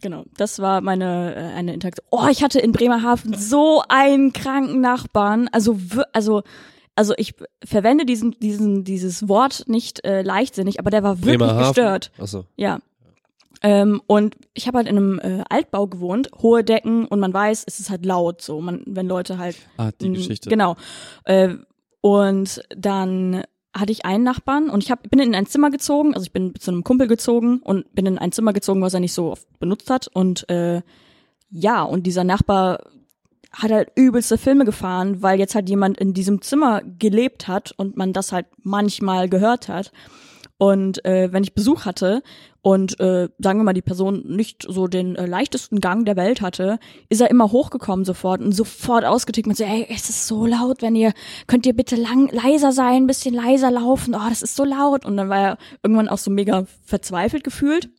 [SPEAKER 6] genau. Das war meine äh, eine Interaktion. Oh, ich hatte in Bremerhaven so einen kranken Nachbarn. Also wir- also also ich verwende diesen diesen dieses Wort nicht äh, leichtsinnig, aber der war wirklich
[SPEAKER 7] Bremerhaven.
[SPEAKER 6] gestört.
[SPEAKER 7] Achso.
[SPEAKER 6] Ja. Ähm, und ich habe halt in einem äh, Altbau gewohnt, hohe Decken und man weiß, es ist halt laut, so man, wenn Leute halt
[SPEAKER 5] Ah, die
[SPEAKER 6] Mm,
[SPEAKER 5] Geschichte.
[SPEAKER 6] Genau. Äh, und dann hatte ich einen Nachbarn und ich hab, bin in ein Zimmer gezogen, also ich bin zu einem Kumpel gezogen und bin in ein Zimmer gezogen, was er nicht so oft benutzt hat. Und äh, ja, und dieser Nachbar hat halt übelste Filme gefahren, weil jetzt halt jemand in diesem Zimmer gelebt hat und man das halt manchmal gehört hat. Und äh, wenn ich Besuch hatte und äh, sagen wir mal, die Person nicht so den äh, leichtesten Gang der Welt hatte, ist er immer hochgekommen sofort und sofort ausgetickt mit so, ey, es ist so laut, wenn ihr, könnt ihr bitte lang, leiser sein, ein bisschen leiser laufen, oh, das ist so laut. Und dann war er irgendwann auch so mega verzweifelt gefühlt.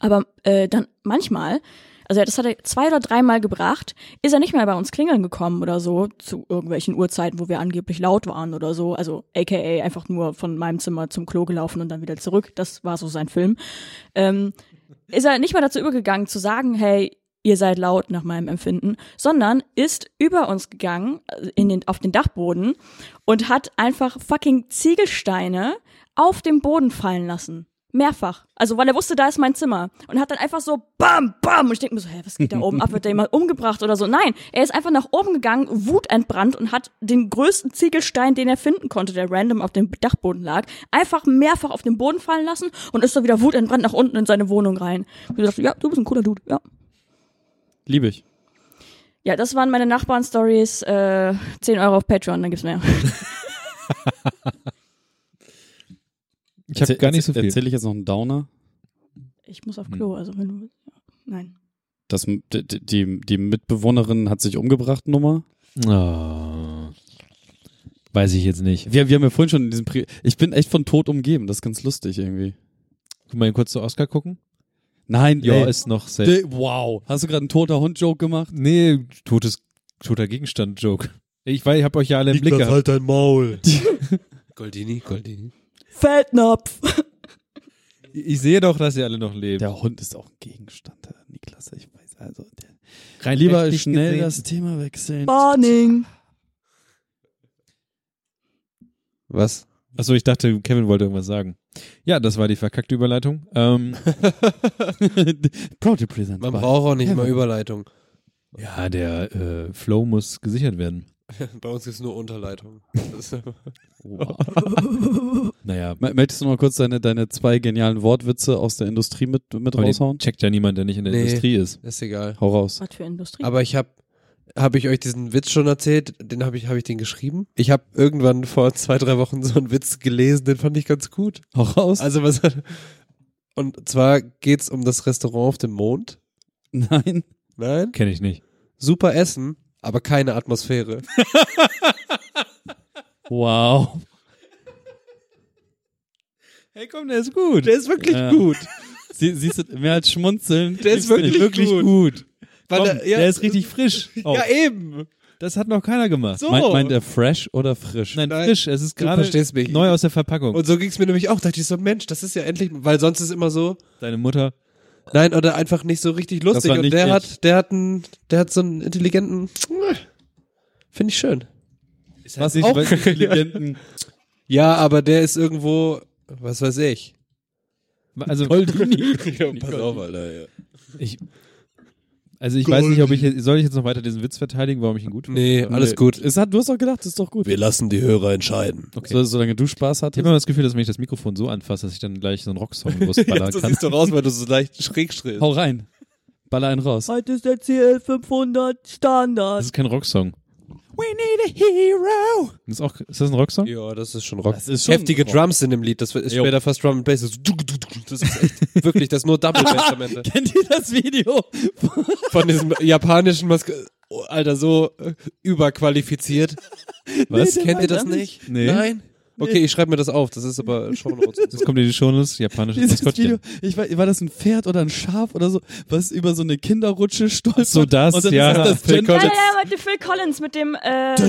[SPEAKER 6] Aber äh, dann manchmal, also das hat er zwei oder dreimal gebracht, ist er nicht mehr bei uns klingeln gekommen oder so, zu irgendwelchen Uhrzeiten, wo wir angeblich laut waren oder so. Also aka einfach nur von meinem Zimmer zum Klo gelaufen und dann wieder zurück. Das war so sein Film. Ähm, ist er nicht mal dazu übergegangen zu sagen, hey, ihr seid laut nach meinem Empfinden, sondern ist über uns gegangen äh, in den, auf den Dachboden und hat einfach fucking Ziegelsteine auf den Boden fallen lassen. Mehrfach. Also, weil er wusste, da ist mein Zimmer. Und hat dann einfach so bam, bam. Und ich denke mir so, hä, was geht da oben ab? Wird da jemand umgebracht oder so? Nein, er ist einfach nach oben gegangen, wutentbrannt und hat den größten Ziegelstein, den er finden konnte, der random auf dem Dachboden lag, einfach mehrfach auf den Boden fallen lassen und ist dann wieder wutentbrannt nach unten in seine Wohnung rein. Und ich dachte, ja, du bist ein cooler Dude, ja.
[SPEAKER 5] Liebe ich.
[SPEAKER 6] Ja, das waren meine Nachbarn-Stories. Äh, 10 Euro auf Patreon, dann gibt's mehr.
[SPEAKER 1] Ich habe gar nicht so viel.
[SPEAKER 5] Erzähle ich jetzt noch einen Downer?
[SPEAKER 6] Ich muss auf Klo, also wenn du. Nein.
[SPEAKER 5] Das, die, die, die Mitbewohnerin hat sich umgebracht, Nummer.
[SPEAKER 1] Oh. Weiß ich jetzt nicht.
[SPEAKER 5] Wir, wir haben ja vorhin schon in diesem Pri Ich bin echt von Tod umgeben, das ist ganz lustig irgendwie.
[SPEAKER 1] Können wir kurz zu Oscar gucken?
[SPEAKER 5] Nein,
[SPEAKER 1] Ja,
[SPEAKER 5] ey.
[SPEAKER 1] ist noch safe.
[SPEAKER 5] D- wow. Hast du gerade einen toter Hund-Joke gemacht?
[SPEAKER 1] Nee, totes, toter Gegenstand-Joke. Ich weiß, ich hab euch ja alle im Blick
[SPEAKER 8] Niklas,
[SPEAKER 1] gehabt.
[SPEAKER 8] halt dein Maul.
[SPEAKER 7] Goldini, Goldini.
[SPEAKER 6] Feldnapf!
[SPEAKER 1] Ich sehe doch, dass ihr alle noch lebt.
[SPEAKER 5] Der Hund ist auch ein Gegenstand, Herr Niklas. Ich weiß also. Der Lieber schnell das Thema wechseln.
[SPEAKER 6] Barning!
[SPEAKER 7] Was?
[SPEAKER 1] Achso, ich dachte, Kevin wollte irgendwas sagen. Ja, das war die verkackte Überleitung. Ähm,
[SPEAKER 5] Proud to present.
[SPEAKER 7] Man
[SPEAKER 5] by-
[SPEAKER 7] braucht auch nicht
[SPEAKER 5] Ja,
[SPEAKER 7] mal
[SPEAKER 5] man-
[SPEAKER 7] Überleitung.
[SPEAKER 1] ja, der äh, Flow muss gesichert werden.
[SPEAKER 7] Bei uns gibt's nur Unterleitung. Das ist-
[SPEAKER 5] Wow.
[SPEAKER 1] Naja,
[SPEAKER 5] M- Möchtest du noch mal kurz deine, deine zwei genialen Wortwitze aus der Industrie mit, mit
[SPEAKER 1] aber
[SPEAKER 5] raushauen?
[SPEAKER 1] den checkt ja niemand, der nicht in der
[SPEAKER 7] Nee.
[SPEAKER 1] Industrie ist.
[SPEAKER 7] ist egal.
[SPEAKER 5] Hau raus.
[SPEAKER 6] Was für Industrie?
[SPEAKER 7] Aber ich habe habe ich euch diesen Witz schon erzählt? Den habe ich habe ich den geschrieben? Ich habe irgendwann vor zwei drei Wochen so einen Witz gelesen, den fand ich ganz gut.
[SPEAKER 5] Hau raus.
[SPEAKER 7] Also was? Und zwar geht's um das Restaurant auf dem Mond.
[SPEAKER 5] Nein.
[SPEAKER 7] Nein.
[SPEAKER 1] Kenne ich nicht.
[SPEAKER 7] Super Essen, aber keine Atmosphäre.
[SPEAKER 5] Wow.
[SPEAKER 1] Hey, komm, der ist gut.
[SPEAKER 7] Der ist wirklich
[SPEAKER 5] Ja.
[SPEAKER 7] gut.
[SPEAKER 5] Sie, siehst du, mehr als schmunzeln.
[SPEAKER 7] Der ist wirklich, gut. Weil
[SPEAKER 1] Komm,
[SPEAKER 7] der- ja,
[SPEAKER 1] der ist richtig frisch. auch.
[SPEAKER 7] Ja eben.
[SPEAKER 1] Das hat noch keiner gemacht.
[SPEAKER 7] So.
[SPEAKER 5] Meint, meint er fresh oder frisch?
[SPEAKER 1] Nein,
[SPEAKER 7] Nein,
[SPEAKER 1] frisch. Es ist
[SPEAKER 7] du
[SPEAKER 1] gerade
[SPEAKER 7] verstehst mich.
[SPEAKER 1] neu aus der Verpackung.
[SPEAKER 7] Und so ging's mir nämlich auch. Dachte ich so Mensch, das ist ja endlich, weil sonst ist immer so.
[SPEAKER 1] Deine Mutter.
[SPEAKER 7] Nein, oder einfach nicht so richtig lustig.
[SPEAKER 5] war
[SPEAKER 7] Und
[SPEAKER 5] nicht
[SPEAKER 7] der
[SPEAKER 5] ich.
[SPEAKER 7] hat, der hat einen, der hat so einen intelligenten. Finde ich schön.
[SPEAKER 5] Was
[SPEAKER 1] nicht-
[SPEAKER 5] auch
[SPEAKER 1] was-
[SPEAKER 5] Legenden.
[SPEAKER 7] Ja, aber der ist irgendwo, was weiß ich.
[SPEAKER 1] Also,
[SPEAKER 7] Ja, pass auf, Alter. Ja.
[SPEAKER 1] ich, also ich weiß nicht, ob ich jetzt, soll ich jetzt noch weiter diesen Witz verteidigen, warum ich ihn gut finde.
[SPEAKER 7] Nee, alles gut.
[SPEAKER 5] Es hat, du hast auch gedacht, das ist doch gut.
[SPEAKER 8] Wir lassen die Hörer entscheiden.
[SPEAKER 5] So, solange du Spaß
[SPEAKER 1] Ich habe
[SPEAKER 5] hattest.
[SPEAKER 1] immer das Gefühl, dass wenn ich das Mikrofon so anfasse, dass ich dann gleich so einen Rocksong losballern
[SPEAKER 7] So
[SPEAKER 1] kann.
[SPEAKER 7] siehst du raus, weil du so leicht schräg schräg.
[SPEAKER 5] Hau rein. Baller einen raus.
[SPEAKER 6] Heute ist der CL 500
[SPEAKER 1] Das
[SPEAKER 6] Standard.
[SPEAKER 1] ist kein Rocksong.
[SPEAKER 5] We need a hero.
[SPEAKER 1] Ist, auch, ist das ein Rocksong?
[SPEAKER 7] Ja, das ist schon Rock.
[SPEAKER 5] Das ist schon
[SPEAKER 7] Heftige
[SPEAKER 5] Rock.
[SPEAKER 7] Drums in dem Lied, das ist
[SPEAKER 5] Jo.
[SPEAKER 7] später fast Drum and Bass. Das ist, das ist echt, wirklich, das ist nur Double Bass am Ende.
[SPEAKER 5] Kennt ihr das Video?
[SPEAKER 7] Von diesem japanischen Maske. Oh, Alter, so äh, überqualifiziert.
[SPEAKER 5] Was?
[SPEAKER 7] Kennt ihr das nicht?
[SPEAKER 1] Nee.
[SPEAKER 7] Nein? Okay, ich schreibe mir das auf. Das ist aber schon
[SPEAKER 1] Das kommt in die Shownotes, japanisches
[SPEAKER 5] Dieses Video,
[SPEAKER 1] Maskottchen.
[SPEAKER 5] ich war, war das ein Pferd oder ein Schaf oder so, was über so eine Kinderrutsche stolz
[SPEAKER 1] So das,
[SPEAKER 5] und dann
[SPEAKER 1] ja.
[SPEAKER 5] ist das
[SPEAKER 1] Phil
[SPEAKER 5] Gender-
[SPEAKER 6] Ja, ja, ja, mit dem Phil Collins mit dem, äh,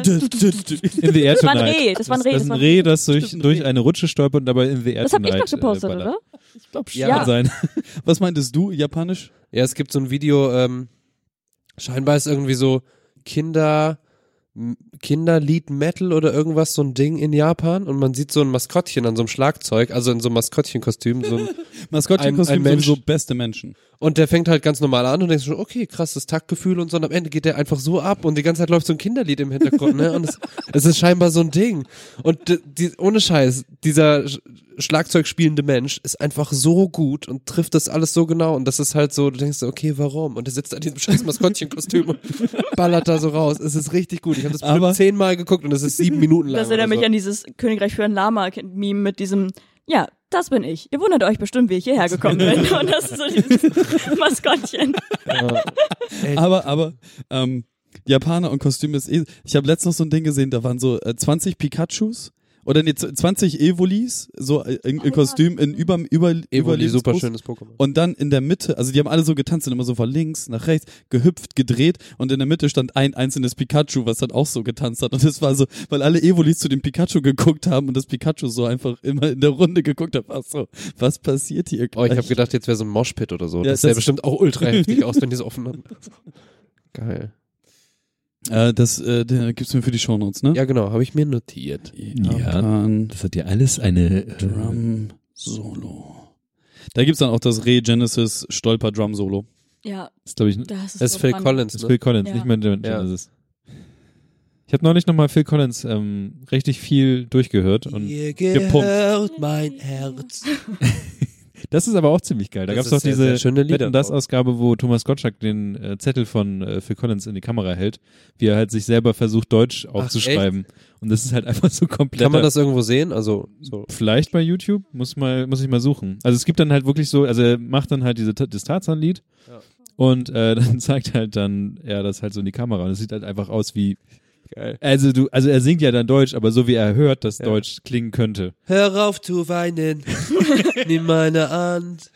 [SPEAKER 1] In the Air
[SPEAKER 6] Das war ein
[SPEAKER 1] Tonight.
[SPEAKER 6] Reh, das war ein Reh,
[SPEAKER 1] Das
[SPEAKER 6] das
[SPEAKER 1] ist
[SPEAKER 6] war
[SPEAKER 1] ein
[SPEAKER 6] ein
[SPEAKER 1] Reh, das durch,
[SPEAKER 5] Stimmt, ein
[SPEAKER 1] durch
[SPEAKER 5] Reh.
[SPEAKER 1] eine Rutsche stolpert und dabei in the Air
[SPEAKER 6] das hab
[SPEAKER 1] Tonight.
[SPEAKER 6] ich noch gepostet,
[SPEAKER 1] äh, ballert.
[SPEAKER 6] oder?
[SPEAKER 5] Ich glaub,
[SPEAKER 7] Ja.
[SPEAKER 1] Kann
[SPEAKER 5] ja.
[SPEAKER 1] sein.
[SPEAKER 5] Was meintest du, japanisch?
[SPEAKER 7] Ja, es gibt so ein Video, ähm, scheinbar ist irgendwie so Kinder, M- Kinderlied Metal oder irgendwas, so ein Ding in Japan und man sieht so ein Maskottchen an so einem Schlagzeug, also in so einem Maskottchenkostüm. So ein,
[SPEAKER 5] Maskottchenkostüm
[SPEAKER 7] ein Mensch.
[SPEAKER 5] sowieso beste Menschen.
[SPEAKER 7] und der fängt halt ganz normal an und denkst schon, okay, krasses Taktgefühl und so und am Ende geht der einfach so ab und die ganze Zeit läuft so ein Kinderlied im Hintergrund, ne? Und es, es ist scheinbar so ein Ding. Und d- die, ohne Scheiß, dieser Sch Schlagzeug spielende Mensch ist einfach so gut und trifft das alles so genau und das ist halt so, du denkst, so, okay, warum? Und der sitzt an diesem scheiß Maskottchenkostüm und ballert da so raus. Es ist richtig gut. Ich habe das
[SPEAKER 5] Aber-
[SPEAKER 7] bestimmt zehnmal geguckt und es ist sieben Minuten lang.
[SPEAKER 6] Das erinnert
[SPEAKER 7] oder
[SPEAKER 6] mich
[SPEAKER 7] so.
[SPEAKER 6] an dieses Königreich für ein Lama-Meme mit diesem, ja, das bin ich. Ihr wundert euch bestimmt, wie ich hierher gekommen bin. Und das ist so dieses Maskottchen.
[SPEAKER 5] Aber, aber, ähm, Japaner und Kostüm ist eh. Ich habe letztens noch so ein Ding gesehen, da waren so äh, 20 Pikachus oder nee, 20 Evolis, so äh, in,
[SPEAKER 7] Ah.
[SPEAKER 5] in Kostüm in über, über
[SPEAKER 7] Evoli,
[SPEAKER 5] Überlebenspost-
[SPEAKER 7] super schönes Pokémon.
[SPEAKER 5] Und dann in der Mitte, also die haben alle so getanzt, sind immer so von links nach rechts, gehüpft, gedreht und in der Mitte stand ein einzelnes Pikachu, was dann auch so getanzt hat. Und das war so, weil alle Evolis zu dem Pikachu geguckt haben und das Pikachu so einfach immer in der Runde geguckt hat, war so, was passiert hier
[SPEAKER 7] Oh, ich habe
[SPEAKER 5] gleich?
[SPEAKER 7] gedacht, jetzt wäre so ein Moshpit oder so.
[SPEAKER 5] Ja,
[SPEAKER 7] das sähe
[SPEAKER 5] das-
[SPEAKER 7] bestimmt auch ultra heftig aus, wenn die es offen haben. Geil.
[SPEAKER 5] Äh, das äh, der gibt's mir für die Shownotes, ne?
[SPEAKER 7] Ja, genau, habe ich mir notiert.
[SPEAKER 5] Japan,
[SPEAKER 1] Das hat ja alles eine. äh,
[SPEAKER 5] Drum Solo. Da gibt's dann auch das Re Genesis Stolper Drum Solo.
[SPEAKER 6] Ja,
[SPEAKER 1] ist, glaube ich,
[SPEAKER 6] das ist
[SPEAKER 7] Das
[SPEAKER 6] so
[SPEAKER 7] ist Phil
[SPEAKER 6] spannend.
[SPEAKER 1] das
[SPEAKER 7] Collins.
[SPEAKER 1] ist
[SPEAKER 7] Ne?
[SPEAKER 1] Phil Collins,
[SPEAKER 6] Ja.
[SPEAKER 1] nicht mehr Dylan
[SPEAKER 7] Ja.
[SPEAKER 1] Genesis. Ich habe neulich nochmal Phil Collins ähm, richtig viel durchgehört und
[SPEAKER 7] gehört mein Herz.
[SPEAKER 1] das ist aber auch ziemlich geil. Da gab
[SPEAKER 7] Das
[SPEAKER 1] es
[SPEAKER 7] ist
[SPEAKER 1] doch
[SPEAKER 7] sehr,
[SPEAKER 1] diese
[SPEAKER 7] sehr schöne Lieder
[SPEAKER 1] Wetten das
[SPEAKER 7] drauf.
[SPEAKER 1] Ausgabe, wo Thomas Gottschalk den äh, Zettel von äh, Phil Collins in die Kamera hält, wie er halt sich selber versucht Deutsch aufzuschreiben und das ist halt einfach so komplett
[SPEAKER 7] Kann man das irgendwo sehen? Also, so.
[SPEAKER 1] Vielleicht bei YouTube, muss mal, muss ich mal suchen. Also es gibt dann halt wirklich so, also er macht dann halt diese, Ta- das Tarzan-Lied
[SPEAKER 7] Ja.
[SPEAKER 1] und äh, dann zeigt halt dann er das halt so in die Kamera und es sieht halt einfach aus wie,
[SPEAKER 7] Geil.
[SPEAKER 1] also du, also er singt ja dann Deutsch, aber so wie er hört, dass
[SPEAKER 7] Ja.
[SPEAKER 1] Deutsch klingen könnte.
[SPEAKER 7] Hör auf zu weinen, nimm meine Hand.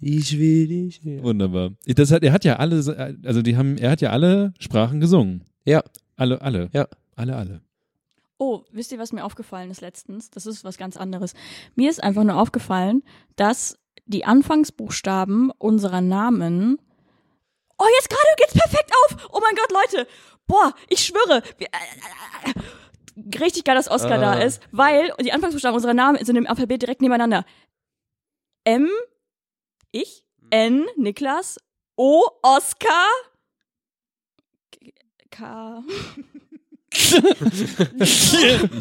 [SPEAKER 7] Ich will dich.
[SPEAKER 1] Wunderbar. Ich- Das hat, er hat ja alle, also die haben, er hat ja alle Sprachen gesungen.
[SPEAKER 7] Ja.
[SPEAKER 1] Alle, alle.
[SPEAKER 7] Ja.
[SPEAKER 1] Alle, alle.
[SPEAKER 6] Oh, wisst ihr, was mir aufgefallen ist letztens? Das ist was ganz anderes. Mir ist einfach nur aufgefallen, dass die Anfangsbuchstaben unserer Namen. Oh, jetzt gerade geht's perfekt auf! Oh mein Gott, Leute! Boah, ich schwöre! Wir, äh, äh, äh, richtig geil, dass Oscar
[SPEAKER 7] Ah.
[SPEAKER 6] da ist, weil die Anfangsbuchstaben unserer Namen sind im Alphabet direkt nebeneinander. M, ich, N, Niklas, O, Oscar, K- K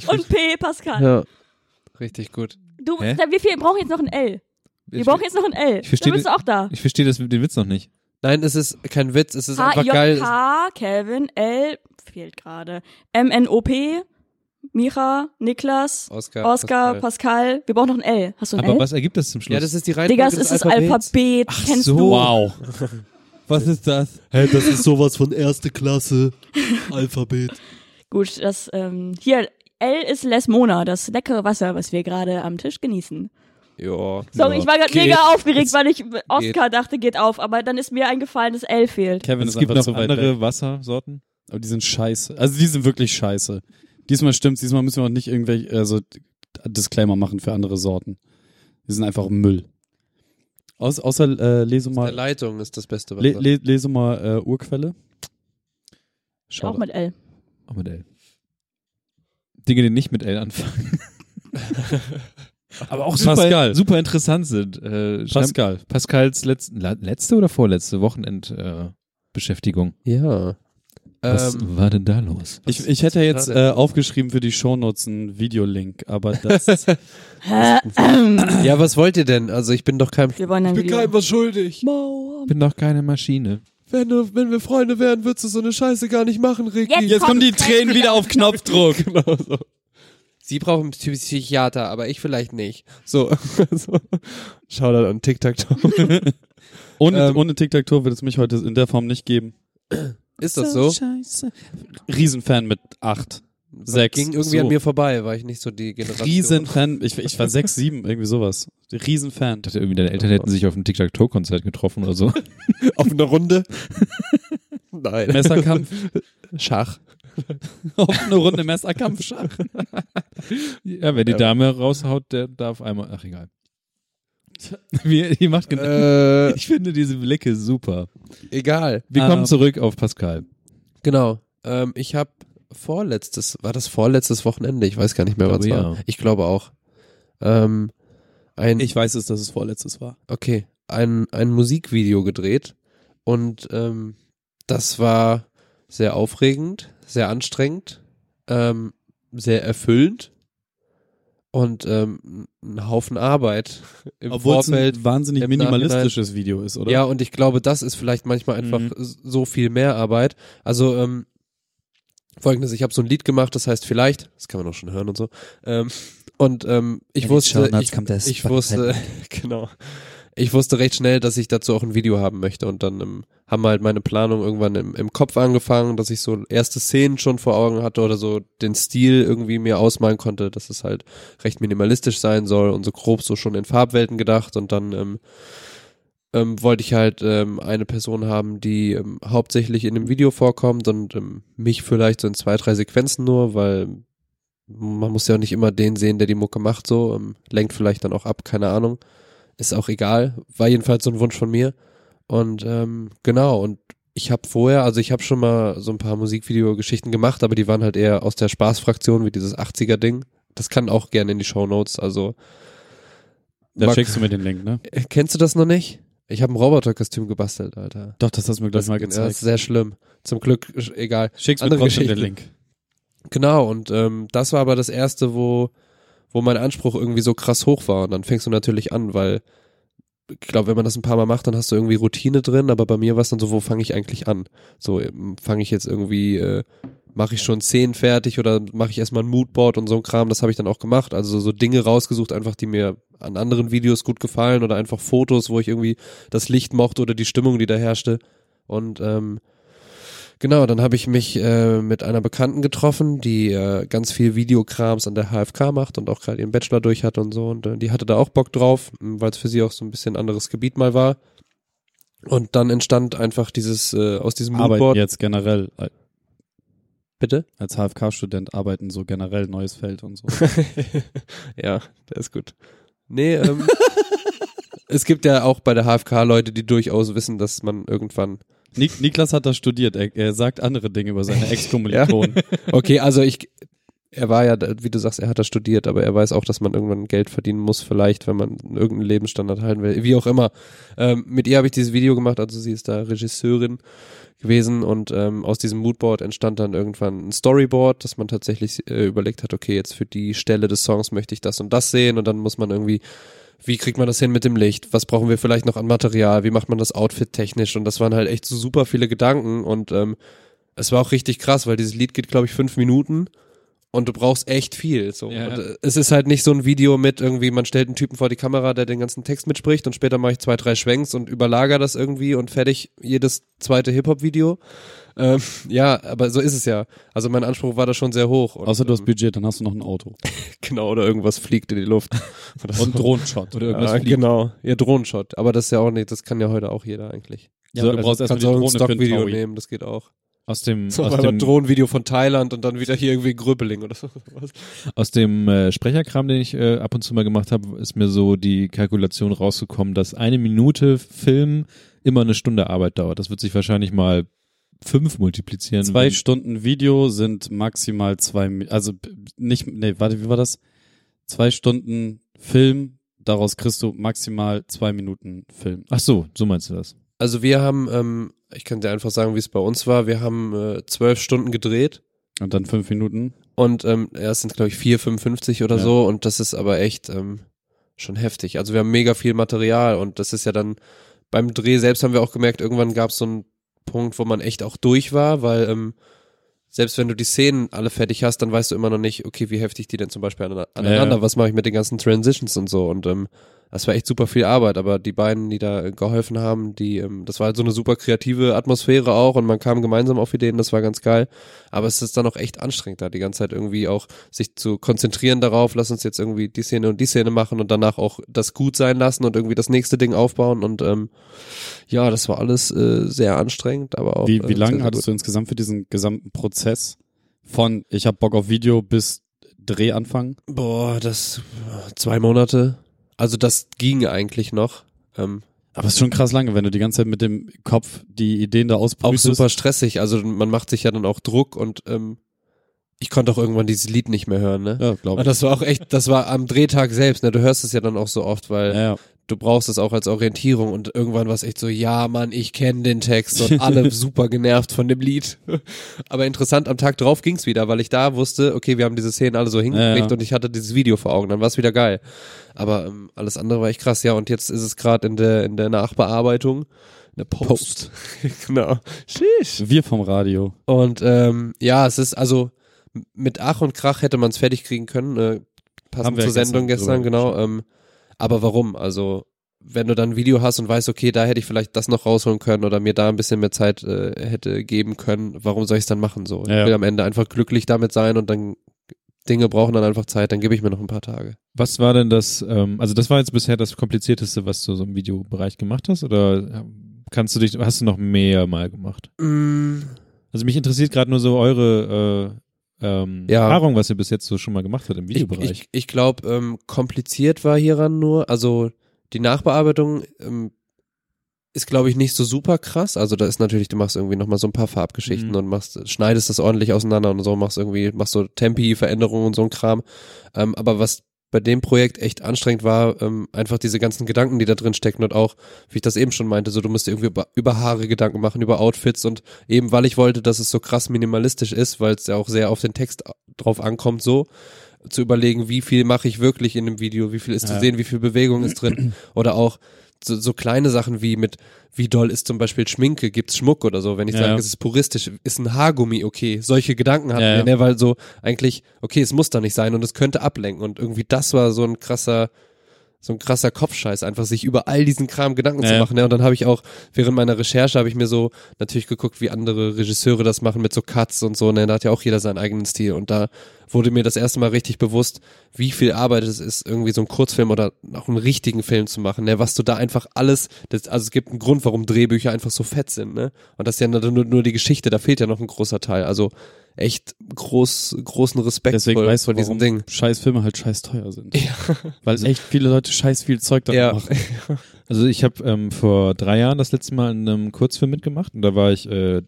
[SPEAKER 6] und P, Pascal.
[SPEAKER 7] Ja. Richtig gut.
[SPEAKER 6] Du,
[SPEAKER 1] Hä?
[SPEAKER 6] da, wir, vier- brauchen jetzt noch ein L. Wir brauchen jetzt noch ein L.
[SPEAKER 1] Ich verstehe
[SPEAKER 6] Dann bist du auch da.
[SPEAKER 1] Ich verstehe das, den Witz noch nicht.
[SPEAKER 7] Nein, es ist kein Witz, es ist
[SPEAKER 6] H,
[SPEAKER 7] einfach
[SPEAKER 6] J,
[SPEAKER 7] geil.
[SPEAKER 6] K, Kelvin, L, fehlt gerade. M, N, O, P, Micha, Niklas,
[SPEAKER 7] Oscar.
[SPEAKER 6] Oscar, Pascal.
[SPEAKER 7] Oh, Pascal.
[SPEAKER 6] Wir brauchen noch ein L. Hast du ein
[SPEAKER 1] Aber
[SPEAKER 6] L?
[SPEAKER 1] was ergibt das zum Schluss?
[SPEAKER 7] Ja, das ist die Reihenfolge
[SPEAKER 6] Digga, es
[SPEAKER 7] des
[SPEAKER 6] ist das
[SPEAKER 7] Alphabets.
[SPEAKER 6] Alphabet. Kennst
[SPEAKER 1] so.
[SPEAKER 6] du?
[SPEAKER 5] Wow. Was ist das?
[SPEAKER 8] Hä, das ist sowas von erste Klasse. Alphabet.
[SPEAKER 6] Gut, das, ähm, hier, L ist Lesmona, das leckere Wasser, was wir gerade am Tisch genießen.
[SPEAKER 7] Ja.
[SPEAKER 6] Sorry,
[SPEAKER 7] Ja.
[SPEAKER 6] ich war gerade
[SPEAKER 7] Geht.
[SPEAKER 6] mega aufgeregt, weil ich äh, Oscar dachte, geht auf, aber dann ist mir eingefallen, dass L fehlt.
[SPEAKER 5] Kevin
[SPEAKER 1] es
[SPEAKER 5] ist
[SPEAKER 1] gibt
[SPEAKER 5] einfach
[SPEAKER 1] noch
[SPEAKER 5] zu weit
[SPEAKER 1] andere
[SPEAKER 5] weg.
[SPEAKER 1] Wassersorten.
[SPEAKER 5] Aber die sind scheiße. Also die sind wirklich scheiße. Diesmal stimmt's, diesmal müssen wir auch nicht irgendwelche, also Disclaimer machen für andere Sorten. Die sind einfach Müll. Aus, außer äh, lese
[SPEAKER 7] Der
[SPEAKER 5] mal,
[SPEAKER 7] Leitung ist das beste Wasser.
[SPEAKER 5] le, le, lese mal äh, Urquelle.
[SPEAKER 6] Auch
[SPEAKER 5] Schau.
[SPEAKER 6] mit L.
[SPEAKER 1] Auch mit L. Dinge, die nicht mit L anfangen. Aber auch super,
[SPEAKER 5] Pascal.
[SPEAKER 1] super interessant sind. Äh, Pascal.
[SPEAKER 5] Pascal.
[SPEAKER 1] Pascals letz, la- letzte oder vorletzte Wochenendbeschäftigung. Äh, Beschäftigung.
[SPEAKER 7] ja.
[SPEAKER 1] Was
[SPEAKER 7] Ähm,
[SPEAKER 1] war denn da los?
[SPEAKER 5] Ich, ich hätte jetzt äh,
[SPEAKER 7] Schade.
[SPEAKER 5] aufgeschrieben für die Shownotes einen Videolink, aber das
[SPEAKER 7] ja, was wollt ihr denn? Also ich bin doch kein
[SPEAKER 6] Wir wollen ein Video.
[SPEAKER 7] was schuldig.
[SPEAKER 1] Ich bin doch keine Maschine.
[SPEAKER 7] Wenn, du, wenn wir Freunde wären, würdest du so eine Scheiße gar nicht machen, Ricky.
[SPEAKER 4] Jetzt
[SPEAKER 5] Jetzt kommen die Tränen wieder auf Knopfdruck.
[SPEAKER 7] Genau so. Sie brauchen einen Psychiater, aber ich vielleicht nicht. So. so. Schau dann an TikTok.
[SPEAKER 5] Ohne,
[SPEAKER 7] Ähm.
[SPEAKER 5] ohne Tic-Tac-Toe wird es mich heute in der Form nicht geben.
[SPEAKER 7] Ist das so?
[SPEAKER 5] Scheiße. Riesenfan mit acht. Sechs.
[SPEAKER 7] Ging irgendwie
[SPEAKER 5] so.
[SPEAKER 7] an mir vorbei, war ich nicht so die Generation.
[SPEAKER 5] Riesenfan. Ich, ich war sechs, sieben, irgendwie sowas. Riesenfan.
[SPEAKER 1] dachte irgendwie, deine Eltern hätten sich auf dem Tic-Tac-Toe-Konzert getroffen oder so.
[SPEAKER 7] Auf einer Runde? Nein.
[SPEAKER 5] Messerkampf.
[SPEAKER 7] Schach.
[SPEAKER 5] Eine Runde Messerkampf. Schach.
[SPEAKER 1] Ja, wer die Dame raushaut, der darf einmal. Ach, egal. Wie, die macht genau.
[SPEAKER 7] Äh,
[SPEAKER 1] Ich finde diese Blicke super.
[SPEAKER 7] egal.
[SPEAKER 1] Wir kommen
[SPEAKER 5] Ah.
[SPEAKER 1] zurück auf Pascal.
[SPEAKER 7] Genau. Ähm, ich habe vorletztes, war das vorletztes Wochenende? Ich weiß gar nicht mehr,
[SPEAKER 1] Ich
[SPEAKER 7] was
[SPEAKER 1] glaube,
[SPEAKER 7] war.
[SPEAKER 1] ja.
[SPEAKER 7] Ich glaube auch. Ähm, ein,
[SPEAKER 5] Ich weiß es, dass es vorletztes war.
[SPEAKER 7] okay, ein, ein Musikvideo gedreht und ähm, das war sehr aufregend, sehr anstrengend, ähm, sehr erfüllend und ähm, ein Haufen Arbeit im
[SPEAKER 5] Obwohl es
[SPEAKER 7] Vorfeld.
[SPEAKER 5] ein wahnsinnig
[SPEAKER 7] im
[SPEAKER 5] minimalistisches Video ist, oder?
[SPEAKER 7] Ja, und ich glaube, das ist vielleicht manchmal einfach
[SPEAKER 5] Mhm.
[SPEAKER 7] s- so viel mehr Arbeit. Also ähm, folgendes, ich habe so ein Lied gemacht, das heißt vielleicht, das kann man auch schon hören und so. Ähm, und ähm, ich wusste, ich, ich wusste, genau. Ich wusste recht schnell, dass ich dazu auch ein Video haben möchte und dann ähm, haben halt meine Planung irgendwann im, im Kopf angefangen, dass ich so erste Szenen schon vor Augen hatte oder so den Stil irgendwie mir ausmalen konnte, dass es halt recht minimalistisch sein soll und so grob so schon in Farbwelten gedacht und dann ähm, ähm, wollte ich halt ähm, eine Person haben, die ähm, hauptsächlich in dem Video vorkommt und ähm, mich vielleicht so in zwei, drei Sequenzen nur, weil man muss ja auch nicht immer den sehen, der die Mucke macht, so, ähm, lenkt vielleicht dann auch ab, keine Ahnung. Ist auch egal, war jedenfalls so ein Wunsch von mir. Und ähm, genau, und ich habe vorher, also ich habe schon mal so ein paar Musikvideogeschichten gemacht, aber die waren halt eher aus der Spaßfraktion, wie dieses 80er-Ding. Das kann auch gerne in die Shownotes, also
[SPEAKER 5] Da
[SPEAKER 7] Mag-
[SPEAKER 5] schickst du mir den Link, ne?
[SPEAKER 7] äh, Kennst du das noch nicht? Ich habe ein Roboterkostüm gebastelt, Alter.
[SPEAKER 5] Doch, das hast du mir gleich mal
[SPEAKER 7] Ja, das ist
[SPEAKER 5] gezeigt.
[SPEAKER 7] sehr schlimm. Zum Glück, sch- egal.
[SPEAKER 5] Schickst mir
[SPEAKER 7] Andere
[SPEAKER 5] trotzdem den
[SPEAKER 7] Geschichte.
[SPEAKER 5] Link.
[SPEAKER 7] Genau, und ähm, das war aber das erste, wo, wo mein Anspruch irgendwie so krass hoch war. Und dann fängst du natürlich an, weil ich glaube, wenn man das ein paar Mal macht, dann hast du irgendwie Routine drin, aber bei mir war es dann so, wo fange ich eigentlich an? So, ähm, fange ich jetzt irgendwie, äh, mache ich schon Szenen fertig oder mache ich erstmal ein Moodboard und so ein Kram, das habe ich dann auch gemacht. Also so Dinge rausgesucht, einfach die mir an anderen Videos gut gefallen oder einfach Fotos, wo ich irgendwie das Licht mochte oder die Stimmung, die da herrschte. Und ähm, genau, dann habe ich mich äh, mit einer Bekannten getroffen, die äh, ganz viel Videokrams an der HFK macht und auch gerade ihren Bachelor durch hatte und so. Und äh, die hatte da auch Bock drauf, m, weil es für sie auch so ein bisschen anderes Gebiet mal war. Und dann entstand einfach dieses äh, aus diesem
[SPEAKER 5] Arbeiten
[SPEAKER 7] Moodboard.
[SPEAKER 5] jetzt generell. äh,
[SPEAKER 7] Bitte?
[SPEAKER 5] Als HFK-Student arbeiten so generell neues Feld und so.
[SPEAKER 7] ja, der ist gut. Nee, ähm, es gibt ja auch bei der HFK Leute, die durchaus wissen, dass man irgendwann.
[SPEAKER 5] Nik Niklas hat das studiert. Er, er sagt andere Dinge über seine Ex-Kommilitonen.
[SPEAKER 7] Okay, also ich. Er war ja, da- wie du sagst, er hat das studiert, aber er weiß auch, dass man irgendwann Geld verdienen muss, vielleicht, wenn man irgendeinen Lebensstandard halten will, wie auch immer. Ähm, mit ihr habe ich dieses Video gemacht, also sie ist da Regisseurin gewesen und ähm, aus diesem Moodboard entstand dann irgendwann ein Storyboard, dass man tatsächlich äh, überlegt hat, okay, jetzt für die Stelle des Songs möchte ich das und das sehen und dann muss man irgendwie wie kriegt man das hin mit dem Licht? Was brauchen wir vielleicht noch an Material? Wie macht man das Outfit technisch? Und das waren halt echt so super viele Gedanken und ähm, es war auch richtig krass, weil dieses Lied geht, glaube ich, fünf Minuten und du brauchst echt viel. So.
[SPEAKER 5] Ja.
[SPEAKER 7] Und, äh, es ist halt nicht so ein Video mit irgendwie, man stellt einen Typen vor die Kamera, der den ganzen Text mitspricht und später mache ich zwei, drei Schwenks und überlager das irgendwie und fertig jedes zweite Hip-Hop-Video. Ähm, ja, aber so ist es ja. Also mein Anspruch war da schon sehr hoch. Und,
[SPEAKER 5] Außer du hast
[SPEAKER 7] ähm,
[SPEAKER 5] Budget, dann hast du noch ein Auto.
[SPEAKER 7] genau oder irgendwas fliegt in die Luft. Oder so.
[SPEAKER 5] Und Drohnenshot. Oder
[SPEAKER 7] Ja, genau. Ja, Drohnenshot. Aber das ist ja auch nicht, das kann ja heute auch jeder eigentlich.
[SPEAKER 5] Ja, aber du brauchst erstmal
[SPEAKER 7] kannst
[SPEAKER 5] die
[SPEAKER 7] auch ein
[SPEAKER 5] Drohne für den
[SPEAKER 7] Stockvideo
[SPEAKER 5] Taui.
[SPEAKER 7] nehmen, das geht auch.
[SPEAKER 1] Aus dem,
[SPEAKER 7] So,
[SPEAKER 1] aus
[SPEAKER 7] aber
[SPEAKER 1] dem,
[SPEAKER 7] Drohnenvideo von Thailand und dann wieder hier irgendwie Gröbeling oder so.
[SPEAKER 1] aus dem äh, Sprecherkram, den ich äh, ab und zu mal gemacht habe, ist mir so die Kalkulation rausgekommen, dass eine Minute Film immer eine Stunde Arbeit dauert. Das wird sich wahrscheinlich mal fünf multiplizieren.
[SPEAKER 5] Zwei
[SPEAKER 1] wenn-
[SPEAKER 5] Stunden Video sind maximal zwei, Mi- also b- nicht, nee, warte, wie war das? Zwei Stunden Film, daraus kriegst du maximal zwei Minuten Film.
[SPEAKER 1] Ach so, so meinst du das.
[SPEAKER 7] Also wir haben, ähm, ich kann dir einfach sagen, wie es bei uns war. Wir haben äh, zwölf Stunden gedreht
[SPEAKER 5] Und dann fünf Minuten.
[SPEAKER 7] und ähm, ja, es sind, glaube ich, 4,55 oder
[SPEAKER 5] Ja.
[SPEAKER 7] so und das ist aber echt ähm, schon heftig. Also wir haben mega viel Material und das ist ja dann beim Dreh selbst haben wir auch gemerkt, irgendwann gab es so einen Punkt, wo man echt auch durch war, weil ähm, selbst wenn du die Szenen alle fertig hast, dann weißt du immer noch nicht, okay, wie heftig die denn zum Beispiel ane- aneinander,
[SPEAKER 5] Ja, ja.
[SPEAKER 7] was mache ich mit den ganzen Transitions und so. Und ähm, Das war echt super viel Arbeit, aber die beiden, die da geholfen haben, die, ähm, das war halt so eine super kreative Atmosphäre auch und man kam gemeinsam auf Ideen, das war ganz geil. Aber es ist dann auch echt anstrengend, da die ganze Zeit irgendwie auch sich zu konzentrieren darauf, lass uns jetzt irgendwie die Szene und die Szene machen und danach auch das gut sein lassen und irgendwie das nächste Ding aufbauen und ähm, ja, das war alles äh, sehr anstrengend, aber auch.
[SPEAKER 5] Wie, wie
[SPEAKER 7] äh, sehr,
[SPEAKER 5] lange
[SPEAKER 7] sehr
[SPEAKER 5] hattest du insgesamt für diesen gesamten Prozess von ich habe Bock auf Video bis Drehanfang?
[SPEAKER 7] Boah, das zwei Monate. Also das ging eigentlich noch. Ähm,
[SPEAKER 5] Aber es ist schon krass lange, wenn du die ganze Zeit mit dem Kopf die Ideen da
[SPEAKER 7] auch
[SPEAKER 5] ausprobierst.
[SPEAKER 7] super stressig. Also man macht sich ja dann auch Druck und ähm, ich konnte auch irgendwann dieses Lied nicht mehr hören. Ne?
[SPEAKER 5] Ja, glaube
[SPEAKER 7] Und
[SPEAKER 5] ich.
[SPEAKER 7] das war auch echt, das war am Drehtag selbst. Ne? Du hörst es ja dann auch so oft, weil
[SPEAKER 5] Ja, ja.
[SPEAKER 7] du brauchst es auch als Orientierung und irgendwann war es echt so, ja Mann, ich kenne den Text und alle super genervt von dem Lied. Aber interessant, am Tag drauf ging's wieder, weil ich da wusste, okay, wir haben diese Szenen alle so hingekriegt
[SPEAKER 5] Ja, ja.
[SPEAKER 7] und ich hatte dieses Video vor Augen, dann war's wieder geil. Aber ähm, alles andere war echt krass, ja, und jetzt ist es gerade in der, in der Nachbearbeitung. Eine Post. genau. Sheesh.
[SPEAKER 5] Wir vom Radio.
[SPEAKER 7] Und ähm, ja, es ist also m- mit Ach und Krach hätte man es fertig kriegen können, äh,
[SPEAKER 5] Haben
[SPEAKER 7] passend
[SPEAKER 5] wir
[SPEAKER 7] zur
[SPEAKER 5] gestern
[SPEAKER 7] Sendung
[SPEAKER 5] drüber
[SPEAKER 7] gestern, genau. Ähm, aber warum? Also wenn du dann ein Video hast und weißt, okay, da hätte ich vielleicht das noch rausholen können oder mir da ein bisschen mehr Zeit äh, hätte geben können, warum soll ich es dann machen so?
[SPEAKER 5] Ja, ja.
[SPEAKER 7] Ich will am Ende einfach glücklich damit sein und dann Dinge brauchen dann einfach Zeit, dann gebe ich mir noch ein paar Tage.
[SPEAKER 1] Was war denn das, ähm, also das war jetzt bisher das komplizierteste, was du so im Videobereich gemacht hast oder ähm, kannst du dich, hast du noch mehr mal gemacht? Also mich interessiert gerade nur so eure äh, ähm,
[SPEAKER 7] Ja.
[SPEAKER 1] Erfahrung, was ihr bis jetzt so schon mal gemacht habt im Videobereich.
[SPEAKER 7] Ich, ich, ich glaube, ähm, kompliziert war hieran nur, also die Nachbearbeitung ähm, ist, glaube ich, nicht so super krass. Also da ist natürlich, du machst irgendwie nochmal so ein paar Farbgeschichten
[SPEAKER 1] Mhm.
[SPEAKER 7] und machst, schneidest das ordentlich auseinander und so, machst irgendwie, machst so Tempi-Veränderungen und so ein Kram. Ähm, aber was bei dem Projekt echt anstrengend war, ähm, einfach diese ganzen Gedanken, die da drin stecken und auch, wie ich das eben schon meinte, so du musst dir irgendwie über, über Haare Gedanken machen, über Outfits und eben weil ich wollte, dass es so krass minimalistisch ist, weil es ja auch sehr auf den Text drauf ankommt, so zu überlegen, wie viel mache ich wirklich in dem Video, wie viel ist
[SPEAKER 5] Ja.
[SPEAKER 7] zu sehen, wie viel Bewegung ist drin oder auch so, so kleine Sachen wie mit, wie doll ist zum Beispiel Schminke, gibt's Schmuck oder so, wenn ich
[SPEAKER 5] Ja.
[SPEAKER 7] sage, es ist puristisch, ist ein Haargummi okay, solche Gedanken hatten
[SPEAKER 5] Ja, ja.
[SPEAKER 7] wir, ne, weil so eigentlich, okay, es muss da nicht sein und es könnte ablenken und irgendwie das war so ein krasser, so ein krasser Kopfscheiß, einfach sich über all diesen Kram Gedanken
[SPEAKER 5] Ja,
[SPEAKER 7] zu
[SPEAKER 5] ja.
[SPEAKER 7] machen. Ne? Und dann habe ich auch während meiner Recherche habe ich mir so natürlich geguckt, wie andere Regisseure das machen mit so Cuts und so. Ne? Da hat ja auch jeder seinen eigenen Stil. Und da wurde mir das erste Mal richtig bewusst, wie viel Arbeit es ist, irgendwie so einen Kurzfilm oder auch einen richtigen Film zu machen. Ne? Was du da einfach alles, das, also es gibt einen Grund, warum Drehbücher einfach so fett sind. Ne? Und das ist ja nur, nur die Geschichte, da fehlt ja noch ein großer Teil. Also echt groß, großen Respekt
[SPEAKER 5] Deswegen
[SPEAKER 7] vor,
[SPEAKER 5] weißt du,
[SPEAKER 7] vor
[SPEAKER 5] warum
[SPEAKER 7] diesem Ding.
[SPEAKER 5] scheiß Filme halt scheiß teuer sind. Weil echt viele Leute scheiß viel Zeug da
[SPEAKER 7] Ja.
[SPEAKER 5] machen.
[SPEAKER 1] Also ich habe ähm, vor drei Jahren das letzte Mal in einem Kurzfilm mitgemacht und da war ich, äh,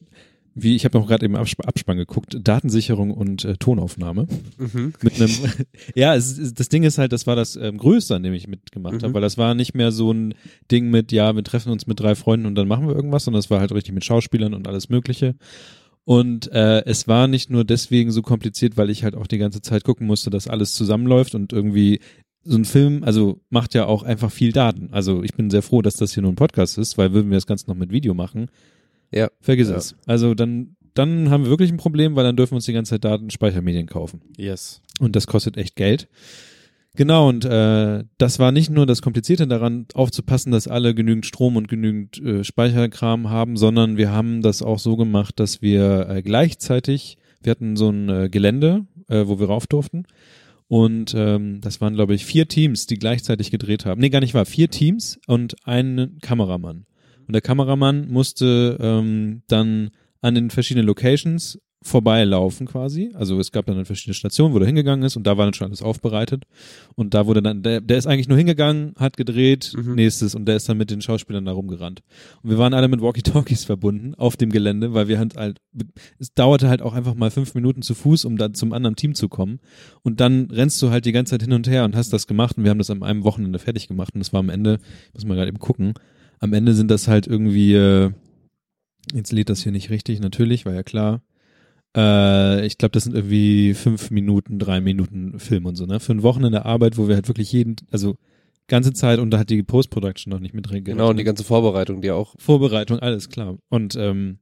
[SPEAKER 1] wie ich habe noch gerade eben Absp Abspann geguckt, Datensicherung und äh, Tonaufnahme. Mit einem, ja, es, es, das Ding ist halt, das war das ähm, Größte, an dem ich mitgemacht habe, weil das war nicht mehr so ein Ding mit, ja, wir treffen uns mit drei Freunden und dann machen wir irgendwas, sondern das war halt richtig mit Schauspielern und alles Mögliche. Und äh, es war nicht nur deswegen so kompliziert, weil ich halt auch die ganze Zeit gucken musste, dass alles zusammenläuft und irgendwie so ein Film, also macht ja auch einfach viel Daten. Also ich bin sehr froh, dass das hier nur ein Podcast ist, weil würden wir das Ganze noch mit Video machen,
[SPEAKER 7] Ja.
[SPEAKER 1] vergiss
[SPEAKER 7] Ja.
[SPEAKER 1] es. Also dann, dann haben wir wirklich ein Problem, weil dann dürfen wir uns die ganze Zeit Datenspeichermedien kaufen.
[SPEAKER 5] Yes.
[SPEAKER 1] Und das kostet echt Geld. Genau, und äh, das war nicht nur das Komplizierte daran, aufzupassen, dass alle genügend Strom und genügend äh, Speicherkram haben, sondern wir haben das auch so gemacht, dass wir äh, gleichzeitig, wir hatten so ein äh, Gelände, äh, wo wir rauf durften. Und ähm, das waren, glaube ich, vier Teams, die gleichzeitig gedreht haben. Nee, gar nicht wahr. Vier Teams und ein Kameramann. Und der Kameramann musste ähm, dann an den verschiedenen Locations vorbeilaufen quasi. Also es gab dann eine verschiedene Stationen, wo er hingegangen ist und da war dann schon alles aufbereitet. Und da wurde dann, der, der ist eigentlich nur hingegangen, hat gedreht,
[SPEAKER 7] Mhm.
[SPEAKER 1] nächstes und der ist dann mit den Schauspielern da rumgerannt. Und wir waren alle mit Walkie-Talkies verbunden auf dem Gelände, weil wir halt, halt, es dauerte halt auch einfach mal fünf Minuten zu Fuß, um dann zum anderen Team zu kommen. Und dann rennst du halt die ganze Zeit hin und her und hast das gemacht und wir haben das an einem Wochenende fertig gemacht und das war am Ende, ich muss mal gerade eben gucken, am Ende sind das halt irgendwie, äh, jetzt lädt das hier nicht richtig, natürlich, war ja klar. Äh, ich glaube, das sind irgendwie fünf Minuten, drei Minuten Film und so, ne? Für ein Wochenende Arbeit, wo wir halt wirklich jeden, also ganze Zeit und da hat die Post-Production noch nicht mit drin
[SPEAKER 7] Genau, und die
[SPEAKER 1] gerechnet.
[SPEAKER 7] ganze Vorbereitung, die auch
[SPEAKER 1] Vorbereitung, alles klar. Und ähm,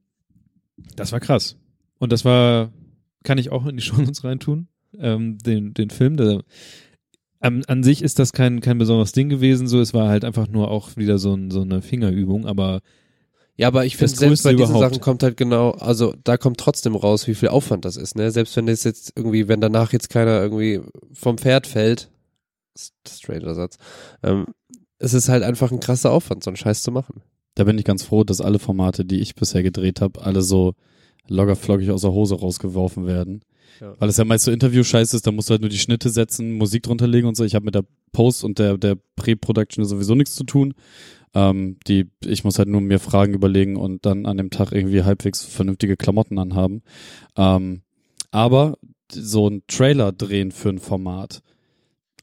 [SPEAKER 1] das war krass. Und das war, kann ich auch in die Show uns reintun, ähm, den, den Film. Der, an, an sich ist das kein, kein besonderes Ding gewesen, so es war halt einfach nur auch wieder so, ein, so eine Fingerübung, aber
[SPEAKER 7] Ja, aber ich
[SPEAKER 1] Das
[SPEAKER 7] finde, selbst bei
[SPEAKER 1] Größte
[SPEAKER 7] diesen
[SPEAKER 1] überhaupt.
[SPEAKER 7] Sachen kommt halt genau, also da kommt trotzdem raus, wie viel Aufwand das ist, ne? Selbst wenn das jetzt irgendwie, wenn danach jetzt keiner irgendwie vom Pferd fällt, ist ein stranger Satz, ähm, es ist halt einfach ein krasser Aufwand, so einen Scheiß zu machen.
[SPEAKER 5] Da bin ich ganz froh, dass alle Formate, die ich bisher gedreht habe, alle so loggerfloggig aus der Hose rausgeworfen werden.
[SPEAKER 7] Ja.
[SPEAKER 5] Weil es ja meist so Interview-Scheiß ist, da musst du halt nur die Schnitte setzen, Musik drunter legen und so. Ich habe mit der Post und der, der Pre-Production sowieso nichts zu tun. Ähm, die, ich muss halt nur mir Fragen überlegen und dann an dem Tag irgendwie halbwegs vernünftige Klamotten anhaben. Ähm, aber so ein Trailer drehen für ein Format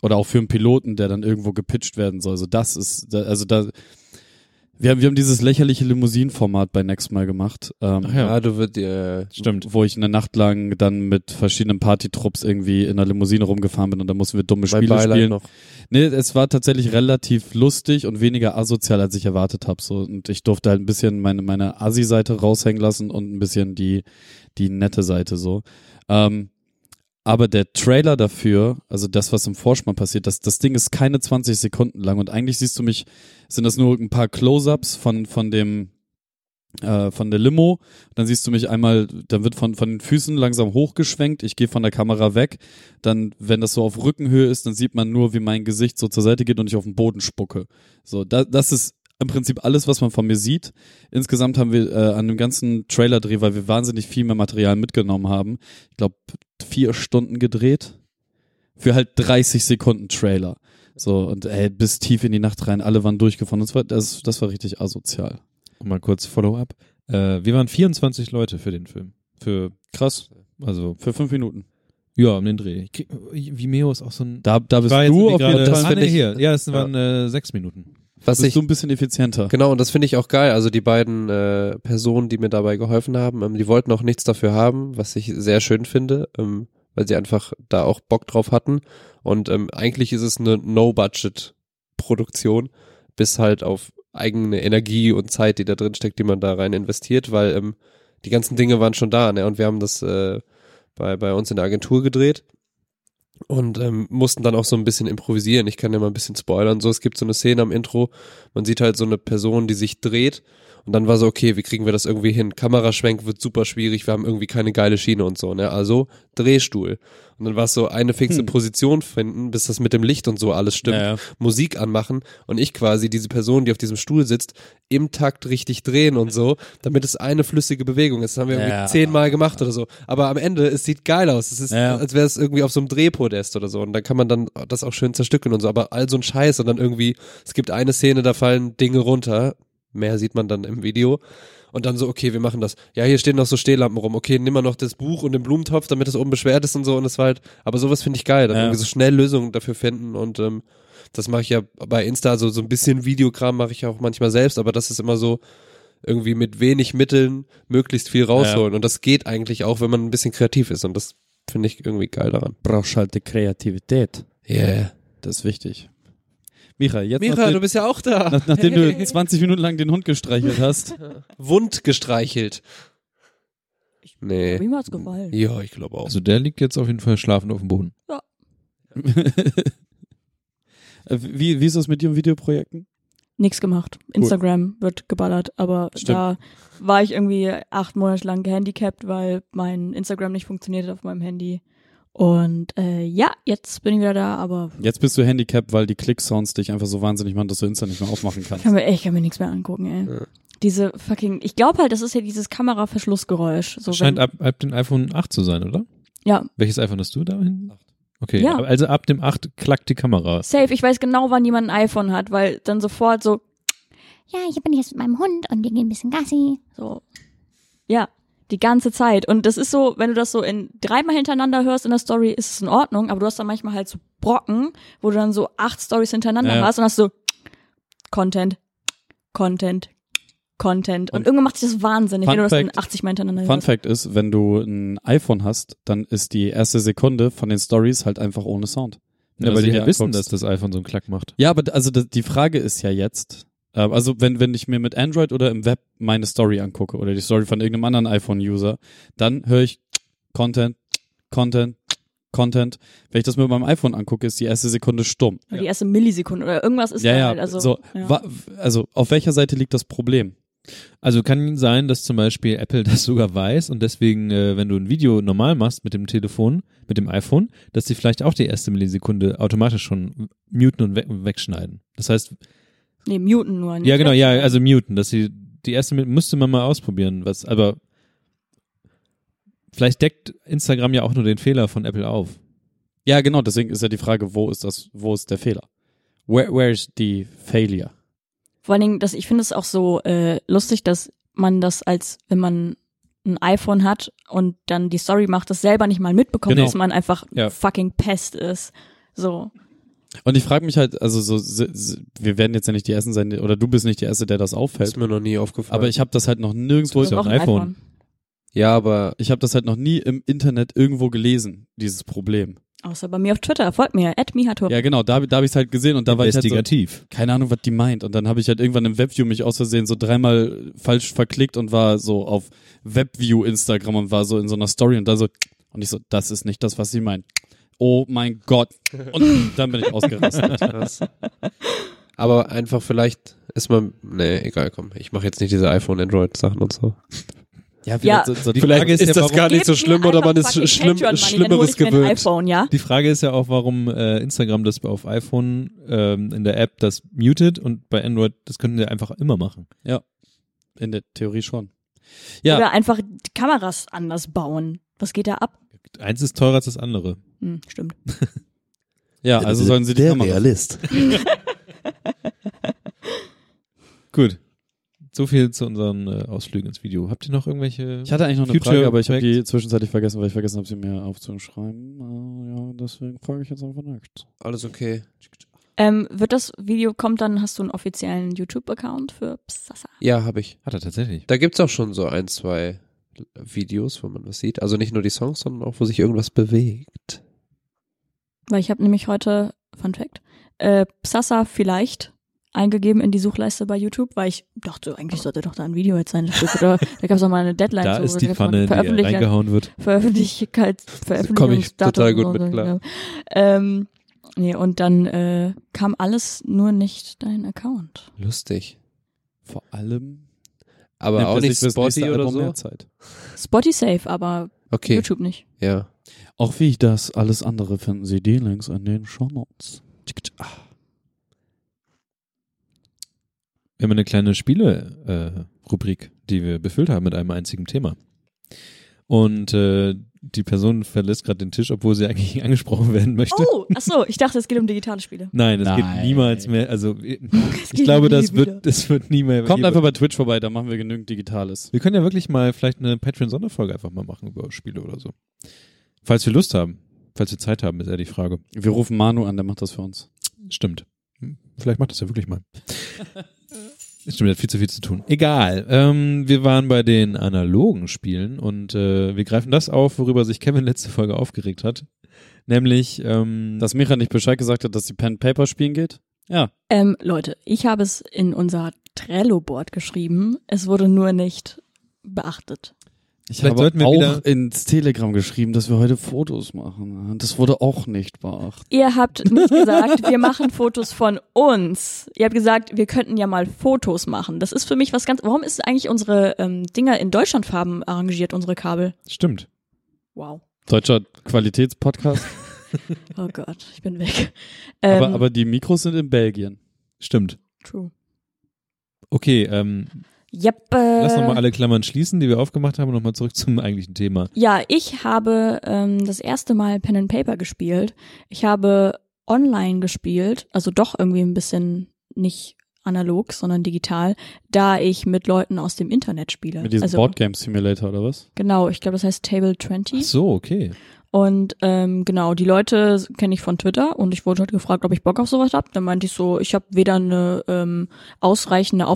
[SPEAKER 5] oder auch für einen Piloten, der dann irgendwo gepitcht werden soll. Also das ist, da- also da, wir haben, wir haben dieses lächerliche Limousinen-Format bei Next Mal gemacht. Ähm,
[SPEAKER 1] Ach ja,
[SPEAKER 7] Ah, du wirst, äh,
[SPEAKER 1] stimmt.
[SPEAKER 5] wo ich eine Nacht lang dann mit verschiedenen Partytrupps irgendwie in einer Limousine rumgefahren bin und da mussten wir
[SPEAKER 7] bei
[SPEAKER 5] dumme Spiele
[SPEAKER 7] Beileid
[SPEAKER 5] spielen.
[SPEAKER 7] noch.
[SPEAKER 5] Nee, es war tatsächlich relativ lustig und weniger asozial, als ich erwartet habe. So, und ich durfte halt ein bisschen meine, meine Assi-Seite raushängen lassen und ein bisschen die, die nette Seite so. Ähm, aber der Trailer dafür, also das, was im Vorspann passiert, das, das Ding ist keine 20 Sekunden lang und eigentlich siehst du mich, sind das nur ein paar Close-Ups von, von dem, äh, von der Limo. Dann siehst du mich einmal, dann wird von, von den Füßen langsam hochgeschwenkt, ich gehe von der Kamera weg, dann, wenn das so auf Rückenhöhe ist, dann sieht man nur, wie mein Gesicht so zur Seite geht und ich auf den Boden spucke. So, da, das ist im Prinzip alles, was man von mir sieht. Insgesamt haben wir äh, an dem ganzen Trailer-Dreh, weil wir wahnsinnig viel mehr Material mitgenommen haben, ich glaube, vier Stunden gedreht. Für halt 30 Sekunden Trailer. So, und ey, bis tief in die Nacht rein, alle waren durchgefahren. Das war, das, das war richtig asozial.
[SPEAKER 1] Und mal kurz Follow-up. Äh, wir waren 24 Leute für den Film. Für,
[SPEAKER 5] Krass.
[SPEAKER 1] also,
[SPEAKER 5] Für fünf Minuten.
[SPEAKER 1] ja, um den Dreh. Ich krieg, Vimeo ist auch so ein.
[SPEAKER 5] Da, da
[SPEAKER 1] Ich
[SPEAKER 5] bist
[SPEAKER 1] war jetzt
[SPEAKER 5] du
[SPEAKER 1] irgendwie
[SPEAKER 5] auf jeden
[SPEAKER 1] gerade-
[SPEAKER 5] Fall.
[SPEAKER 1] Ah, nee,
[SPEAKER 7] ich-
[SPEAKER 1] hier. Ja, das waren äh, sechs Minuten.
[SPEAKER 7] Was
[SPEAKER 5] Bist
[SPEAKER 7] ich,
[SPEAKER 5] du ein bisschen effizienter.
[SPEAKER 7] Genau, und das finde ich auch geil. Also die beiden äh, Personen, die mir dabei geholfen haben, ähm, die wollten auch nichts dafür haben, was ich sehr schön finde, ähm, weil sie einfach da auch Bock drauf hatten. Und ähm, eigentlich ist es eine No-Budget-Produktion, bis halt auf eigene Energie und Zeit, die da drin steckt, die man da rein investiert, weil ähm, die ganzen Dinge waren schon da, ne? Und wir haben das äh, bei, bei uns in der Agentur gedreht und ähm, mussten dann auch so ein bisschen improvisieren. Ich kann ja mal ein bisschen spoilern. So, es gibt so eine Szene am Intro, man sieht halt so eine Person, die sich dreht. Und dann war so, okay, wie kriegen wir das irgendwie hin? Kameraschwenk wird super schwierig, wir haben irgendwie keine geile Schiene und so, ne? Also Drehstuhl. Und dann war es so eine fixe Position finden, bis das mit dem Licht und so alles stimmt.
[SPEAKER 5] Ja, ja.
[SPEAKER 7] Musik anmachen und ich quasi diese Person, die auf diesem Stuhl sitzt, im Takt richtig drehen und so, damit es eine flüssige Bewegung ist. Das haben wir irgendwie
[SPEAKER 5] Ja.
[SPEAKER 7] zehnmal gemacht oder so. Aber am Ende, es sieht geil aus. Es ist,
[SPEAKER 5] Ja.
[SPEAKER 7] als wäre es irgendwie auf so einem Drehpodest oder so. Und dann kann man dann das auch schön zerstückeln und so. Aber all so ein Scheiß und dann irgendwie, es gibt eine Szene, da fallen Dinge runter. Mehr sieht man dann im Video. Und dann so, okay, wir machen das. Ja, hier stehen noch so Stehlampen rum. Okay, nimm mal noch das Buch und den Blumentopf, damit es oben beschwert ist und so. Und das war halt, aber sowas finde ich geil. Dann
[SPEAKER 5] Ja.
[SPEAKER 7] irgendwie so schnell Lösungen dafür finden und, ähm, das mache ich ja bei Insta, also so ein bisschen Videokram mache ich ja auch manchmal selbst, aber das ist immer so irgendwie mit wenig Mitteln möglichst viel rausholen. Und das geht eigentlich auch, wenn man ein bisschen kreativ ist. Und das finde ich irgendwie geil daran.
[SPEAKER 5] Brauchst halt die Kreativität.
[SPEAKER 7] Yeah.
[SPEAKER 5] Das ist wichtig. Micha, jetzt
[SPEAKER 7] Mira, du
[SPEAKER 5] nachdem,
[SPEAKER 7] bist ja auch da.
[SPEAKER 5] nach, nachdem du 20 Minuten lang den Hund gestreichelt hast.
[SPEAKER 7] Wund gestreichelt. Nee.
[SPEAKER 6] Mir hat's gefallen.
[SPEAKER 7] Ja, ich glaube auch.
[SPEAKER 1] Also der liegt jetzt auf jeden Fall schlafend auf dem Boden.
[SPEAKER 5] Äh, wie, wie ist das mit dir und Videoprojekten?
[SPEAKER 6] Nichts gemacht. Instagram wird geballert, aber
[SPEAKER 5] Stimmt.
[SPEAKER 6] da war ich irgendwie acht Monate lang gehandicapt, weil mein Instagram nicht funktioniert hat auf meinem Handy. Und äh, ja, jetzt bin ich wieder da, aber
[SPEAKER 5] Jetzt bist du handicapped, weil die Klicksounds dich einfach so wahnsinnig machen, dass du Insta nicht mehr aufmachen
[SPEAKER 6] ich
[SPEAKER 5] kannst.
[SPEAKER 6] kann mir, ich kann mir nichts mehr angucken, ey.
[SPEAKER 7] Ja.
[SPEAKER 6] Diese fucking, ich glaube halt, das ist ja dieses Kameraverschlussgeräusch. So
[SPEAKER 1] Scheint
[SPEAKER 6] wenn,
[SPEAKER 1] ab, ab dem iPhone 8 zu sein, oder?
[SPEAKER 6] Ja.
[SPEAKER 1] Welches iPhone hast du da hinten? Okay,
[SPEAKER 6] Ja.
[SPEAKER 1] ab- also ab dem 8 klackt die Kamera.
[SPEAKER 6] safe, ich weiß genau, wann jemand ein iPhone hat, weil dann sofort so,
[SPEAKER 4] Ja, ich bin jetzt mit meinem Hund und wir gehen ein bisschen Gassi.
[SPEAKER 6] so, ja, die ganze Zeit. Und das ist so, wenn du das so in dreimal hintereinander hörst in der Story, ist es in Ordnung, aber du hast dann manchmal halt so Brocken, wo du dann so acht Stories hintereinander
[SPEAKER 5] Ja.
[SPEAKER 6] hast und hast so Content, Content, Content. Und,
[SPEAKER 5] Und-
[SPEAKER 6] irgendwann macht sich das wahnsinnig,
[SPEAKER 5] Fun
[SPEAKER 6] wenn du das dann
[SPEAKER 5] Fact-
[SPEAKER 6] 80 Mal hintereinander
[SPEAKER 5] Fun
[SPEAKER 6] hörst.
[SPEAKER 5] Fact ist, wenn du ein iPhone hast, dann ist die erste Sekunde von den Stories halt einfach ohne Sound. Wenn
[SPEAKER 1] Ja,
[SPEAKER 5] du
[SPEAKER 1] weil
[SPEAKER 5] sie
[SPEAKER 1] die
[SPEAKER 5] dir
[SPEAKER 1] ja wissen, dass
[SPEAKER 5] anguckst.
[SPEAKER 1] das iPhone so einen Klack macht.
[SPEAKER 5] Ja, aber d- also d- die Frage ist ja jetzt, äh, also wenn, wenn ich mir mit Android oder im Web meine Story angucke oder die Story von irgendeinem anderen iPhone-User, dann höre ich Content, Content, Content. Wenn ich das mit meinem iPhone angucke, ist die erste Sekunde stumm.
[SPEAKER 6] Die erste Millisekunde oder irgendwas ist
[SPEAKER 5] ja,
[SPEAKER 6] da
[SPEAKER 5] ja.
[SPEAKER 6] halt. Also,
[SPEAKER 5] so,
[SPEAKER 6] ja.
[SPEAKER 5] wa- also auf welcher Seite liegt das Problem?
[SPEAKER 1] Also kann sein, dass zum Beispiel Apple das sogar weiß und deswegen, äh, wenn du ein Video normal machst mit dem Telefon, mit dem iPhone, dass die vielleicht auch die erste Millisekunde automatisch schon muten und we wegschneiden. Das heißt,
[SPEAKER 6] Nee, muten nur. nicht.
[SPEAKER 1] ja genau, ja, also muten, dass sie die erste Mi- müsste man mal ausprobieren, was, aber vielleicht deckt Instagram ja auch nur den Fehler von Apple auf.
[SPEAKER 5] Ja, genau, deswegen ist ja die Frage, wo ist das, wo ist der Fehler? Where, where is the failure?
[SPEAKER 6] Vor allen Dingen, das, ich finde es auch so äh, lustig, dass man das als, wenn man ein iPhone hat und dann die Story macht, das selber nicht mal mitbekommt,
[SPEAKER 5] Genau.
[SPEAKER 6] dass man einfach
[SPEAKER 1] Ja.
[SPEAKER 6] fucking Pest ist. So.
[SPEAKER 5] Und ich frage mich halt, also so, se- se- wir werden jetzt ja nicht die Ersten sein, oder du bist nicht der Erste, der das auffällt.
[SPEAKER 7] Ist mir noch nie aufgefallen.
[SPEAKER 5] Aber ich habe das halt noch nirgendwo,
[SPEAKER 1] Ist ja auch ein iPhone.
[SPEAKER 7] ja, aber
[SPEAKER 5] ich habe das halt noch nie im Internet irgendwo gelesen, dieses Problem.
[SPEAKER 6] Außer bei mir auf Twitter, folgt mir, @mihatur.
[SPEAKER 5] Ja, genau, da, da habe ich es halt gesehen und da war ich halt so,
[SPEAKER 1] Investigativ.
[SPEAKER 5] keine Ahnung, was die meint. Und dann habe ich halt irgendwann im Webview mich aus Versehen so dreimal falsch verklickt und war so auf Webview Instagram und war so in so einer Story und da so, und ich so, das ist nicht das, was sie meint. Oh mein Gott. Und dann bin ich ausgerastet.
[SPEAKER 7] krass. aber einfach vielleicht ist man. Nee, egal, komm. Ich mache jetzt nicht diese iPhone, Android-Sachen und so.
[SPEAKER 5] Ja,
[SPEAKER 6] Ja.
[SPEAKER 5] so, so die
[SPEAKER 7] Vielleicht
[SPEAKER 5] Frage
[SPEAKER 7] ist,
[SPEAKER 5] ja,
[SPEAKER 7] das
[SPEAKER 5] warum-
[SPEAKER 7] gar nicht so
[SPEAKER 6] Gebt mir
[SPEAKER 7] schlimm oder
[SPEAKER 6] einfach
[SPEAKER 7] man ist
[SPEAKER 6] fucking
[SPEAKER 7] sch- schlimm,
[SPEAKER 6] Patreon-Money, dann hol
[SPEAKER 7] Schlimmeres
[SPEAKER 6] ich mir ein
[SPEAKER 7] gewöhnt.
[SPEAKER 6] iPhone, ja?
[SPEAKER 1] Die Frage ist ja auch, warum äh, Instagram das auf iPhone ähm, in der App das mutet und bei Android, das könnten sie einfach immer machen.
[SPEAKER 5] In der Theorie schon. Ja.
[SPEAKER 6] Oder einfach die Kameras anders bauen. Was geht da ab?
[SPEAKER 1] Eins ist teurer als das andere.
[SPEAKER 6] Hm, stimmt.
[SPEAKER 5] Ja, also sollen sie die
[SPEAKER 8] Der
[SPEAKER 5] Kamera.
[SPEAKER 8] Realist.
[SPEAKER 1] Gut. So viel zu unseren äh, Ausflügen ins Video. Habt ihr noch irgendwelche?
[SPEAKER 5] Ich hatte eigentlich noch eine
[SPEAKER 1] Future
[SPEAKER 5] Frage, aber ich habe
[SPEAKER 1] Project.
[SPEAKER 5] die zwischenzeitlich vergessen, weil ich vergessen habe, sie mir aufzuschreiben. Äh, ja, deswegen frage ich jetzt einfach nicht.
[SPEAKER 7] Alles okay.
[SPEAKER 6] Ähm, wird das Video kommt, dann hast du einen offiziellen YouTube-Account für Psassa.
[SPEAKER 7] Ja, habe ich.
[SPEAKER 1] Hat er tatsächlich.
[SPEAKER 7] Da gibt's auch schon so ein, zwei Videos, wo man was sieht. Also nicht nur die Songs, sondern auch, wo sich irgendwas bewegt.
[SPEAKER 6] Weil ich habe nämlich heute, Fun Fact, äh, Psassa vielleicht eingegeben in die Suchleiste bei YouTube, weil ich dachte, eigentlich sollte doch da ein Video jetzt sein. Das steht, oder, da gab es auch mal eine Deadline.
[SPEAKER 1] Da
[SPEAKER 6] so,
[SPEAKER 1] ist die
[SPEAKER 6] gab's mal ein
[SPEAKER 1] Pfanne, die
[SPEAKER 6] Veröffentlich-
[SPEAKER 1] reingehauen wird.
[SPEAKER 6] Veröffentlichkeit, Veröffentlichungsdatum.
[SPEAKER 7] total gut
[SPEAKER 6] und so,
[SPEAKER 7] mit klar.
[SPEAKER 6] genau. Ähm, nee, und dann äh, kam alles nur nicht dein Account.
[SPEAKER 7] Lustig.
[SPEAKER 5] Vor allem.
[SPEAKER 7] Aber
[SPEAKER 5] nimmt
[SPEAKER 7] auch
[SPEAKER 5] er
[SPEAKER 7] nicht
[SPEAKER 5] sich fürs nächste
[SPEAKER 7] Spotty oder
[SPEAKER 5] Album
[SPEAKER 7] so.
[SPEAKER 5] mehr Zeit.
[SPEAKER 6] Spotty safe, aber
[SPEAKER 7] Okay,
[SPEAKER 6] YouTube nicht.
[SPEAKER 7] ja.
[SPEAKER 5] Auch wie ich das, alles andere finden Sie die Links in den Shownotes.
[SPEAKER 1] Wir haben eine kleine Spiele-Rubrik, die wir befüllt haben mit einem einzigen Thema. Und äh, die Person verlässt gerade den Tisch, obwohl sie eigentlich angesprochen werden möchte.
[SPEAKER 6] Oh, ach so, ich dachte, es geht um digitale Spiele.
[SPEAKER 1] Nein, es geht
[SPEAKER 5] Nein.
[SPEAKER 1] niemals mehr. Also ich
[SPEAKER 6] geht
[SPEAKER 1] glaube,
[SPEAKER 6] nie
[SPEAKER 1] das
[SPEAKER 6] wieder.
[SPEAKER 1] wird, das wird nie mehr.
[SPEAKER 5] Kommt einfach bei Twitch vorbei, da machen wir genügend Digitales.
[SPEAKER 1] Wir können ja wirklich mal vielleicht eine Patreon-Sonderfolge einfach mal machen über Spiele oder so. Falls wir Lust haben. Falls wir Zeit haben, ist eher die Frage.
[SPEAKER 5] Wir rufen Manu an, der macht das für uns.
[SPEAKER 1] Stimmt. Hm, Vielleicht macht das ja wirklich mal. Stimmt, er hat viel zu viel zu tun. Egal. Ähm, wir waren bei den analogen Spielen und äh, wir greifen das auf, worüber sich Kevin letzte Folge aufgeregt hat. Nämlich, ähm,
[SPEAKER 5] Dass Micha nicht Bescheid gesagt hat, dass die Pen Paper spielen geht? Ja.
[SPEAKER 6] Ähm, Leute, ich habe es in unser Trello-Board geschrieben. Es wurde nur nicht beachtet.
[SPEAKER 5] Ich
[SPEAKER 1] Vielleicht
[SPEAKER 5] habe
[SPEAKER 1] sollten wir
[SPEAKER 5] auch
[SPEAKER 1] wieder-
[SPEAKER 5] ins Telegram geschrieben, dass wir heute Fotos machen. Das wurde auch nicht beachtet.
[SPEAKER 6] Ihr habt nicht gesagt, wir machen Fotos von uns. Ihr habt gesagt, wir könnten ja mal Fotos machen. Das ist für mich was ganz. Warum ist eigentlich unsere ähm, Dinger in Deutschlandfarben arrangiert, unsere Kabel?
[SPEAKER 1] stimmt.
[SPEAKER 6] Wow.
[SPEAKER 5] Deutscher Qualitätspodcast.
[SPEAKER 6] Oh Gott, ich bin weg. Ähm,
[SPEAKER 5] aber, aber die Mikros sind in Belgien.
[SPEAKER 1] Stimmt.
[SPEAKER 6] true.
[SPEAKER 1] Okay, ähm,
[SPEAKER 6] Yep. Äh,
[SPEAKER 1] lass nochmal alle Klammern schließen, die wir aufgemacht haben, und nochmal zurück zum eigentlichen Thema.
[SPEAKER 6] Ja, ich habe ähm, das erste Mal Pen and Paper gespielt. Ich habe online gespielt, also doch irgendwie ein bisschen nicht analog, sondern digital, da ich mit Leuten aus dem Internet spiele.
[SPEAKER 5] Mit diesem
[SPEAKER 6] also,
[SPEAKER 5] Board Game Simulator oder was?
[SPEAKER 6] Genau, ich glaube, das heißt Table 20.
[SPEAKER 1] Ach so, okay.
[SPEAKER 6] Und ähm, genau, die Leute kenne ich von Twitter und ich wurde halt gefragt, ob ich Bock auf sowas hab. Dann meinte ich so, ich habe weder eine ähm, ausreichende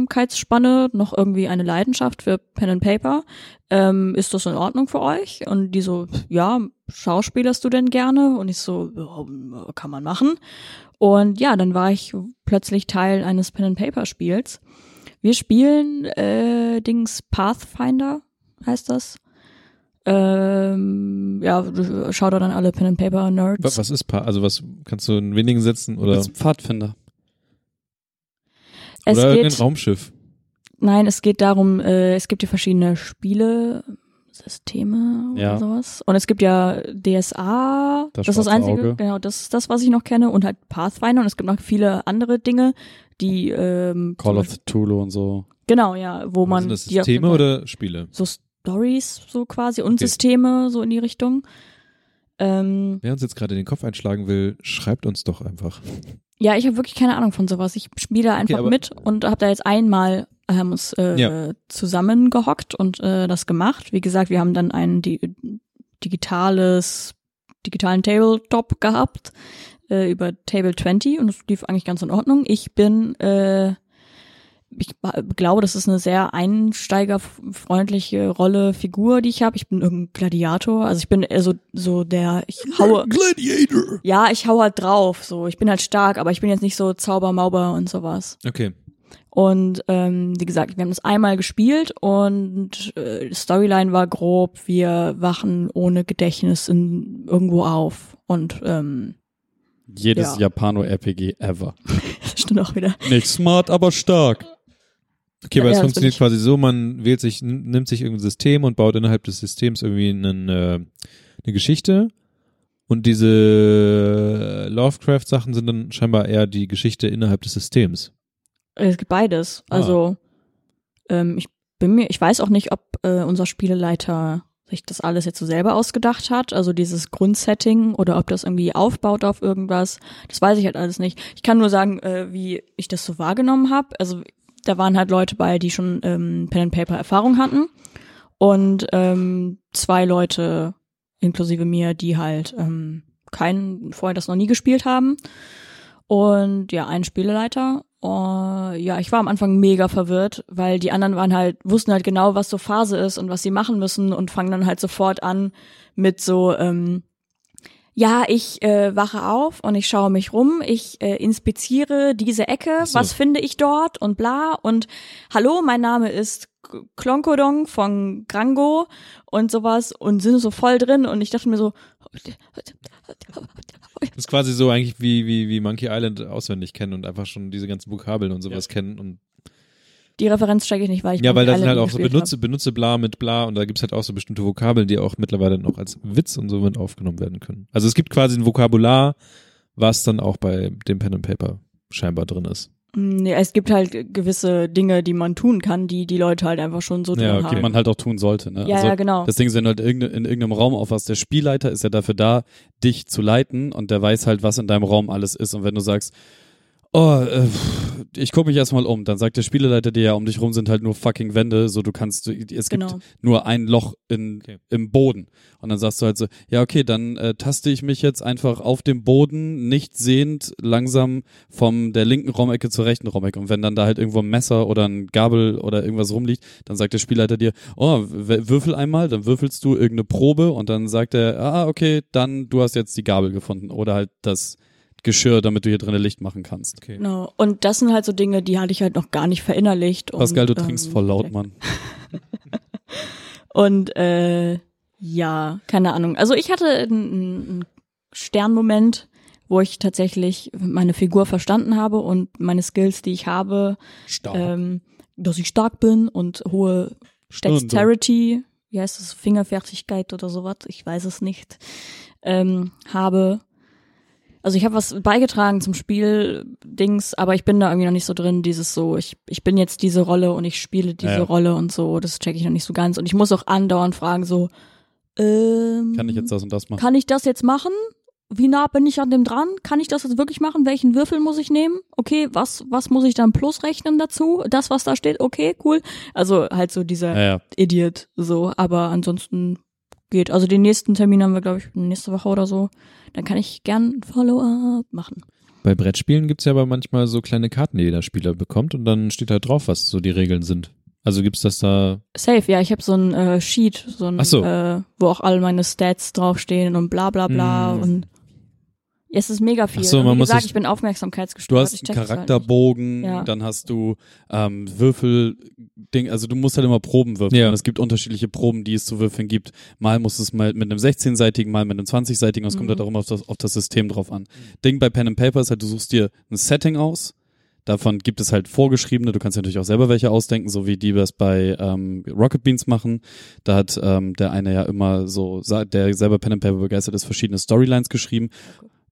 [SPEAKER 6] Aufmerksamkeitsspanne noch irgendwie eine Leidenschaft für Pen and Paper. Ähm, ist das in Ordnung für euch? Und die so, ja, schauspielerst du denn gerne? Und ich so, ja, kann man machen. Und ja, dann war ich plötzlich Teil eines Pen and Paper Spiels. Wir spielen äh, Dings Pathfinder heißt das. Ähm, ja, schaut dann alle Pen and Paper Nerds.
[SPEAKER 1] Was, was ist Paar? Also was kannst du in wenigen Sätzen oder,
[SPEAKER 5] Als Pfadfinder.
[SPEAKER 6] es
[SPEAKER 1] oder
[SPEAKER 6] geht,
[SPEAKER 1] irgendein Raumschiff?
[SPEAKER 6] Nein, es geht darum, äh, es gibt ja verschiedene Spiele, Systeme oder
[SPEAKER 5] Ja.
[SPEAKER 6] sowas. Und es gibt ja DSA,
[SPEAKER 5] Das
[SPEAKER 6] das, ist das
[SPEAKER 5] schwarze
[SPEAKER 6] Einzige,
[SPEAKER 5] Auge.
[SPEAKER 6] genau, das ist das, was ich noch kenne. Und halt Pathfinder und es gibt noch viele andere Dinge, die ähm,
[SPEAKER 5] Call
[SPEAKER 6] zum
[SPEAKER 5] of
[SPEAKER 6] Beispiel-
[SPEAKER 5] Cthulhu und so.
[SPEAKER 6] Genau, ja, wo man genau
[SPEAKER 1] Sind das
[SPEAKER 6] die auf jeden
[SPEAKER 1] Systeme
[SPEAKER 6] Fall-
[SPEAKER 1] oder Spiele?
[SPEAKER 6] so Stories so quasi und
[SPEAKER 1] Okay.
[SPEAKER 6] Systeme so in die Richtung. Ähm,
[SPEAKER 1] Wer uns jetzt gerade den Kopf einschlagen will, schreibt uns doch einfach.
[SPEAKER 6] ja, ich habe wirklich keine Ahnung von sowas. Ich spiele einfach
[SPEAKER 1] aber-
[SPEAKER 6] mit und habe da jetzt einmal haben uns äh,
[SPEAKER 1] Ja.
[SPEAKER 6] zusammengehockt und äh, das gemacht. Wie gesagt, wir haben dann ein di digitales digitalen Tabletop gehabt äh, über Table 20 und es lief eigentlich ganz in Ordnung. Ich bin äh, ich ba- glaube, das ist eine sehr einsteigerfreundliche Rolle, Figur, die ich habe. Ich bin irgendein Gladiator. Also ich bin eher so, so der, ich haue.
[SPEAKER 8] Gladiator.
[SPEAKER 6] Ja, ich hau halt drauf. So, ich bin halt stark, aber ich bin jetzt nicht so Zaubermauber und sowas.
[SPEAKER 1] Okay.
[SPEAKER 6] Und ähm, wie gesagt, wir haben das einmal gespielt und äh, die Storyline war grob, wir wachen ohne Gedächtnis in, irgendwo auf. Und ähm,
[SPEAKER 5] Jedes
[SPEAKER 6] Ja.
[SPEAKER 5] Japano-RPG ever.
[SPEAKER 6] stimmt auch wieder.
[SPEAKER 5] Nicht smart, aber stark.
[SPEAKER 1] Okay, aber es
[SPEAKER 6] Ja, das bin
[SPEAKER 1] funktioniert
[SPEAKER 6] ich.
[SPEAKER 1] quasi so, man wählt sich, n- nimmt sich irgendein System und baut innerhalb des Systems irgendwie einen, äh, eine Geschichte. Und diese Lovecraft-Sachen sind dann scheinbar eher die Geschichte innerhalb des Systems.
[SPEAKER 6] Äh, Es gibt beides.
[SPEAKER 1] Ah.
[SPEAKER 6] Also ähm, ich bin mir, ich weiß auch nicht, ob äh, unser Spieleleiter sich das alles jetzt so selber ausgedacht hat, also dieses Grundsetting oder ob das irgendwie aufbaut auf irgendwas. Das weiß ich halt alles nicht. Ich kann nur sagen, äh, wie ich das so wahrgenommen habe. Also da waren halt Leute bei, die schon ähm, Pen and Paper Erfahrung hatten und ähm, zwei Leute inklusive mir, die halt ähm, keinen vorher das noch nie gespielt haben und ja, ein Spieleleiter. Uh, ja, ich war am Anfang mega verwirrt, weil die anderen waren halt, wussten halt genau, was so Phase ist und was sie machen müssen und fangen dann halt sofort an mit so, ähm, ja, ich äh, wache auf und ich schaue mich rum, ich äh, inspiziere diese Ecke,
[SPEAKER 1] so.
[SPEAKER 6] was finde ich dort und bla und hallo, mein Name ist K- Klonkodong von Grango und sowas und sind so voll drin und ich dachte mir so,
[SPEAKER 1] Das ist quasi so eigentlich wie, wie, wie Monkey Island auswendig kennen und einfach schon diese ganzen Vokabeln und sowas kennen. Und,
[SPEAKER 6] die Referenz stecke ich nicht, weil ich
[SPEAKER 1] ja, weil da
[SPEAKER 6] das
[SPEAKER 1] sind halt auch so benutze, benutze bla mit bla und da gibt's halt auch so bestimmte Vokabeln, die auch mittlerweile noch als Witz und so mit aufgenommen werden können. Also es gibt quasi ein Vokabular, was dann auch bei dem Pen and Paper scheinbar drin ist.
[SPEAKER 6] Mm, Ja, es gibt halt gewisse Dinge, die man tun kann, die die Leute halt einfach schon so tun
[SPEAKER 1] Ja, okay,
[SPEAKER 5] Die
[SPEAKER 6] haben.
[SPEAKER 5] man halt auch tun sollte. Ne?
[SPEAKER 6] ja,
[SPEAKER 5] also,
[SPEAKER 6] ja, genau.
[SPEAKER 5] Das Ding ist, wenn du halt irgende- in irgendeinem Raum aufwachst, der Spielleiter ist ja dafür da, dich zu leiten und der weiß halt, was in deinem Raum alles ist. Und wenn du sagst, oh, äh, pff, ich gucke mich erstmal um, dann sagt der Spieleleiter dir ja, um dich rum sind halt nur fucking Wände, so du kannst, du- es gibt
[SPEAKER 6] Genau.
[SPEAKER 5] nur ein Loch in,
[SPEAKER 1] Okay.
[SPEAKER 5] im Boden. Und dann sagst du halt so, ja, okay, dann äh, taste ich mich jetzt einfach auf dem Boden, nicht sehend, langsam vom der linken Raumecke zur rechten Raumecke. Und wenn dann da halt irgendwo ein Messer oder ein Gabel oder irgendwas rumliegt, dann sagt der Spielleiter dir, oh, w- würfel einmal, dann würfelst du irgendeine Probe und dann sagt er, ah, okay, dann du hast jetzt die Gabel gefunden oder halt das Geschirr, damit du hier drinnen Licht machen kannst.
[SPEAKER 1] Okay.
[SPEAKER 6] Genau. Und das sind halt so Dinge, die hatte ich halt noch gar nicht verinnerlicht. Und,
[SPEAKER 5] Pascal, du
[SPEAKER 6] ähm,
[SPEAKER 5] trinkst voll laut, Mann.
[SPEAKER 6] Und äh, ja, keine Ahnung. Also ich hatte einen- einen einen Sternmoment, wo ich tatsächlich meine Figur verstanden habe und meine Skills, die ich habe,
[SPEAKER 5] Stark.
[SPEAKER 6] ähm, dass ich stark bin und hohe Dexterity, wie heißt das, Fingerfertigkeit oder sowas, ich weiß es nicht, ähm, habe. Also ich habe was beigetragen zum Spiel-Dings, aber ich bin da irgendwie noch nicht so drin, dieses so, ich, ich bin jetzt diese Rolle und ich spiele diese
[SPEAKER 5] Ja, ja.
[SPEAKER 6] Rolle und so, das checke ich noch nicht so ganz. Und ich muss auch andauernd fragen, so, ähm,
[SPEAKER 5] Kann ich jetzt das und das machen?
[SPEAKER 6] kann ich das jetzt machen? Wie nah bin ich an dem dran? Kann ich das jetzt wirklich machen? Welchen Würfel muss ich nehmen? Okay, was, was muss ich dann plus rechnen dazu? Das, was da steht, okay, cool. Also halt so dieser
[SPEAKER 5] Ja, ja.
[SPEAKER 6] Idiot, so, aber ansonsten geht. Also den nächsten Termin haben wir, glaube ich, nächste Woche oder so. Dann kann ich gern ein Follow-up machen.
[SPEAKER 1] Bei Brettspielen gibt's ja aber manchmal so kleine Karten, die jeder Spieler bekommt und dann steht halt drauf, was so die Regeln sind. Also gibt's das da.
[SPEAKER 6] Safe, ja, ich habe so ein äh, Sheet, so ein,
[SPEAKER 1] Ach so.
[SPEAKER 6] äh, wo auch all meine Stats draufstehen und bla bla bla
[SPEAKER 1] Hm.
[SPEAKER 6] und Ja, es ist mega viel.
[SPEAKER 1] Ach so,
[SPEAKER 6] Und
[SPEAKER 1] man
[SPEAKER 6] Wie
[SPEAKER 1] muss
[SPEAKER 6] gesagt,
[SPEAKER 1] es-
[SPEAKER 6] ich bin
[SPEAKER 5] Du
[SPEAKER 6] aufmerksamkeitsgestört. ich
[SPEAKER 5] hast
[SPEAKER 6] check
[SPEAKER 5] einen
[SPEAKER 6] das halt
[SPEAKER 5] Charakterbogen,
[SPEAKER 6] Ja.
[SPEAKER 5] dann hast du ähm, Würfelding, also du musst halt immer Proben würfeln.
[SPEAKER 1] Ja.
[SPEAKER 5] Und es gibt unterschiedliche Proben, die es zu würfeln gibt. Mal musst du es mal mit einem 16-seitigen, mal mit einem 20-seitigen, es kommt halt auch immer auf das, auf das System drauf an. Ding bei Pen and Paper ist halt, du suchst dir ein Setting aus. Davon gibt es halt vorgeschriebene, du kannst dir natürlich auch selber welche ausdenken, so wie die das bei ähm, Rocket Beans machen. Da hat ähm, der eine ja immer so, sa- der selber Pen and Paper begeistert ist, verschiedene Storylines geschrieben.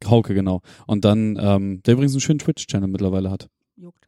[SPEAKER 5] Hauke, genau. Und dann, ähm, der übrigens einen schönen Twitch-Channel mittlerweile hat.
[SPEAKER 6] Juckt.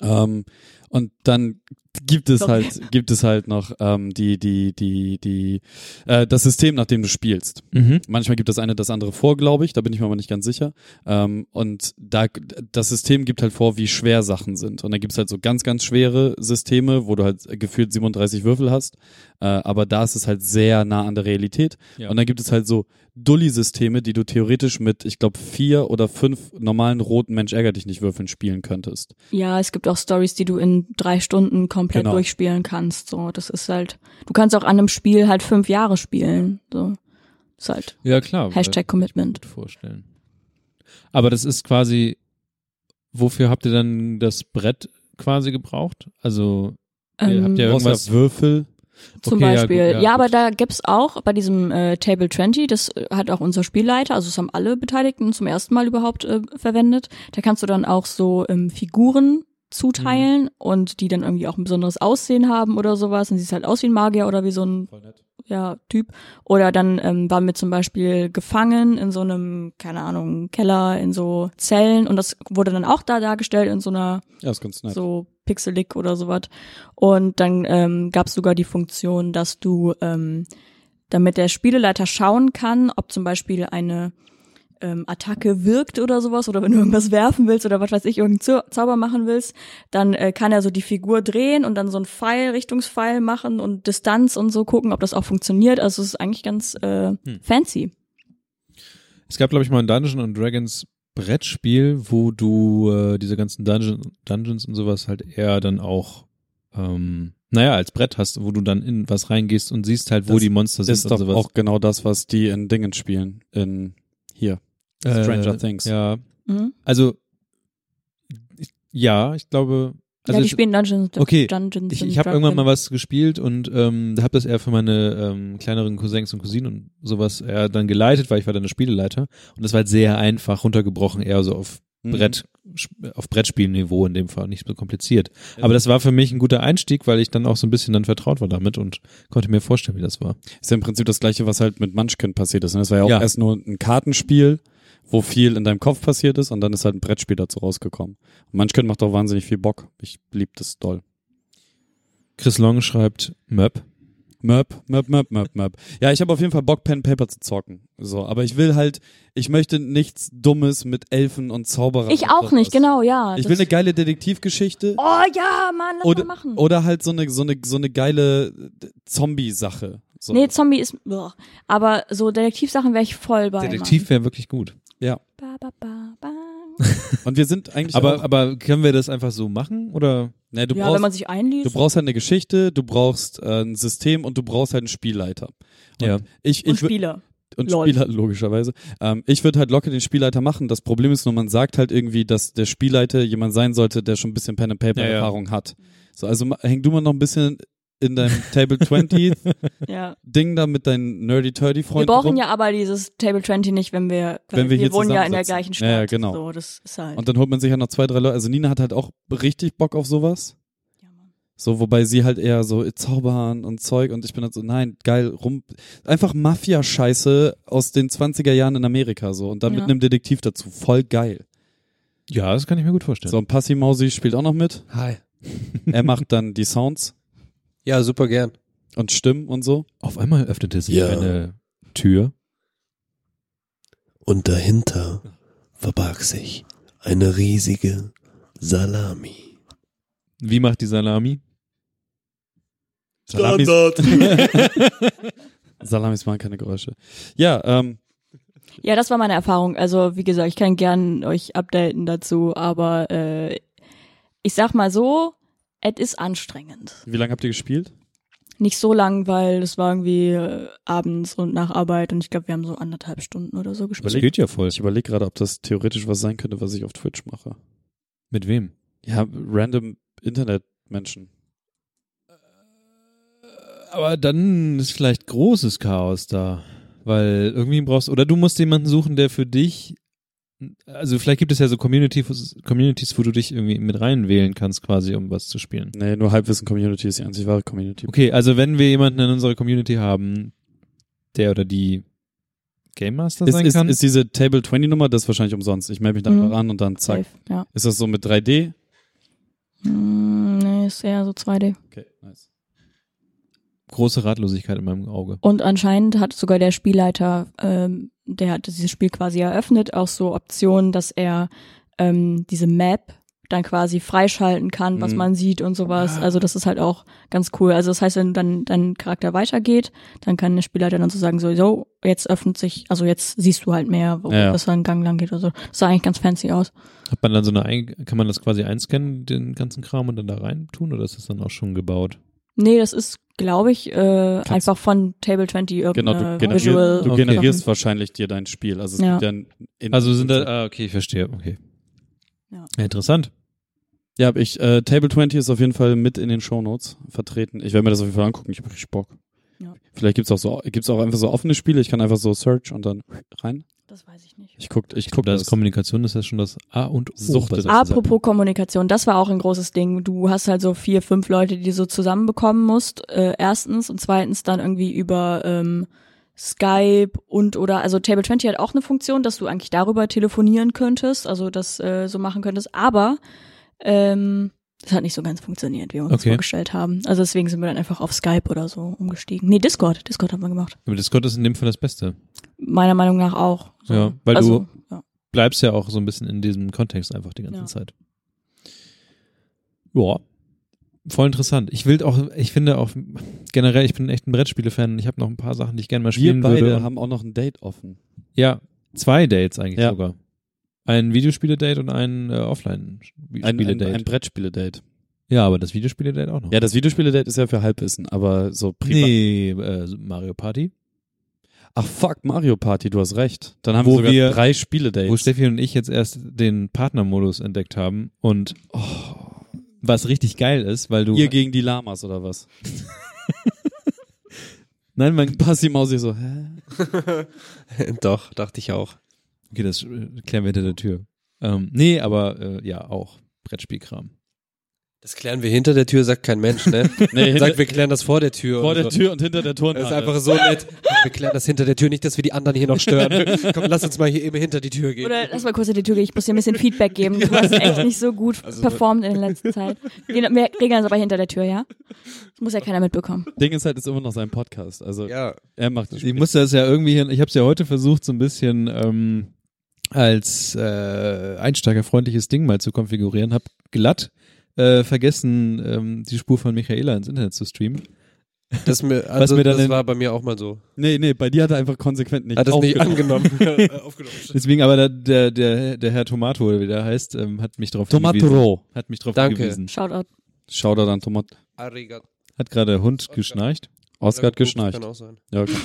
[SPEAKER 5] Ähm, und dann gibt es
[SPEAKER 6] Sorry.
[SPEAKER 5] halt, gibt es halt noch ähm, die, die, die, die, äh, das System, nach dem du spielst.
[SPEAKER 1] Mhm.
[SPEAKER 5] Manchmal gibt das eine das andere vor, glaube ich, da bin ich mir aber nicht ganz sicher. Ähm, und da das System gibt halt vor, wie schwer Sachen sind. Und dann gibt's halt so ganz, ganz schwere Systeme, wo du halt gefühlt 37 Würfel hast. Äh, aber da ist es halt sehr nah an der Realität.
[SPEAKER 1] Ja.
[SPEAKER 5] Und dann gibt es halt so Dulli-Systeme, die du theoretisch mit, ich glaube, vier oder fünf normalen roten Mensch ärger dich nicht würfeln spielen könntest.
[SPEAKER 6] Ja, es gibt auch Stories, die du in drei Stunden komplett
[SPEAKER 5] Genau.
[SPEAKER 6] durchspielen kannst. So, das ist halt. Du kannst auch an einem Spiel halt fünf Jahre spielen. So, ist halt
[SPEAKER 1] Ja, klar. weil-
[SPEAKER 6] Hashtag Commitment.
[SPEAKER 1] gut vorstellen. Aber das ist quasi, wofür habt ihr dann das Brett quasi gebraucht? Also, ihr
[SPEAKER 6] Ähm,
[SPEAKER 1] habt ja
[SPEAKER 5] Du brauchst
[SPEAKER 1] irgendwas.
[SPEAKER 5] ja Würfel.
[SPEAKER 6] Zum
[SPEAKER 1] Okay, ja,
[SPEAKER 6] Beispiel.
[SPEAKER 1] gut,
[SPEAKER 6] Ja,
[SPEAKER 1] ja,
[SPEAKER 6] aber
[SPEAKER 1] gut.
[SPEAKER 6] da gibt's auch bei diesem äh, Table 20, das äh, hat auch unser Spielleiter, also es haben alle Beteiligten zum ersten Mal überhaupt äh, verwendet. Da kannst du dann auch so ähm, Figuren
[SPEAKER 1] Mhm.
[SPEAKER 6] zuteilen und die dann irgendwie auch ein besonderes Aussehen haben oder sowas. Dann siehst du halt aus wie ein Magier oder wie so ein ja, Typ. Oder dann ähm, waren wir zum Beispiel gefangen in so einem, keine Ahnung, Keller, in so Zellen und das wurde dann auch da dargestellt in so einer
[SPEAKER 5] Ja, ist ganz nett.
[SPEAKER 6] so pixelig oder sowas. Und dann ähm, gab es sogar die Funktion, dass du, ähm, damit der Spieleleiter schauen kann, ob zum Beispiel eine ähm, Attacke wirkt oder sowas, oder wenn du irgendwas werfen willst oder was weiß ich, irgendeinen Zau Zauber machen willst, dann äh, kann er so die Figur drehen und dann so einen Pfeil, Richtungspfeil machen und Distanz und so gucken, ob das auch funktioniert. Also es ist eigentlich ganz äh,
[SPEAKER 1] Hm.
[SPEAKER 6] fancy.
[SPEAKER 1] Es gab, glaube ich, mal ein Dungeon und Dragons Brettspiel, wo du äh, diese ganzen Dungeon, Dungeons und sowas halt eher dann auch, ähm, naja, als Brett hast, wo du dann in was reingehst und siehst halt, wo
[SPEAKER 5] Das
[SPEAKER 1] die Monster sind
[SPEAKER 5] ist
[SPEAKER 1] und
[SPEAKER 5] doch
[SPEAKER 1] sowas.
[SPEAKER 5] auch genau das, was die in Dingen spielen. In hier. Stranger Things.
[SPEAKER 1] Äh, Ja,
[SPEAKER 6] Mhm.
[SPEAKER 1] also, ich, ja, ich glaube, also
[SPEAKER 6] ja, die
[SPEAKER 1] es-
[SPEAKER 6] spielen Dungeons,
[SPEAKER 1] Okay,
[SPEAKER 6] Dungeons
[SPEAKER 1] Ich,
[SPEAKER 6] and
[SPEAKER 1] ich habe
[SPEAKER 6] Dragons.
[SPEAKER 1] irgendwann mal was gespielt und ähm, habe das eher für meine ähm, kleineren Cousins und Cousinen und sowas eher dann geleitet, weil ich war dann der Spieleleiter. Und das war halt sehr einfach runtergebrochen, eher so auf
[SPEAKER 5] Mhm.
[SPEAKER 1] Brett, sp- auf Brettspielniveau in dem Fall, nicht so kompliziert. Aber das war für mich ein guter Einstieg, weil ich dann auch so ein bisschen dann vertraut war damit und konnte mir vorstellen, wie das war.
[SPEAKER 5] Ist ja im Prinzip das gleiche, was halt mit Munchkin passiert ist. ne? Das war ja auch
[SPEAKER 1] Ja.
[SPEAKER 5] erst nur ein Kartenspiel, wo viel in deinem Kopf passiert ist und dann ist halt ein Brettspiel dazu rausgekommen. Und Munchkin macht auch wahnsinnig viel Bock. Ich lieb das doll.
[SPEAKER 1] Chris Long schreibt Möp.
[SPEAKER 5] Möp, möp, möp, möp, möp. Ja, ich habe auf jeden Fall Bock, Pen and Paper zu zocken. So, aber ich will halt, ich möchte nichts Dummes mit Elfen und Zauberern.
[SPEAKER 6] Ich
[SPEAKER 5] und
[SPEAKER 6] auch nicht,
[SPEAKER 5] sowas.
[SPEAKER 6] genau, ja.
[SPEAKER 5] Ich
[SPEAKER 6] das-
[SPEAKER 5] will eine geile Detektivgeschichte.
[SPEAKER 6] Oh ja, Mann, lass
[SPEAKER 5] oder,
[SPEAKER 6] mal machen.
[SPEAKER 5] oder halt so eine, so eine, so eine geile äh, Zombie-Sache. So.
[SPEAKER 6] Nee, Zombie ist. Boah. Aber so Detektivsachen wäre ich voll bei.
[SPEAKER 1] Detektiv wäre wirklich gut.
[SPEAKER 6] Mann. Ba, ba, ba, ba.
[SPEAKER 5] und wir sind eigentlich
[SPEAKER 1] Aber,
[SPEAKER 5] auch,
[SPEAKER 1] aber können wir das einfach so machen oder?
[SPEAKER 5] nee, du
[SPEAKER 6] ja,
[SPEAKER 5] brauchst,
[SPEAKER 6] wenn man sich einliest.
[SPEAKER 5] Du brauchst halt eine Geschichte, du brauchst äh, ein System und du brauchst halt einen Spielleiter. Und
[SPEAKER 1] Ja.
[SPEAKER 5] Ich,
[SPEAKER 6] und
[SPEAKER 5] ich wür-
[SPEAKER 6] Spiele.
[SPEAKER 5] und
[SPEAKER 6] Lol.
[SPEAKER 5] Spieler logischerweise. Ähm, ich würde halt locker den Spielleiter machen. Das Problem ist nur, man sagt halt irgendwie, dass der Spielleiter jemand sein sollte, der schon ein bisschen Pen and Paper
[SPEAKER 1] Ja, ja.
[SPEAKER 5] Erfahrung hat. So, also ma- häng du mal noch ein bisschen in deinem Table 20
[SPEAKER 6] Ja.
[SPEAKER 5] Ding da mit deinen Nerdy Turdy
[SPEAKER 6] Wir
[SPEAKER 5] Freunden.
[SPEAKER 6] brauchen
[SPEAKER 5] rum.
[SPEAKER 6] ja aber dieses Table 20 nicht, wenn wir.
[SPEAKER 5] Wenn wir hier
[SPEAKER 6] wohnen ja in der
[SPEAKER 5] zusammensitzen.
[SPEAKER 6] gleichen Stadt.
[SPEAKER 5] Ja, ja, genau.
[SPEAKER 6] So, das ist halt.
[SPEAKER 5] Und dann holt man sich ja noch zwei, drei Leute. Also Nina hat halt auch richtig Bock auf sowas.
[SPEAKER 6] ja, Mann.
[SPEAKER 5] So, wobei sie halt eher so Zaubern und Zeug und ich bin halt so, nein, geil, rum. Einfach Mafia-Scheiße aus den 20er Jahren in Amerika so und dann mit
[SPEAKER 6] Ja.
[SPEAKER 5] einem Detektiv dazu. Voll geil.
[SPEAKER 1] Ja, das kann ich mir gut vorstellen.
[SPEAKER 5] So, und Passi Mausi spielt auch noch mit.
[SPEAKER 7] Hi.
[SPEAKER 5] Er macht dann die Sounds
[SPEAKER 7] Ja, super gern.
[SPEAKER 5] und Stimmen und so.
[SPEAKER 1] Auf einmal öffnete sich
[SPEAKER 8] Ja.
[SPEAKER 1] eine Tür.
[SPEAKER 8] Und dahinter verbarg sich eine riesige Salami.
[SPEAKER 1] Wie macht die Salami?
[SPEAKER 5] Salamis,
[SPEAKER 8] Standard.
[SPEAKER 5] Salamis machen keine Geräusche. Ja, ähm,
[SPEAKER 6] ja, das war meine Erfahrung. Also, wie gesagt, ich kann gern euch updaten dazu, aber äh, ich sag mal so, es ist anstrengend.
[SPEAKER 5] wie lange habt ihr gespielt?
[SPEAKER 6] Nicht so lang, weil es war irgendwie äh, abends und nach Arbeit und ich glaube, wir haben so anderthalb Stunden oder so
[SPEAKER 1] Das
[SPEAKER 6] gespielt.
[SPEAKER 1] geht ja voll.
[SPEAKER 5] Ich überlege gerade, ob das theoretisch was sein könnte, was ich auf Twitch mache.
[SPEAKER 1] Mit wem?
[SPEAKER 5] Ja, random Internetmenschen.
[SPEAKER 1] Aber dann ist vielleicht großes Chaos da, weil irgendwie brauchst oder du musst jemanden suchen, der für dich also vielleicht gibt es ja so Community, Communities, wo du dich irgendwie mit reinwählen kannst quasi, um was zu spielen.
[SPEAKER 5] Nee, nur Halbwissen Community ist die einzig wahre Community.
[SPEAKER 1] Okay, also wenn wir jemanden in unserer Community haben, der oder die Game Master
[SPEAKER 5] Ist,
[SPEAKER 1] sein
[SPEAKER 5] ist,
[SPEAKER 1] kann,
[SPEAKER 5] ist diese Table 20 Nummer, das ist wahrscheinlich umsonst. Ich melde mich dann
[SPEAKER 6] Mhm.
[SPEAKER 5] einfach an und dann zack.
[SPEAKER 6] Safe, ja.
[SPEAKER 5] Ist das so mit 3D?
[SPEAKER 6] Mm, nee, ist eher so 2D.
[SPEAKER 5] Okay, nice.
[SPEAKER 1] große Ratlosigkeit in meinem Auge.
[SPEAKER 6] Und anscheinend hat sogar der Spielleiter, ähm, der hat dieses Spiel quasi eröffnet, auch so Optionen, dass er ähm, diese Map dann quasi freischalten kann, was
[SPEAKER 5] Mhm.
[SPEAKER 6] man sieht und sowas. Also das ist halt auch ganz cool. Also das heißt, wenn dann dein Charakter weitergeht, dann kann der Spielleiter dann so sagen, so, so, jetzt öffnet sich, also jetzt siehst du halt mehr, wo
[SPEAKER 5] Ja.
[SPEAKER 6] das dann Gang lang geht oder so. Das sah eigentlich ganz fancy aus.
[SPEAKER 1] Hat man dann so eine, Ein- kann man das quasi einscannen, den ganzen Kram und dann da rein tun oder ist das dann auch schon gebaut?
[SPEAKER 6] Nee, das ist, glaube ich, äh, einfach von Table 20
[SPEAKER 5] Genau,
[SPEAKER 6] irgendeine genau,
[SPEAKER 5] du, gener
[SPEAKER 6] Visual.
[SPEAKER 5] du
[SPEAKER 1] Okay.
[SPEAKER 5] generierst wahrscheinlich dir dein Spiel. Also es
[SPEAKER 6] Ja.
[SPEAKER 5] gibt ja ein in-
[SPEAKER 1] Also sind da, ah, okay, ich verstehe, okay.
[SPEAKER 6] Ja.
[SPEAKER 1] Interessant.
[SPEAKER 5] Ja, hab ich, äh, Table 20 ist auf jeden Fall mit in den Shownotes vertreten. Ich werde mir das auf jeden Fall angucken, ich habe richtig Bock.
[SPEAKER 6] Ja.
[SPEAKER 5] Vielleicht gibt's auch so, gibt's auch einfach so offene Spiele, ich kann einfach so search und dann rein.
[SPEAKER 6] Das weiß ich nicht.
[SPEAKER 5] Ich guck, ich
[SPEAKER 1] Guck,
[SPEAKER 5] guck
[SPEAKER 1] da
[SPEAKER 5] das.
[SPEAKER 1] ist Kommunikation, das ist ja schon das A und O.
[SPEAKER 5] Sucht
[SPEAKER 1] bei
[SPEAKER 5] es.
[SPEAKER 1] solchen Sachen.
[SPEAKER 6] Apropos Kommunikation, das war auch ein großes Ding. Du hast halt so vier, fünf Leute, die du so zusammenbekommen musst, äh, erstens und zweitens dann irgendwie über ähm, Skype und oder, also Table 20 hat auch eine Funktion, dass du eigentlich darüber telefonieren könntest, also das äh, so machen könntest, aber ähm, das hat nicht so ganz funktioniert, wie wir uns
[SPEAKER 1] Okay.
[SPEAKER 6] vorgestellt haben. Also deswegen sind wir dann einfach auf Skype oder so umgestiegen. Nee, Discord, Discord haben wir gemacht.
[SPEAKER 1] Aber Discord ist in dem Fall das Beste.
[SPEAKER 6] Meiner Meinung nach auch. So.
[SPEAKER 1] Ja, weil
[SPEAKER 6] also,
[SPEAKER 1] du
[SPEAKER 6] ja.
[SPEAKER 1] bleibst ja auch so ein bisschen in diesem Kontext einfach die ganze
[SPEAKER 6] Ja.
[SPEAKER 1] Zeit. Ja. Voll interessant. Ich will auch, ich finde auch generell, ich bin echt ein Brettspiele-Fan und ich habe noch ein paar Sachen, die ich gerne mal
[SPEAKER 5] Wir
[SPEAKER 1] spielen würde.
[SPEAKER 5] beide
[SPEAKER 1] Und-
[SPEAKER 5] haben auch noch ein Date offen.
[SPEAKER 1] ja, zwei Dates eigentlich
[SPEAKER 5] Ja.
[SPEAKER 1] sogar. Ein Videospiele-Date und ein äh,
[SPEAKER 5] Ein, ein, ein
[SPEAKER 1] Offline-Spiele-Date.
[SPEAKER 5] Brettspiele-Date.
[SPEAKER 1] Ja, aber das Videospiele-Date auch noch.
[SPEAKER 5] Ja, das Videospiele-Date ist ja für Halbwissen, aber so privat.
[SPEAKER 1] nee, äh, Mario Party.
[SPEAKER 5] Ach fuck, Mario Party, du hast recht. Dann haben
[SPEAKER 1] Wo
[SPEAKER 5] wir sogar
[SPEAKER 1] wir-
[SPEAKER 5] drei Spiele-Dates.
[SPEAKER 1] Wo Steffi und ich jetzt erst den Partnermodus entdeckt haben und oh, was richtig geil ist, weil du
[SPEAKER 5] Ihr gegen die Lamas oder was?
[SPEAKER 1] Nein, man
[SPEAKER 5] Passi Mausi so, hä?
[SPEAKER 7] Doch, dachte ich auch.
[SPEAKER 1] Okay, das äh, klären wir hinter der Tür. Ähm, nee, aber äh, ja, auch Brettspielkram.
[SPEAKER 7] Das klären wir hinter der Tür, sagt kein Mensch, ne?
[SPEAKER 5] Nee, hinter,
[SPEAKER 7] Sagt, wir klären das vor der Tür.
[SPEAKER 5] vor
[SPEAKER 7] oder
[SPEAKER 5] der
[SPEAKER 7] so.
[SPEAKER 5] Tür und hinter der
[SPEAKER 7] Also, Das ist
[SPEAKER 5] Turnhalle.
[SPEAKER 7] einfach so nett. Wir klären das hinter der Tür, nicht, dass wir die anderen hier noch stören. Komm, lass uns mal hier eben hinter die Tür gehen.
[SPEAKER 6] Oder lass mal kurz in die Tür gehen, ich muss dir ein bisschen Feedback geben. Du hast echt nicht so gut performt in der letzten Zeit. Wir wir regeln das aber hinter der Tür, ja? Das muss ja keiner mitbekommen.
[SPEAKER 5] Ding ist halt, ist immer noch sein Podcast. Also
[SPEAKER 7] ja,
[SPEAKER 5] er macht das
[SPEAKER 1] Ich musste das ja irgendwie hin, ich habe es ja heute versucht, so ein bisschen ähm, als äh, einsteigerfreundliches Ding mal zu konfigurieren. Hab glatt äh, vergessen, ähm, die Spur von Michaela ins Internet zu streamen.
[SPEAKER 7] das, mir, also,
[SPEAKER 1] mir dann
[SPEAKER 7] das
[SPEAKER 1] in-
[SPEAKER 7] war bei mir auch mal so.
[SPEAKER 5] Nee, nee, bei dir hat er einfach konsequent nicht
[SPEAKER 7] Hat das nicht
[SPEAKER 5] aufgenommen.
[SPEAKER 7] angenommen.
[SPEAKER 1] Deswegen aber der, der, der, der Herr Tomato, oder wie der heißt, ähm, hat mich darauf hingewiesen.
[SPEAKER 5] Tomatoro.
[SPEAKER 1] Hat mich darauf
[SPEAKER 7] Danke.
[SPEAKER 1] hingewiesen.
[SPEAKER 6] Shoutout.
[SPEAKER 5] Schau da dann Tomat.
[SPEAKER 7] Arigato.
[SPEAKER 1] Hat gerade Hund geschnarcht.
[SPEAKER 5] Oscar hat geschnarcht.
[SPEAKER 7] Kann auch sein.
[SPEAKER 5] Ja, okay.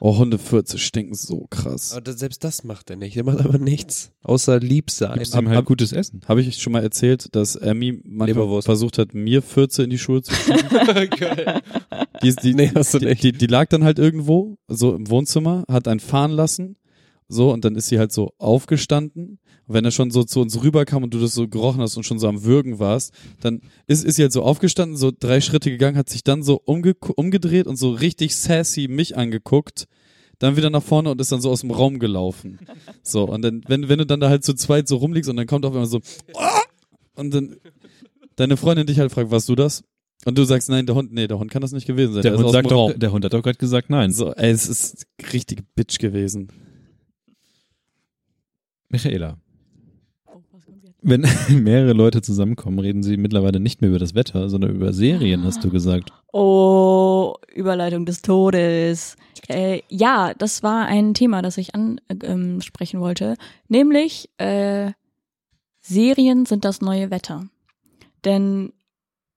[SPEAKER 5] Oh, Hundefürze stinken so krass.
[SPEAKER 7] Aber das, selbst das macht er nicht. Er macht aber nichts. Außer lieb sein.
[SPEAKER 1] Gibt's ihm halt gutes Essen.
[SPEAKER 5] Habe ich schon mal erzählt, dass Emmy manchmal
[SPEAKER 7] Leberwurst.
[SPEAKER 5] versucht hat, mir Fürze in die Schuhe zu
[SPEAKER 7] Geil.
[SPEAKER 5] Die, ist- die,
[SPEAKER 7] Nee, hast du
[SPEAKER 5] die,
[SPEAKER 7] nicht.
[SPEAKER 5] die, die lag dann halt irgendwo, so im Wohnzimmer, hat einen fahren lassen, so, und dann ist sie halt so aufgestanden. Und wenn er schon so zu uns rüberkam und du das so gerochen hast und schon so am Würgen warst, dann ist, ist sie halt so aufgestanden, so drei Schritte gegangen, hat sich dann so umge umgedreht und so richtig sassy mich angeguckt, dann wieder nach vorne und ist dann so aus dem Raum gelaufen. So, und dann, wenn, wenn du dann da halt zu zweit so rumliegst und dann kommt auf einmal so, "Ah!" und dann deine Freundin dich halt fragt, warst du das? Und du sagst, nein, der Hund, nee, der Hund kann das nicht gewesen sein.
[SPEAKER 1] Der
[SPEAKER 5] ist
[SPEAKER 1] Hund,
[SPEAKER 5] aus
[SPEAKER 1] sagt
[SPEAKER 5] dem Raum.
[SPEAKER 1] doch, der Hund hat doch gerade gesagt nein.
[SPEAKER 5] So, ey, es ist richtig Bitch gewesen.
[SPEAKER 1] Michaela. Wenn mehrere Leute zusammenkommen, reden sie mittlerweile nicht mehr über das Wetter, sondern über Serien, hast du gesagt.
[SPEAKER 6] Oh, Überleitung des Todes. Äh, ja, das war ein Thema, das ich ansprechen wollte. Nämlich, äh, Serien sind das neue Wetter. Denn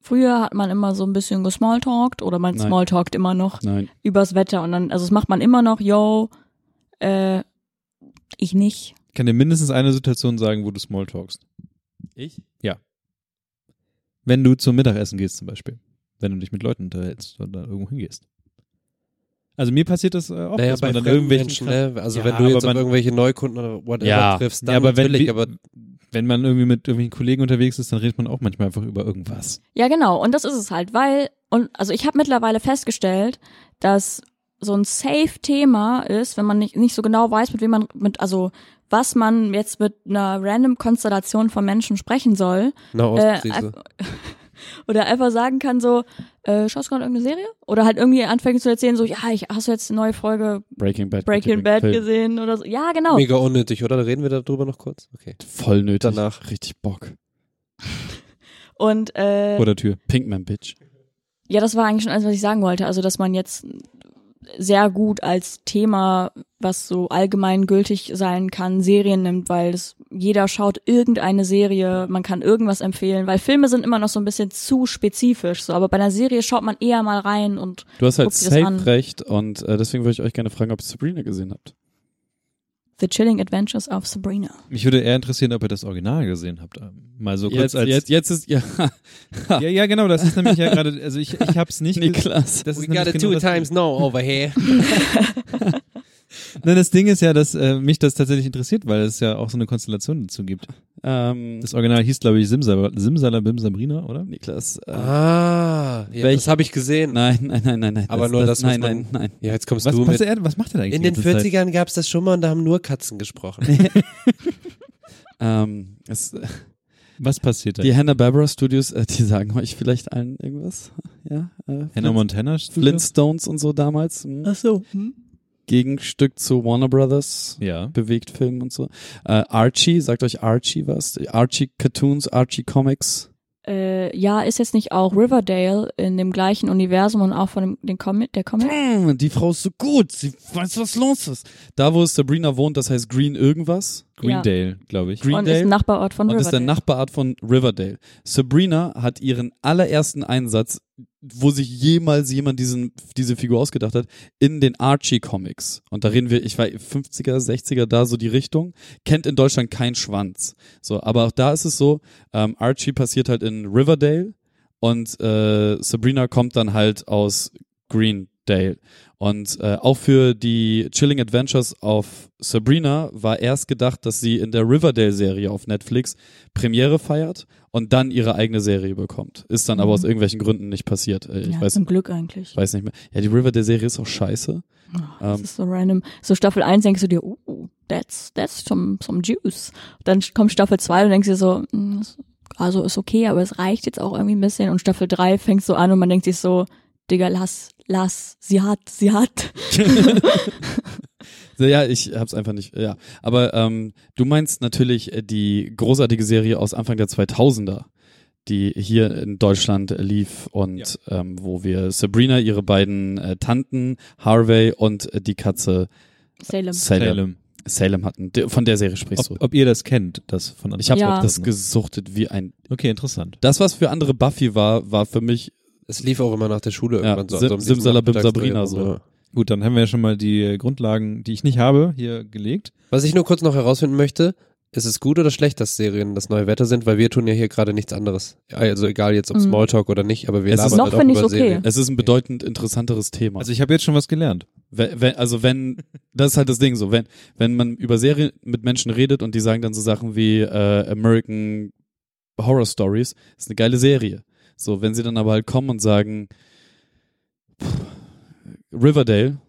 [SPEAKER 6] Früher hat man immer so ein bisschen gesmalltalkt oder man
[SPEAKER 5] Nein.
[SPEAKER 6] smalltalkt immer noch
[SPEAKER 5] Nein.
[SPEAKER 6] übers Wetter und dann, also das macht man immer noch, yo, äh, ich nicht.
[SPEAKER 1] Ich kann dir mindestens eine Situation sagen, wo du Smalltalkst.
[SPEAKER 5] Ich?
[SPEAKER 1] Wenn du zum Mittagessen gehst zum Beispiel. Wenn du dich mit Leuten unterhältst oder irgendwo hingehst. Also mir passiert das äh, oft,
[SPEAKER 7] Naja,
[SPEAKER 1] dass
[SPEAKER 7] bei
[SPEAKER 1] man dann
[SPEAKER 7] fremden
[SPEAKER 1] irgendwelchen
[SPEAKER 7] Menschen,
[SPEAKER 1] Kram-
[SPEAKER 7] ne? Also
[SPEAKER 1] Ja,
[SPEAKER 7] wenn du
[SPEAKER 1] aber
[SPEAKER 7] jetzt auf
[SPEAKER 1] man-
[SPEAKER 7] irgendwelche Neukunden oder whatever
[SPEAKER 5] Ja.
[SPEAKER 7] triffst, dann
[SPEAKER 1] Ja, aber wenn,
[SPEAKER 7] natürlich,
[SPEAKER 1] aber
[SPEAKER 7] aber
[SPEAKER 1] wenn man irgendwie mit irgendwelchen Kollegen unterwegs ist, dann redet man auch manchmal einfach über irgendwas.
[SPEAKER 6] Ja, genau. Und das ist es halt, weil, und also ich habe mittlerweile festgestellt, dass so ein Safe-Thema ist, wenn man nicht, nicht so genau weiß, mit wem man, mit, also was man jetzt mit einer random Konstellation von Menschen sprechen soll. Äh,
[SPEAKER 7] Nahostkrise.
[SPEAKER 6] einfach- oder einfach sagen kann so, äh, schaust du gerade irgendeine Serie? Oder halt irgendwie anfängt zu erzählen so, ja, ich hast du jetzt eine neue Folge
[SPEAKER 5] Breaking Bad.
[SPEAKER 6] Breaking Bad
[SPEAKER 5] Film.
[SPEAKER 6] gesehen oder so. Ja, genau.
[SPEAKER 7] Mega unnötig, oder? Da reden wir darüber noch kurz. Okay.
[SPEAKER 5] Voll nötig.
[SPEAKER 7] Danach.
[SPEAKER 5] Richtig Bock.
[SPEAKER 6] Und äh,
[SPEAKER 1] Vor der Tür.
[SPEAKER 5] Pinkman Bitch.
[SPEAKER 6] Ja, das war eigentlich schon alles, was ich sagen wollte. Also, dass man jetzt sehr gut als Thema, was so allgemein gültig sein kann, Serien nimmt, weil es, jeder schaut irgendeine Serie, man kann irgendwas empfehlen, weil Filme sind immer noch so ein bisschen zu spezifisch, so, aber bei einer Serie schaut man eher mal rein und
[SPEAKER 5] Du hast halt
[SPEAKER 6] Guck dir das an.
[SPEAKER 5] safe recht und äh, deswegen würde ich euch gerne fragen, ob ihr Sabrina gesehen habt.
[SPEAKER 6] The Chilling Adventures of Sabrina.
[SPEAKER 1] Mich würde eher interessieren, ob ihr das Original gesehen habt. Ähm, Mal so kurz
[SPEAKER 5] jetzt,
[SPEAKER 1] als.
[SPEAKER 5] jetzt, jetzt ist ja
[SPEAKER 1] Ja, ja, genau, das ist nämlich ja gerade, also ich, ich hab's nicht. ge-
[SPEAKER 5] Niklas.
[SPEAKER 1] Das
[SPEAKER 7] We
[SPEAKER 1] nämlich
[SPEAKER 7] got it
[SPEAKER 1] genau
[SPEAKER 7] two
[SPEAKER 1] das-
[SPEAKER 7] times no over here.
[SPEAKER 1] Nein, das Ding ist ja, dass äh, mich das tatsächlich interessiert, weil es ja auch so eine Konstellation dazu gibt.
[SPEAKER 5] Ähm,
[SPEAKER 1] Das Original hieß, glaube ich, Simsal Simsalabim Sabrina, oder?
[SPEAKER 5] Niklas. Äh,
[SPEAKER 7] Ah, ja,
[SPEAKER 5] Welch-
[SPEAKER 7] das habe ich gesehen.
[SPEAKER 5] Nein, nein, nein, nein, nein.
[SPEAKER 7] Aber nur das muss
[SPEAKER 5] nein,
[SPEAKER 7] man-
[SPEAKER 5] nein, nein.
[SPEAKER 7] Ja, jetzt kommst
[SPEAKER 1] Was,
[SPEAKER 7] du
[SPEAKER 1] was,
[SPEAKER 7] mit.
[SPEAKER 1] er, was macht er da eigentlich?
[SPEAKER 7] In den
[SPEAKER 1] die ganze Zeit?
[SPEAKER 7] 40ern gab es das schon mal und da haben nur Katzen gesprochen.
[SPEAKER 5] Ähm, es,
[SPEAKER 1] Was passiert da?
[SPEAKER 5] die Hanna-Barbera Studios, äh, die sagen euch vielleicht allen irgendwas. Ja. Äh,
[SPEAKER 1] Hannah
[SPEAKER 5] Flint-
[SPEAKER 1] Montana?
[SPEAKER 5] Flintstones und so damals. Hm.
[SPEAKER 6] Ach so.
[SPEAKER 5] Gegenstück zu Warner Brothers.
[SPEAKER 1] Ja.
[SPEAKER 5] bewegt Film und so. Äh, Archie, sagt euch Archie was? Archie Cartoons, Archie Comics.
[SPEAKER 6] Äh, ja, ist jetzt nicht auch Riverdale in dem gleichen Universum und auch von dem, den Comic, der Comic?
[SPEAKER 5] Mm, die Frau ist so gut, sie weiß, was los ist. Da, wo Sabrina wohnt, das heißt Green irgendwas.
[SPEAKER 1] Greendale, glaube ich.
[SPEAKER 5] Green-
[SPEAKER 6] Und ist ein
[SPEAKER 5] Riverdale?
[SPEAKER 6] Nachbarort von
[SPEAKER 5] Und ist der
[SPEAKER 6] Riverdale.
[SPEAKER 5] Nachbarart von Riverdale. Sabrina hat ihren allerersten Einsatz, wo sich jemals jemand diesen, diese Figur ausgedacht hat, in den Archie-Comics. Und da reden wir, ich war 50er, 60er, da so die Richtung. Kennt in Deutschland kein Schwanz. So, aber auch da ist es so, ähm, Archie passiert halt in Riverdale und äh, Sabrina kommt dann halt aus Greendale. Und äh, auch für die Chilling Adventures of Sabrina war erst gedacht, dass sie in der Riverdale-Serie auf Netflix Premiere feiert und dann ihre eigene Serie bekommt. Ist dann aber
[SPEAKER 6] Mhm.
[SPEAKER 5] aus irgendwelchen Gründen nicht passiert. Äh, ich
[SPEAKER 6] ja,
[SPEAKER 5] weiß,
[SPEAKER 6] zum Glück eigentlich.
[SPEAKER 5] weiß nicht mehr. Ja, die Riverdale-Serie ist auch scheiße.
[SPEAKER 6] Das
[SPEAKER 5] Ähm,
[SPEAKER 6] ist so random. So Staffel 1 denkst du dir, oh, that's, that's some, some juice. Dann kommt Staffel 2 und denkst dir so, mm, ist- also ist okay, aber es reicht jetzt auch irgendwie ein bisschen. Und Staffel 3 fängt so an und man denkt sich so, Digga, lass, lass, sie hat, sie hat.
[SPEAKER 5] ja, ich hab's einfach nicht. Ja, aber ähm, du meinst natürlich äh, die großartige Serie aus Anfang der 2000er, die hier in Deutschland lief und ähm, wo wir Sabrina, ihre beiden äh, Tanten Harvey und äh, die Katze
[SPEAKER 6] Salem.
[SPEAKER 5] Salem,
[SPEAKER 1] Salem.
[SPEAKER 5] Salem hatten. De- Von der Serie sprichst
[SPEAKER 1] Ob,
[SPEAKER 5] du.
[SPEAKER 1] ob ihr das kennt, das von
[SPEAKER 5] Ich habe
[SPEAKER 6] Ja.
[SPEAKER 5] das gesuchtet wie ein.
[SPEAKER 1] Okay, interessant.
[SPEAKER 5] Das, was für andere Buffy war, war für mich
[SPEAKER 7] Es lief auch immer nach der Schule
[SPEAKER 5] Ja,
[SPEAKER 7] irgendwann so.
[SPEAKER 5] Sim-
[SPEAKER 7] also um diesen
[SPEAKER 5] Simsalabim
[SPEAKER 7] Nachmittags-
[SPEAKER 5] Sabrina so.
[SPEAKER 7] Ja.
[SPEAKER 1] Gut, dann haben wir ja schon mal die äh, Grundlagen, die ich nicht habe, hier gelegt.
[SPEAKER 7] Was ich nur kurz noch herausfinden möchte, ist es gut oder schlecht, dass Serien das neue Wetter sind, weil wir tun ja hier gerade nichts anderes. Also egal jetzt ob
[SPEAKER 6] Mhm.
[SPEAKER 7] Smalltalk oder nicht, aber wir
[SPEAKER 5] Es ist-
[SPEAKER 7] labern
[SPEAKER 6] Noch
[SPEAKER 7] halt auch
[SPEAKER 6] finde
[SPEAKER 7] über
[SPEAKER 6] ich's okay.
[SPEAKER 7] Serien.
[SPEAKER 5] Es ist ein bedeutend interessanteres Thema.
[SPEAKER 1] Also
[SPEAKER 5] Also,
[SPEAKER 1] ich habe jetzt schon was gelernt.
[SPEAKER 5] wenn, wenn- also wenn, das ist halt das Ding so, wenn, wenn man über Serien mit Menschen redet und die sagen dann so Sachen wie äh, American Horror Stories, ist eine geile Serie. So, wenn sie dann aber halt kommen und sagen pff, Riverdale,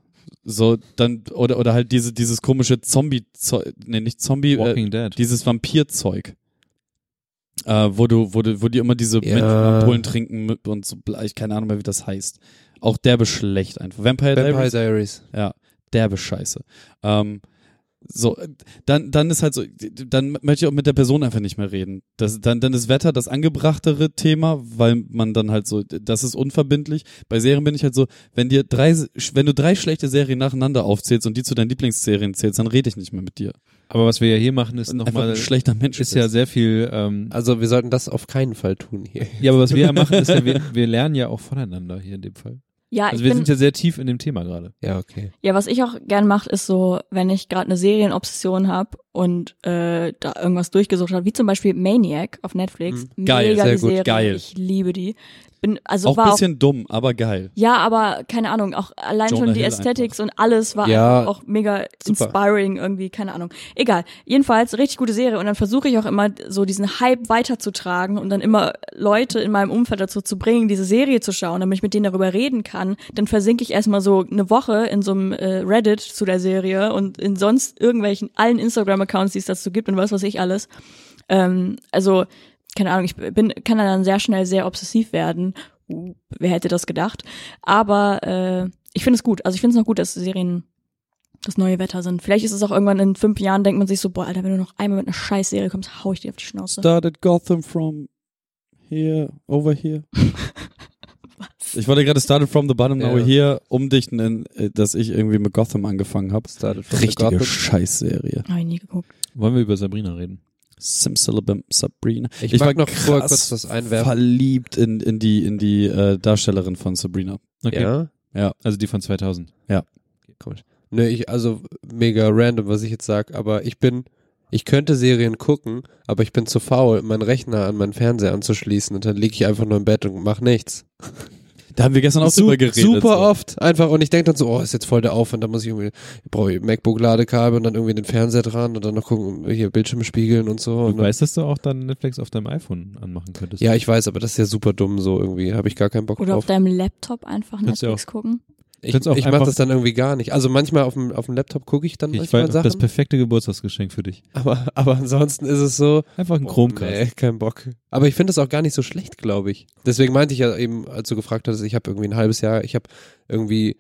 [SPEAKER 5] so dann oder oder halt diese dieses komische Zombie, nee nicht Zombie, äh,
[SPEAKER 1] Walking Dead.
[SPEAKER 5] dieses Vampirzeug. Äh, wo du, wo du, wo die immer diese
[SPEAKER 7] Ja.
[SPEAKER 5] Menschen Ampullen trinken mit und so, bla- ich keine Ahnung mehr, wie das heißt. Auch derbe schlecht einfach. Vampire,
[SPEAKER 7] Vampire
[SPEAKER 5] Diaries,
[SPEAKER 7] Diaries.
[SPEAKER 5] ja, derbe Scheiße. Ähm, so, äh, dann, dann ist halt so, dann möchte ich auch mit der Person einfach nicht mehr reden. Das, dann, dann ist Wetter das angebrachtere Thema, weil man dann halt so, das ist unverbindlich. Bei Serien bin ich halt so, wenn dir drei, wenn du drei schlechte Serien nacheinander aufzählst und die zu deinen Lieblingsserien zählst, dann rede ich nicht mehr mit dir.
[SPEAKER 1] Aber was wir ja hier machen, ist
[SPEAKER 5] Und einfach
[SPEAKER 1] nochmal,
[SPEAKER 5] ein schlechter Mensch
[SPEAKER 1] ist ja sehr viel, ähm,
[SPEAKER 7] Also wir sollten das auf keinen Fall tun hier.
[SPEAKER 1] ja, aber was wir ja machen, ist ja, wir, wir lernen ja auch voneinander hier in dem Fall.
[SPEAKER 6] Ja,
[SPEAKER 1] Also
[SPEAKER 6] Ah, ich
[SPEAKER 1] wir
[SPEAKER 6] bin,
[SPEAKER 1] sind ja sehr tief in dem Thema gerade.
[SPEAKER 7] Ja, okay.
[SPEAKER 6] Ja, was ich auch gern mache, ist so, wenn ich gerade eine Serienobsession habe und äh, da irgendwas durchgesucht habe, wie zum Beispiel Maniac auf Netflix.
[SPEAKER 5] Hm. Geil,
[SPEAKER 6] Mega
[SPEAKER 5] sehr
[SPEAKER 6] die
[SPEAKER 5] gut,
[SPEAKER 6] Serie.
[SPEAKER 5] geil.
[SPEAKER 6] Ich liebe die. Bin, also
[SPEAKER 5] auch
[SPEAKER 6] war
[SPEAKER 5] ein
[SPEAKER 6] auch,
[SPEAKER 5] bisschen dumm, aber geil.
[SPEAKER 6] ja, aber keine Ahnung, auch allein
[SPEAKER 5] Jonah
[SPEAKER 6] schon die
[SPEAKER 5] Hill
[SPEAKER 6] Aesthetics und alles war
[SPEAKER 7] Ja,
[SPEAKER 6] einfach auch mega
[SPEAKER 7] super.
[SPEAKER 6] inspiring irgendwie, keine Ahnung. Egal, jedenfalls richtig gute Serie und dann versuche ich auch immer so diesen Hype weiterzutragen und dann immer Leute in meinem Umfeld dazu zu bringen, diese Serie zu schauen, damit ich mit denen darüber reden kann. Dann versinke ich erstmal so eine Woche in so einem äh, Reddit zu der Serie und in sonst irgendwelchen allen Instagram-Accounts, die es dazu gibt und was weiß ich alles. Ähm, also, keine Ahnung, ich bin, kann dann sehr schnell sehr obsessiv werden. Uh, Wer hätte das gedacht? Aber äh, ich finde es gut. Also ich finde es noch gut, dass Serien das neue Wetter sind. Vielleicht ist es auch irgendwann in fünf Jahren, denkt man sich so, boah, Alter, wenn du noch einmal mit einer Scheißserie kommst, hau ich dir auf die Schnauze.
[SPEAKER 5] Started Gotham from here, over here.
[SPEAKER 6] Was?
[SPEAKER 5] Ich wollte gerade started from the bottom, now
[SPEAKER 7] Ja.
[SPEAKER 5] here umdichten, in, äh, dass ich irgendwie mit Gotham angefangen habe.
[SPEAKER 7] Started from the
[SPEAKER 5] Richtige
[SPEAKER 7] Gotham.
[SPEAKER 5] Scheißserie.
[SPEAKER 6] Hab ich nie geguckt.
[SPEAKER 1] Wollen wir über Sabrina reden?
[SPEAKER 5] Simsalabim, Sabrina.
[SPEAKER 7] Ich mag noch vorher kurz was einwerfen.
[SPEAKER 5] verliebt in, in die, in die äh, Darstellerin von Sabrina.
[SPEAKER 7] Ja.
[SPEAKER 1] Also die von 2000.
[SPEAKER 7] Komisch. Ne, ich, also mega random, was ich jetzt sag, aber ich bin, ich könnte Serien gucken, aber ich bin zu faul, meinen Rechner an meinen Fernseher anzuschließen und dann liege ich einfach nur im Bett und mach nichts.
[SPEAKER 5] Da haben wir gestern auch
[SPEAKER 7] Su-
[SPEAKER 5] drüber geredet.
[SPEAKER 7] Super
[SPEAKER 5] so.
[SPEAKER 7] oft. Einfach. Und ich denke dann so, oh, ist jetzt voll der Aufwand, da muss ich irgendwie, ich brauche MacBook-Ladekabel und dann irgendwie den Fernseher dran und dann noch gucken, hier Bildschirm spiegeln und so.
[SPEAKER 5] Oh,
[SPEAKER 1] Du
[SPEAKER 5] ne.
[SPEAKER 7] Und dann,
[SPEAKER 1] weißt, dass du auch dann Netflix auf deinem iPhone anmachen könntest.
[SPEAKER 7] ja, ich weiß, aber das ist ja super dumm so irgendwie. Habe ich gar keinen Bock
[SPEAKER 6] Oder auf
[SPEAKER 7] drauf.
[SPEAKER 6] deinem Laptop einfach
[SPEAKER 1] Kannst du
[SPEAKER 6] Netflix gucken.
[SPEAKER 7] Ich,
[SPEAKER 1] kannst auch
[SPEAKER 7] ich mach
[SPEAKER 1] einfach-
[SPEAKER 7] das dann irgendwie gar nicht. Also manchmal auf dem, auf dem Laptop gucke ich dann
[SPEAKER 1] Ich
[SPEAKER 7] manchmal
[SPEAKER 1] weiß, das
[SPEAKER 7] Sachen.
[SPEAKER 1] perfekte Geburtstagsgeschenk für dich.
[SPEAKER 7] Aber, aber ansonsten ist es so,
[SPEAKER 1] Einfach
[SPEAKER 5] Oh,
[SPEAKER 1] ein Chromecast.
[SPEAKER 7] Nee, kein Bock. Aber ich finde das auch gar nicht so schlecht, glaube ich. Deswegen meinte ich ja eben, als du gefragt hattest, ich habe irgendwie ein halbes Jahr, ich habe irgendwie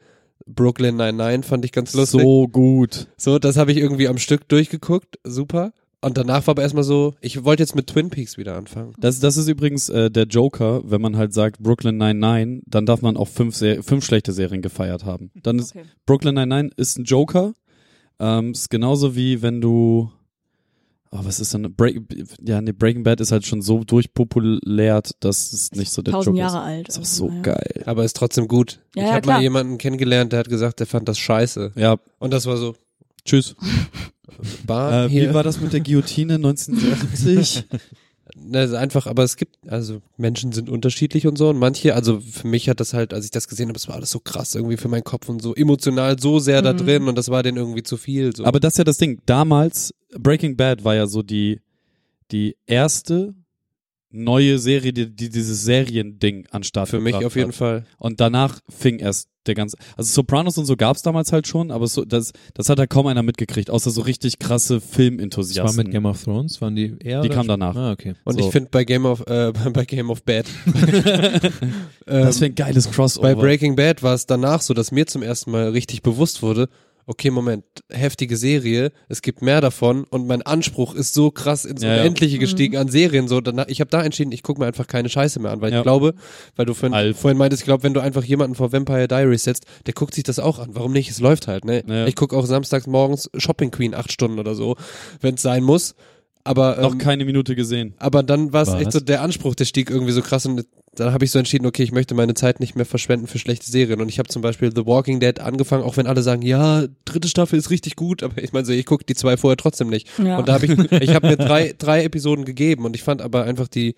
[SPEAKER 7] Brooklyn 99 fand ich ganz lustig. So,
[SPEAKER 5] So gut.
[SPEAKER 7] das habe ich irgendwie am Stück durchgeguckt, super. Und danach war aber erstmal so, ich wollte jetzt mit Twin Peaks wieder anfangen.
[SPEAKER 5] Das, das ist übrigens äh, der Joker, wenn man halt sagt Brooklyn 99, dann darf man auch fünf, Ser fünf schlechte Serien gefeiert haben. Dann ist
[SPEAKER 6] Okay.
[SPEAKER 5] Brooklyn 99 ist ein Joker. Ähm, ist genauso wie wenn du. Oh, was ist denn? Break, ja, nee, Breaking Bad ist halt schon so durchpopulärt, dass es nicht so der
[SPEAKER 6] Tausend
[SPEAKER 5] Joker
[SPEAKER 6] Jahre alt.
[SPEAKER 5] ist. Ist auch
[SPEAKER 6] Also,
[SPEAKER 5] so
[SPEAKER 6] ja.
[SPEAKER 5] geil.
[SPEAKER 7] Aber ist trotzdem gut.
[SPEAKER 6] Ja,
[SPEAKER 7] ich
[SPEAKER 6] ja,
[SPEAKER 7] habe
[SPEAKER 6] klar.
[SPEAKER 7] mal jemanden kennengelernt, der hat gesagt, der fand das scheiße.
[SPEAKER 5] Ja,
[SPEAKER 7] Und das war so,
[SPEAKER 5] tschüss.
[SPEAKER 7] Bar
[SPEAKER 5] Äh,
[SPEAKER 7] Ah, hier.
[SPEAKER 5] wie war das mit der Guillotine 1970?
[SPEAKER 7] Na, es ist ne, einfach, aber es gibt, also Menschen sind unterschiedlich und so und manche, also für mich hat das halt, als ich das gesehen habe, das war alles so krass irgendwie für meinen Kopf und so emotional so sehr da drin und das war denen irgendwie zu viel. So.
[SPEAKER 5] Mhm. Aber das ist ja das Ding. Damals, Breaking Bad war ja so die, die erste neue Serie, die, die dieses Seriending anstatt
[SPEAKER 7] für mich auf jeden
[SPEAKER 5] hat.
[SPEAKER 7] Fall.
[SPEAKER 5] Und danach fing erst der ganze. Also Sopranos und so gab's damals halt schon, aber so, das, das hat da kaum einer mitgekriegt, außer so richtig krasse
[SPEAKER 1] Das war mit
[SPEAKER 5] Filmenthusiasten.
[SPEAKER 1] Game of Thrones, waren die eher
[SPEAKER 5] Die
[SPEAKER 1] oder
[SPEAKER 5] kam
[SPEAKER 1] später?
[SPEAKER 5] danach.
[SPEAKER 1] Ah, okay.
[SPEAKER 7] Und
[SPEAKER 5] So.
[SPEAKER 7] ich finde bei Game of, äh, bei Game of Bad, ähm,
[SPEAKER 5] das wäre ein geiles Crossover.
[SPEAKER 7] bei Breaking Bad war es danach so, dass mir zum ersten Mal richtig bewusst wurde, okay, Moment, heftige Serie, es gibt mehr davon und mein Anspruch ist so krass ins
[SPEAKER 5] Ja, ja.
[SPEAKER 7] Unendliche gestiegen an Serien. So, danach, ich habe da entschieden, ich gucke mir einfach keine Scheiße mehr an, weil
[SPEAKER 5] Ja.
[SPEAKER 7] ich glaube, weil du vorhin,
[SPEAKER 5] Alf.
[SPEAKER 7] vorhin meintest, ich glaube, wenn du einfach jemanden vor Vampire Diaries setzt, der guckt sich das auch an. Warum nicht? Es läuft halt, ne?
[SPEAKER 5] Ja.
[SPEAKER 7] Ich gucke auch samstags morgens Shopping Queen acht Stunden oder so, wenn es sein muss. Aber
[SPEAKER 5] Noch
[SPEAKER 7] ähm,
[SPEAKER 5] keine Minute gesehen.
[SPEAKER 7] aber dann war es
[SPEAKER 1] Was?
[SPEAKER 7] echt so, der Anspruch, der stieg irgendwie so krass und dann habe ich so entschieden, okay, ich möchte meine Zeit nicht mehr verschwenden für schlechte Serien. Und ich habe zum Beispiel The Walking Dead angefangen, auch wenn alle sagen, ja, dritte Staffel ist richtig gut, aber ich meine so, ich gucke die zwei vorher trotzdem nicht.
[SPEAKER 6] Ja.
[SPEAKER 7] Und da habe ich, ich habe mir drei, drei Episoden gegeben und ich fand aber einfach die,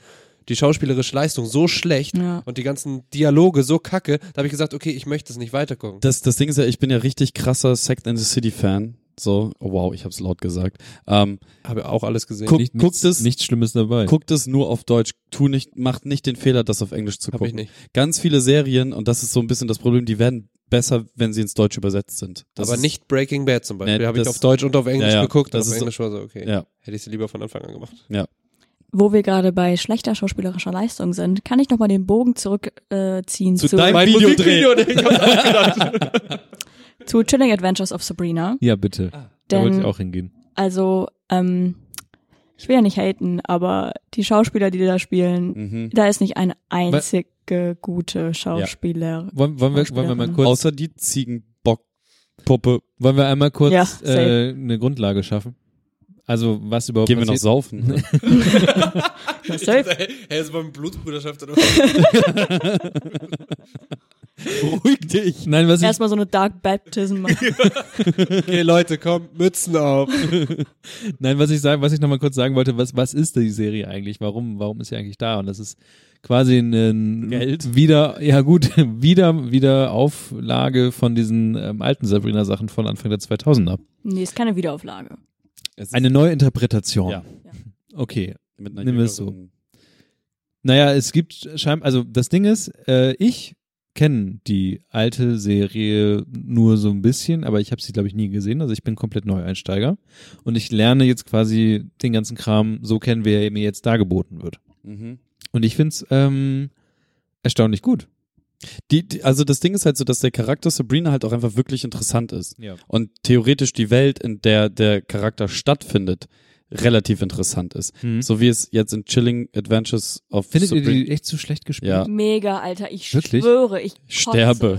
[SPEAKER 7] die schauspielerische Leistung so schlecht
[SPEAKER 6] Ja.
[SPEAKER 7] und die ganzen Dialoge so kacke, da habe ich gesagt, okay, ich möchte es nicht weitergucken.
[SPEAKER 5] Das, das Ding ist ja, ich bin ja richtig krasser Sect and the City Fan. So, oh wow, ich hab's laut gesagt. Ähm,
[SPEAKER 7] Habe auch alles gesehen.
[SPEAKER 5] guck,
[SPEAKER 7] Nicht-
[SPEAKER 5] guckt es,
[SPEAKER 1] Nichts Schlimmes dabei.
[SPEAKER 5] guckt es nur auf Deutsch. Tu nicht, macht nicht den Fehler, das auf Englisch zu
[SPEAKER 7] Hab
[SPEAKER 5] gucken.
[SPEAKER 7] ich nicht.
[SPEAKER 5] Ganz viele Serien, und das ist so ein bisschen das Problem, die werden besser, wenn sie ins Deutsche übersetzt sind. Das
[SPEAKER 7] aber
[SPEAKER 5] ist,
[SPEAKER 7] nicht Breaking Bad zum Beispiel.
[SPEAKER 5] Nee,
[SPEAKER 7] habe ich
[SPEAKER 5] das-
[SPEAKER 7] auf Deutsch und auf Englisch
[SPEAKER 5] Ja, ja,
[SPEAKER 7] geguckt. Und
[SPEAKER 5] das
[SPEAKER 7] auf
[SPEAKER 5] ist so-
[SPEAKER 7] Englisch war so, okay.
[SPEAKER 5] Ja.
[SPEAKER 7] Hätte ich sie lieber von Anfang an gemacht.
[SPEAKER 6] Wo wir gerade bei schlechter schauspielerischer Leistung sind, kann ich nochmal den Bogen zurückziehen äh, ziehen
[SPEAKER 5] Zu
[SPEAKER 6] zu,
[SPEAKER 5] deinem Video drehen.
[SPEAKER 6] zu Chilling Adventures of Sabrina.
[SPEAKER 1] Ja, bitte. da
[SPEAKER 6] Denn-
[SPEAKER 1] wollte ich auch hingehen.
[SPEAKER 6] Also, ähm, ich will ja nicht haten, aber die Schauspieler, die da spielen,
[SPEAKER 5] Mhm.
[SPEAKER 6] Da ist nicht eine einzige gute Schauspielerin.
[SPEAKER 1] Wollen, wollen, wir, wollen wir mal
[SPEAKER 6] Schauspielerin.
[SPEAKER 1] kurz,
[SPEAKER 5] Außer die Ziegenbockpuppe.
[SPEAKER 1] wollen wir einmal kurz
[SPEAKER 6] Ja,
[SPEAKER 1] äh,
[SPEAKER 6] safe.
[SPEAKER 1] eine Grundlage schaffen? Also was überhaupt
[SPEAKER 5] Gehen wir noch
[SPEAKER 1] passiert?
[SPEAKER 5] saufen? ne?
[SPEAKER 6] Safe.
[SPEAKER 7] Hey, ist beim Blutbruderschaft oder
[SPEAKER 5] Beruhig dich.
[SPEAKER 1] Nein, was ich,
[SPEAKER 6] Erstmal so eine Dark Baptism machen.
[SPEAKER 7] Okay, Leute, kommt, Mützen auf.
[SPEAKER 1] nein, was ich sagen, was ich nochmal kurz sagen wollte, was, was ist die Serie eigentlich? Warum, warum ist sie eigentlich da? Und das ist quasi ein, ein
[SPEAKER 5] Geld.
[SPEAKER 1] wieder, ja gut, wieder, wieder Auflage von diesen ähm, alten Sabrina-Sachen von Anfang der 2000er.
[SPEAKER 6] Nee, ist keine Wiederauflage.
[SPEAKER 1] Eine neue Interpretation.
[SPEAKER 5] Ja.
[SPEAKER 1] Okay.
[SPEAKER 5] Mit einer
[SPEAKER 1] Nimm es
[SPEAKER 5] jüngeren-
[SPEAKER 1] Naja, es gibt scheinbar, also das Ding ist, äh, ich kenne die alte Serie nur so ein bisschen, aber ich habe sie, glaube ich, nie gesehen. Also ich bin komplett Neueinsteiger und ich lerne jetzt quasi den ganzen Kram so kennen, wie er mir jetzt dargeboten wird.
[SPEAKER 5] Mhm.
[SPEAKER 1] Und ich find's ähm, erstaunlich gut.
[SPEAKER 5] Die, die, also das Ding ist halt so, dass der Charakter Sabrina halt auch einfach wirklich interessant ist.
[SPEAKER 1] Ja.
[SPEAKER 5] und theoretisch die Welt, in der der Charakter stattfindet, relativ interessant ist.
[SPEAKER 1] Mhm.
[SPEAKER 5] So wie es jetzt in Chilling Adventures of
[SPEAKER 1] Findet ihr
[SPEAKER 5] Sabrina-
[SPEAKER 1] die echt zu schlecht gespielt?
[SPEAKER 5] Ja.
[SPEAKER 6] Mega, Alter. Ich
[SPEAKER 1] Wirklich?
[SPEAKER 6] schwöre, ich kotze.
[SPEAKER 5] Sterbe.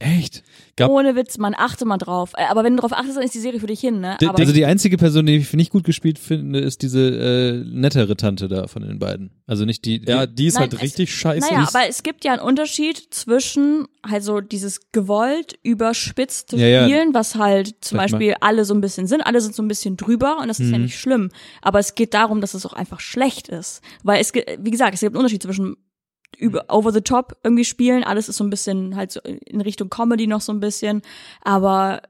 [SPEAKER 1] Echt?
[SPEAKER 5] Gab-
[SPEAKER 6] Ohne Witz, man achte mal drauf. Äh, Aber wenn du drauf achtest, dann ist die Serie für dich hin, ne?
[SPEAKER 5] Die-
[SPEAKER 6] Aber
[SPEAKER 1] Also die einzige Person, die ich nicht gut gespielt finde, ist diese äh, nettere Tante da von den beiden. Also nicht die.
[SPEAKER 5] Ja, die ist
[SPEAKER 6] Nein,
[SPEAKER 5] halt
[SPEAKER 6] es-
[SPEAKER 5] richtig scheiße. Die
[SPEAKER 6] naja,
[SPEAKER 5] ist-
[SPEAKER 6] aber es gibt ja einen Unterschied zwischen also dieses gewollt überspitzte
[SPEAKER 1] Ja, ja.
[SPEAKER 6] Spielen, was halt zum
[SPEAKER 1] Sag mal.
[SPEAKER 6] Beispiel alle so ein bisschen sind, alle sind so ein bisschen drüber und das ist ja nicht schlimm. Aber es geht darum, dass es auch einfach schlecht ist. Weil es, ge- wie gesagt, es gibt einen Unterschied zwischen über over the top irgendwie spielen, alles ist so ein bisschen halt so in Richtung Comedy noch so ein bisschen, aber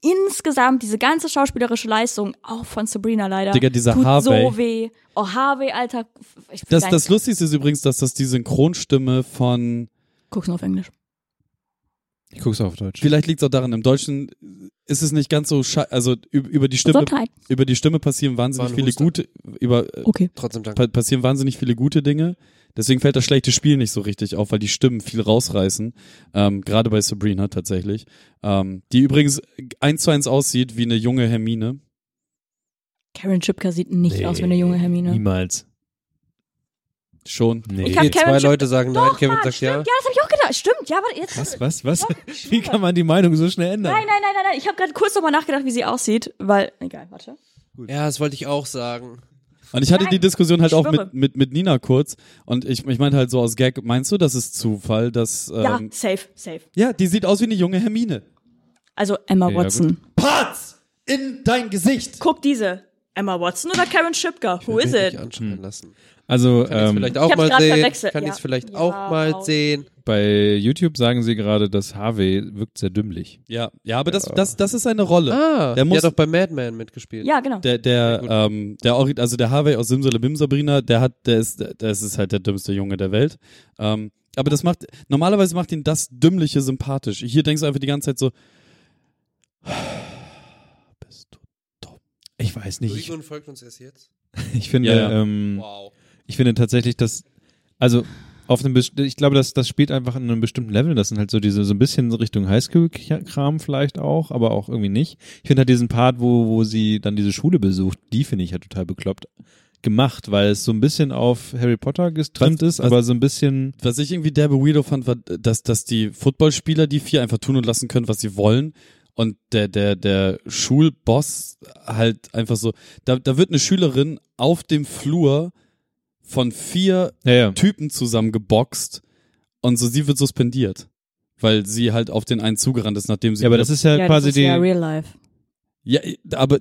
[SPEAKER 6] insgesamt diese ganze schauspielerische Leistung auch von Sabrina leider
[SPEAKER 5] Digga, dieser
[SPEAKER 6] tut
[SPEAKER 5] Harvey.
[SPEAKER 6] so weh. Oh Harvey, Alter, ich will
[SPEAKER 5] das,
[SPEAKER 6] gar nicht-
[SPEAKER 5] das Lustigste ist übrigens, dass das die Synchronstimme von,
[SPEAKER 6] guck's nur auf Englisch.
[SPEAKER 1] Ich guck's auf Deutsch.
[SPEAKER 5] vielleicht liegt es auch daran, im Deutschen ist es nicht ganz so, schei- also üb- über die Stimme,
[SPEAKER 6] Gesundheit.
[SPEAKER 5] über die Stimme passieren
[SPEAKER 7] War
[SPEAKER 5] wahnsinnig
[SPEAKER 7] ein
[SPEAKER 5] viele
[SPEAKER 7] Huster.
[SPEAKER 5] gute, über, äh,
[SPEAKER 6] Okay.
[SPEAKER 7] Trotzdem danke.
[SPEAKER 5] pa- passieren wahnsinnig viele gute Dinge. Deswegen fällt das schlechte Spiel nicht so richtig auf, weil die Stimmen viel rausreißen. Ähm, Gerade bei Sabrina tatsächlich. Ähm, die übrigens eins zu eins aussieht wie eine junge Hermine.
[SPEAKER 6] Karen Chipka sieht nicht aus wie eine junge Hermine.
[SPEAKER 1] Niemals.
[SPEAKER 5] Schon.
[SPEAKER 1] Nee.
[SPEAKER 6] Ich hab
[SPEAKER 7] Okay,
[SPEAKER 6] Kevin
[SPEAKER 7] zwei
[SPEAKER 6] schon-
[SPEAKER 7] Leute sagen nein, Kevin sagt ja.
[SPEAKER 6] Ah, Ja, das habe ich auch gedacht. Stimmt, ja, aber jetzt.
[SPEAKER 1] Was, was, was? Wie kann man die Meinung so schnell ändern?
[SPEAKER 6] Nein, nein, nein, nein, nein. Ich habe gerade kurz nochmal nachgedacht, wie sie aussieht, weil. Egal, warte.
[SPEAKER 7] Ja, das wollte ich auch sagen.
[SPEAKER 5] Und ich hatte die Diskussion halt
[SPEAKER 6] ich
[SPEAKER 5] auch
[SPEAKER 6] schwöre.
[SPEAKER 5] mit, mit, mit Nina kurz. Und ich, ich meinte halt so aus Gag, meinst du, das ist Zufall, dass.
[SPEAKER 6] Ja,
[SPEAKER 5] Ähm,
[SPEAKER 6] safe, safe.
[SPEAKER 5] ja. die sieht aus wie eine junge Hermine.
[SPEAKER 6] Also Emma
[SPEAKER 1] ja,
[SPEAKER 6] Watson.
[SPEAKER 5] Patz! In dein Gesicht!
[SPEAKER 6] Guck diese. Emma Watson oder Karen Chipka? Who is
[SPEAKER 7] Will ich
[SPEAKER 6] it? Hm.
[SPEAKER 7] anschreien lassen.
[SPEAKER 1] Also
[SPEAKER 7] Kann ich's
[SPEAKER 1] ähm,
[SPEAKER 7] vielleicht auch
[SPEAKER 6] hab's
[SPEAKER 7] mal
[SPEAKER 6] grad
[SPEAKER 7] sehen.
[SPEAKER 6] verwechselt,
[SPEAKER 7] Kann
[SPEAKER 6] ja.
[SPEAKER 7] ich's vielleicht
[SPEAKER 6] Ja,
[SPEAKER 7] auch mal
[SPEAKER 6] auch.
[SPEAKER 7] sehen.
[SPEAKER 1] bei YouTube sagen sie gerade, dass Harvey wirkt sehr dümmlich.
[SPEAKER 5] Ja, ja, aber das, das, das ist eine Rolle.
[SPEAKER 7] Ah,
[SPEAKER 5] der
[SPEAKER 7] der,
[SPEAKER 5] muss,
[SPEAKER 7] hat doch bei Madman mitgespielt.
[SPEAKER 6] Ja, genau.
[SPEAKER 5] Der, der,
[SPEAKER 7] Ja,
[SPEAKER 5] ähm, der, Ori- also der Harvey aus Simsalabim Sabrina, der hat, der ist, der- das ist halt der dümmste Junge der Welt. Ähm, aber das macht, normalerweise macht ihn das Dümmliche sympathisch. Hier denkst du einfach die ganze Zeit so, bist du.
[SPEAKER 1] Ich weiß nicht. Ich,
[SPEAKER 7] Sigrun folgt uns erst jetzt.
[SPEAKER 1] ich finde,
[SPEAKER 5] Ja, ja.
[SPEAKER 1] Ähm,
[SPEAKER 7] Wow.
[SPEAKER 1] ich finde tatsächlich, dass also auf einem, best- ich glaube, dass das spielt einfach in einem bestimmten Level. Das sind halt so diese so ein bisschen so Richtung Highschool-Kram vielleicht auch, aber auch irgendwie nicht. Ich finde halt diesen Part, wo wo sie dann diese Schule besucht, die finde ich ja halt total bekloppt gemacht, weil es so ein bisschen auf Harry Potter gestrimmt
[SPEAKER 5] Was-
[SPEAKER 1] ist,
[SPEAKER 5] was-
[SPEAKER 1] aber so ein bisschen
[SPEAKER 5] Was ich irgendwie derbe Weirdo fand, war, dass, dass die Footballspieler die vier einfach tun und lassen können, was sie wollen. Und der, der, der Schulboss halt einfach so, da, da wird eine Schülerin auf dem Flur von vier
[SPEAKER 1] ja, ja.
[SPEAKER 5] Typen zusammengeboxt und so sie wird suspendiert, weil sie halt auf den einen zugerannt ist, nachdem sie
[SPEAKER 1] Ja, aber das ist ja,
[SPEAKER 6] ja,
[SPEAKER 1] quasi
[SPEAKER 6] das ist ja
[SPEAKER 1] die
[SPEAKER 6] real life.
[SPEAKER 5] ja, aber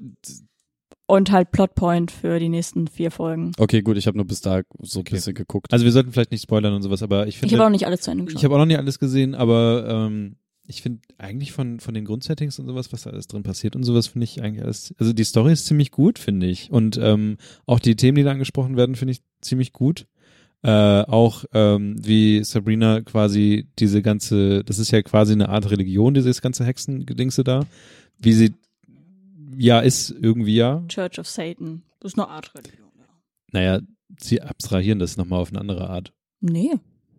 [SPEAKER 6] Und halt Plotpoint für die nächsten vier Folgen.
[SPEAKER 5] okay, gut, ich habe nur bis da so ein
[SPEAKER 1] Okay.
[SPEAKER 5] bisschen geguckt.
[SPEAKER 1] Also wir sollten vielleicht nicht spoilern und sowas, aber ich
[SPEAKER 6] Ich habe auch
[SPEAKER 1] finde,
[SPEAKER 6] nicht alles zu Ende
[SPEAKER 1] ich
[SPEAKER 6] geschaut.
[SPEAKER 1] habe auch noch nicht alles gesehen, aber ähm, ich finde eigentlich von, von den Grundsettings und sowas, was da alles drin passiert und sowas, finde ich eigentlich alles, also die Story ist ziemlich gut, finde ich. Und ähm, auch die Themen, die da angesprochen werden, finde ich ziemlich gut. Äh, auch ähm, wie Sabrina quasi diese ganze, das ist ja quasi eine Art Religion, dieses ganze Hexengedingse da, wie sie, ja, ist irgendwie ja,
[SPEAKER 6] Church of Satan. Das ist eine Art Religion. ja.
[SPEAKER 1] naja, sie abstrahieren das nochmal auf eine andere Art.
[SPEAKER 6] Nee.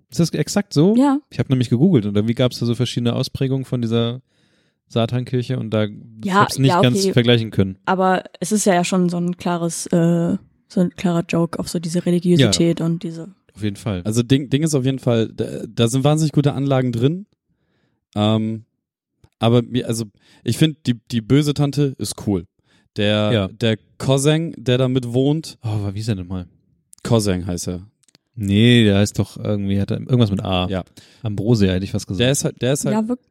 [SPEAKER 1] Ist das exakt so?
[SPEAKER 6] Ja.
[SPEAKER 1] Ich habe nämlich gegoogelt und irgendwie gab es da so verschiedene Ausprägungen von dieser Satankirche und da ich
[SPEAKER 6] Ja,
[SPEAKER 1] hab's nicht
[SPEAKER 6] ja, okay.
[SPEAKER 1] ganz vergleichen können.
[SPEAKER 6] aber es ist ja schon so ein klares, äh, so ein klarer Joke auf so diese Religiosität und diese.
[SPEAKER 1] Auf jeden Fall.
[SPEAKER 5] Also Ding, Ding ist auf jeden Fall, da, da sind wahnsinnig gute Anlagen drin. Ähm, aber mir, also ich finde die die böse Tante ist cool. Der,
[SPEAKER 1] Ja.
[SPEAKER 5] der Koseng, der damit wohnt,
[SPEAKER 1] Oh, aber wie ist er denn mal?
[SPEAKER 5] Koseng heißt er.
[SPEAKER 1] Nee, der heißt doch irgendwie, hat er irgendwas mit A.
[SPEAKER 5] Ja.
[SPEAKER 1] Ambrosia hätte ich fast gesagt.
[SPEAKER 5] Der ist halt, der ist halt,
[SPEAKER 6] Ja, wirklich.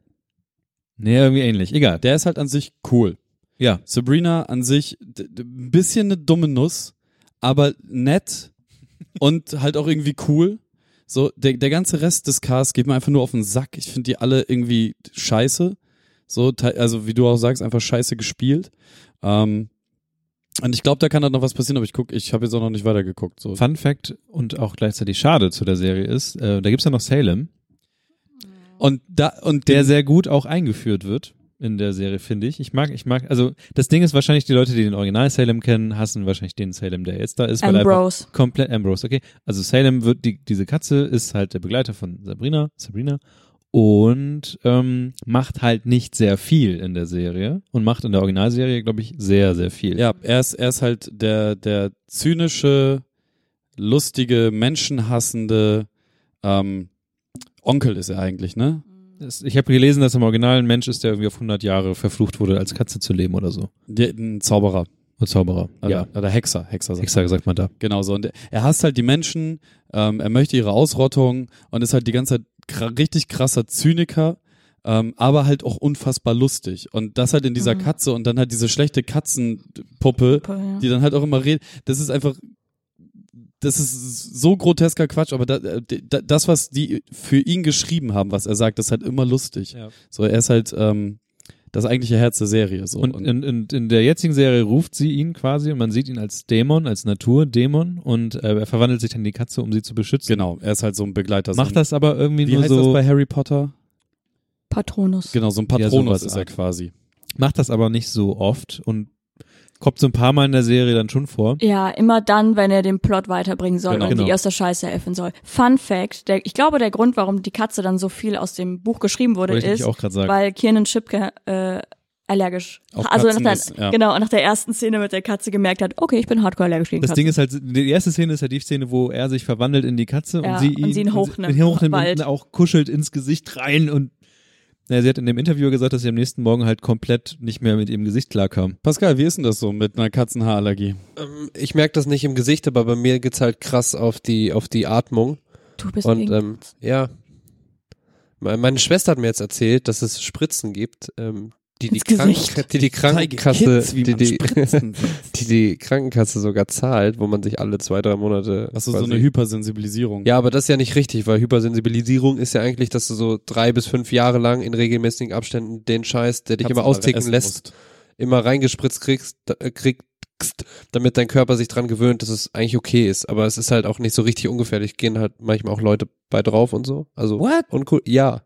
[SPEAKER 1] nee, irgendwie ähnlich. Egal.
[SPEAKER 5] der ist halt an sich cool.
[SPEAKER 1] ja.
[SPEAKER 5] Sabrina an sich d- d- ein bisschen eine dumme Nuss, aber nett und halt auch irgendwie cool. So, der, der ganze Rest des Casts geht mir einfach nur auf den Sack. Ich finde die alle irgendwie scheiße. So, te- also wie du auch sagst, einfach scheiße gespielt. Ähm, und ich glaube, da kann halt noch was passieren, aber ich guck, ich habe jetzt auch noch nicht weitergeguckt. So.
[SPEAKER 1] Fun Fact und auch gleichzeitig schade zu der Serie ist, äh, da gibt's ja noch Salem,
[SPEAKER 5] Und da, und
[SPEAKER 1] der sehr gut auch eingeführt wird in der Serie, finde ich. Ich mag, ich mag, also das Ding ist wahrscheinlich, die Leute, die den Original Salem kennen, hassen wahrscheinlich den Salem, der jetzt da ist. weil einfach-
[SPEAKER 6] Ambrose.
[SPEAKER 1] Komplett Ambrose, okay. Also Salem wird, die, diese Katze ist halt der Begleiter von Sabrina, Sabrina und ähm, macht halt nicht sehr viel in der Serie und macht in der Originalserie, glaube ich, sehr, sehr viel.
[SPEAKER 5] Ja, er ist, er ist halt der, der zynische, lustige, menschenhassende ähm, Onkel ist er eigentlich, ne?
[SPEAKER 1] Es- Ich habe gelesen, dass im Original ein Mensch ist, der irgendwie auf 100 Jahre verflucht wurde, als Katze zu leben oder so.
[SPEAKER 5] Der, ein Zauberer.
[SPEAKER 1] Und Zauberer.
[SPEAKER 5] Oder, oder Hexer, Hexer sagt
[SPEAKER 1] Extra gesagt man da.
[SPEAKER 5] Genau so. Und er hasst halt die Menschen, ähm, er möchte ihre Ausrottung und ist halt die ganze Zeit kra richtig krasser Zyniker, ähm, aber halt auch unfassbar lustig. Und das halt in dieser
[SPEAKER 6] Mhm.
[SPEAKER 5] Katze und dann halt diese schlechte Katzenpuppe,
[SPEAKER 6] Ja.
[SPEAKER 5] die dann halt auch immer redet. Das ist einfach, das ist so grotesker Quatsch, aber da, da, das, was die für ihn geschrieben haben, was er sagt, das ist halt immer lustig.
[SPEAKER 1] Ja.
[SPEAKER 5] So, er ist halt ähm, das eigentliche Herz der Serie. So.
[SPEAKER 1] Und in, in, in der jetzigen Serie ruft sie ihn quasi und man sieht ihn als Dämon, als Naturdämon und äh, er verwandelt sich dann in die Katze, um sie zu beschützen.
[SPEAKER 5] genau, er ist halt so ein Begleiter. so
[SPEAKER 1] Macht
[SPEAKER 5] ein,
[SPEAKER 1] das aber irgendwie
[SPEAKER 5] wie
[SPEAKER 1] nur
[SPEAKER 5] heißt
[SPEAKER 1] so.
[SPEAKER 5] das bei Harry Potter?
[SPEAKER 6] Patronus.
[SPEAKER 5] Genau, so ein
[SPEAKER 1] Ja,
[SPEAKER 5] Patronus
[SPEAKER 1] sowas
[SPEAKER 5] ist er
[SPEAKER 1] Art.
[SPEAKER 5] quasi.
[SPEAKER 1] macht das aber nicht so oft und kommt so ein paar Mal in der Serie dann schon vor.
[SPEAKER 6] Ja, immer dann, wenn er den Plot weiterbringen soll
[SPEAKER 5] Genau.
[SPEAKER 6] und
[SPEAKER 1] Genau.
[SPEAKER 6] die aus der Scheiße helfen soll. Fun Fact, der, ich glaube, der Grund, warum die Katze dann so viel aus dem Buch geschrieben wurde,
[SPEAKER 1] Wollte ich
[SPEAKER 6] ist,
[SPEAKER 1] nämlich auch gerade sagen.
[SPEAKER 6] weil Kiernan Schipke äh, allergisch.
[SPEAKER 5] Auf
[SPEAKER 6] also
[SPEAKER 5] Katzen
[SPEAKER 6] nach der,
[SPEAKER 5] ist, ja.
[SPEAKER 6] genau, nach der ersten Szene mit der Katze gemerkt hat, okay, ich bin hardcore allergisch gegen
[SPEAKER 1] Das
[SPEAKER 6] Katzen.
[SPEAKER 1] Ding ist halt, die erste Szene ist ja die Szene, wo er sich verwandelt in die Katze und
[SPEAKER 6] Ja,
[SPEAKER 1] sie ihn,
[SPEAKER 6] und sie ihn hochnimmt
[SPEAKER 1] ihn hochnimmt
[SPEAKER 6] im Wald.
[SPEAKER 1] und auch kuschelt ins Gesicht rein und na, sie hat in dem Interview gesagt, dass sie am nächsten Morgen halt komplett nicht mehr mit ihrem Gesicht klarkam.
[SPEAKER 5] Pascal, wie ist denn das so mit einer Katzenhaarallergie?
[SPEAKER 7] Ähm, ich merke das nicht im Gesicht, aber bei mir geht's halt krass auf die, auf die Atmung.
[SPEAKER 6] du bist
[SPEAKER 7] Und
[SPEAKER 6] gegen
[SPEAKER 7] ähm, ja, Me- meine Schwester hat mir jetzt erzählt, dass es Spritzen gibt, ähm, die die,
[SPEAKER 6] Ins Gesicht.
[SPEAKER 7] Krankenka- die, die Krankenkasse, die, die, die die Krankenkasse sogar zahlt, wo man sich alle zwei drei Monate.
[SPEAKER 5] Achso, so
[SPEAKER 7] quasi-
[SPEAKER 5] eine Hypersensibilisierung.
[SPEAKER 7] ja, aber das ist ja nicht richtig, weil Hypersensibilisierung ist ja eigentlich, dass du so drei bis fünf Jahre lang in regelmäßigen Abständen den Scheiß, der dich immer austicken lässt, immer reingespritzt kriegst, da- äh, kriegst, damit dein Körper sich dran gewöhnt, dass es eigentlich okay ist. Aber es ist halt auch nicht so richtig ungefährlich. Gehen halt manchmal auch Leute bei drauf und so. Also
[SPEAKER 5] What?
[SPEAKER 7] uncool. Ja,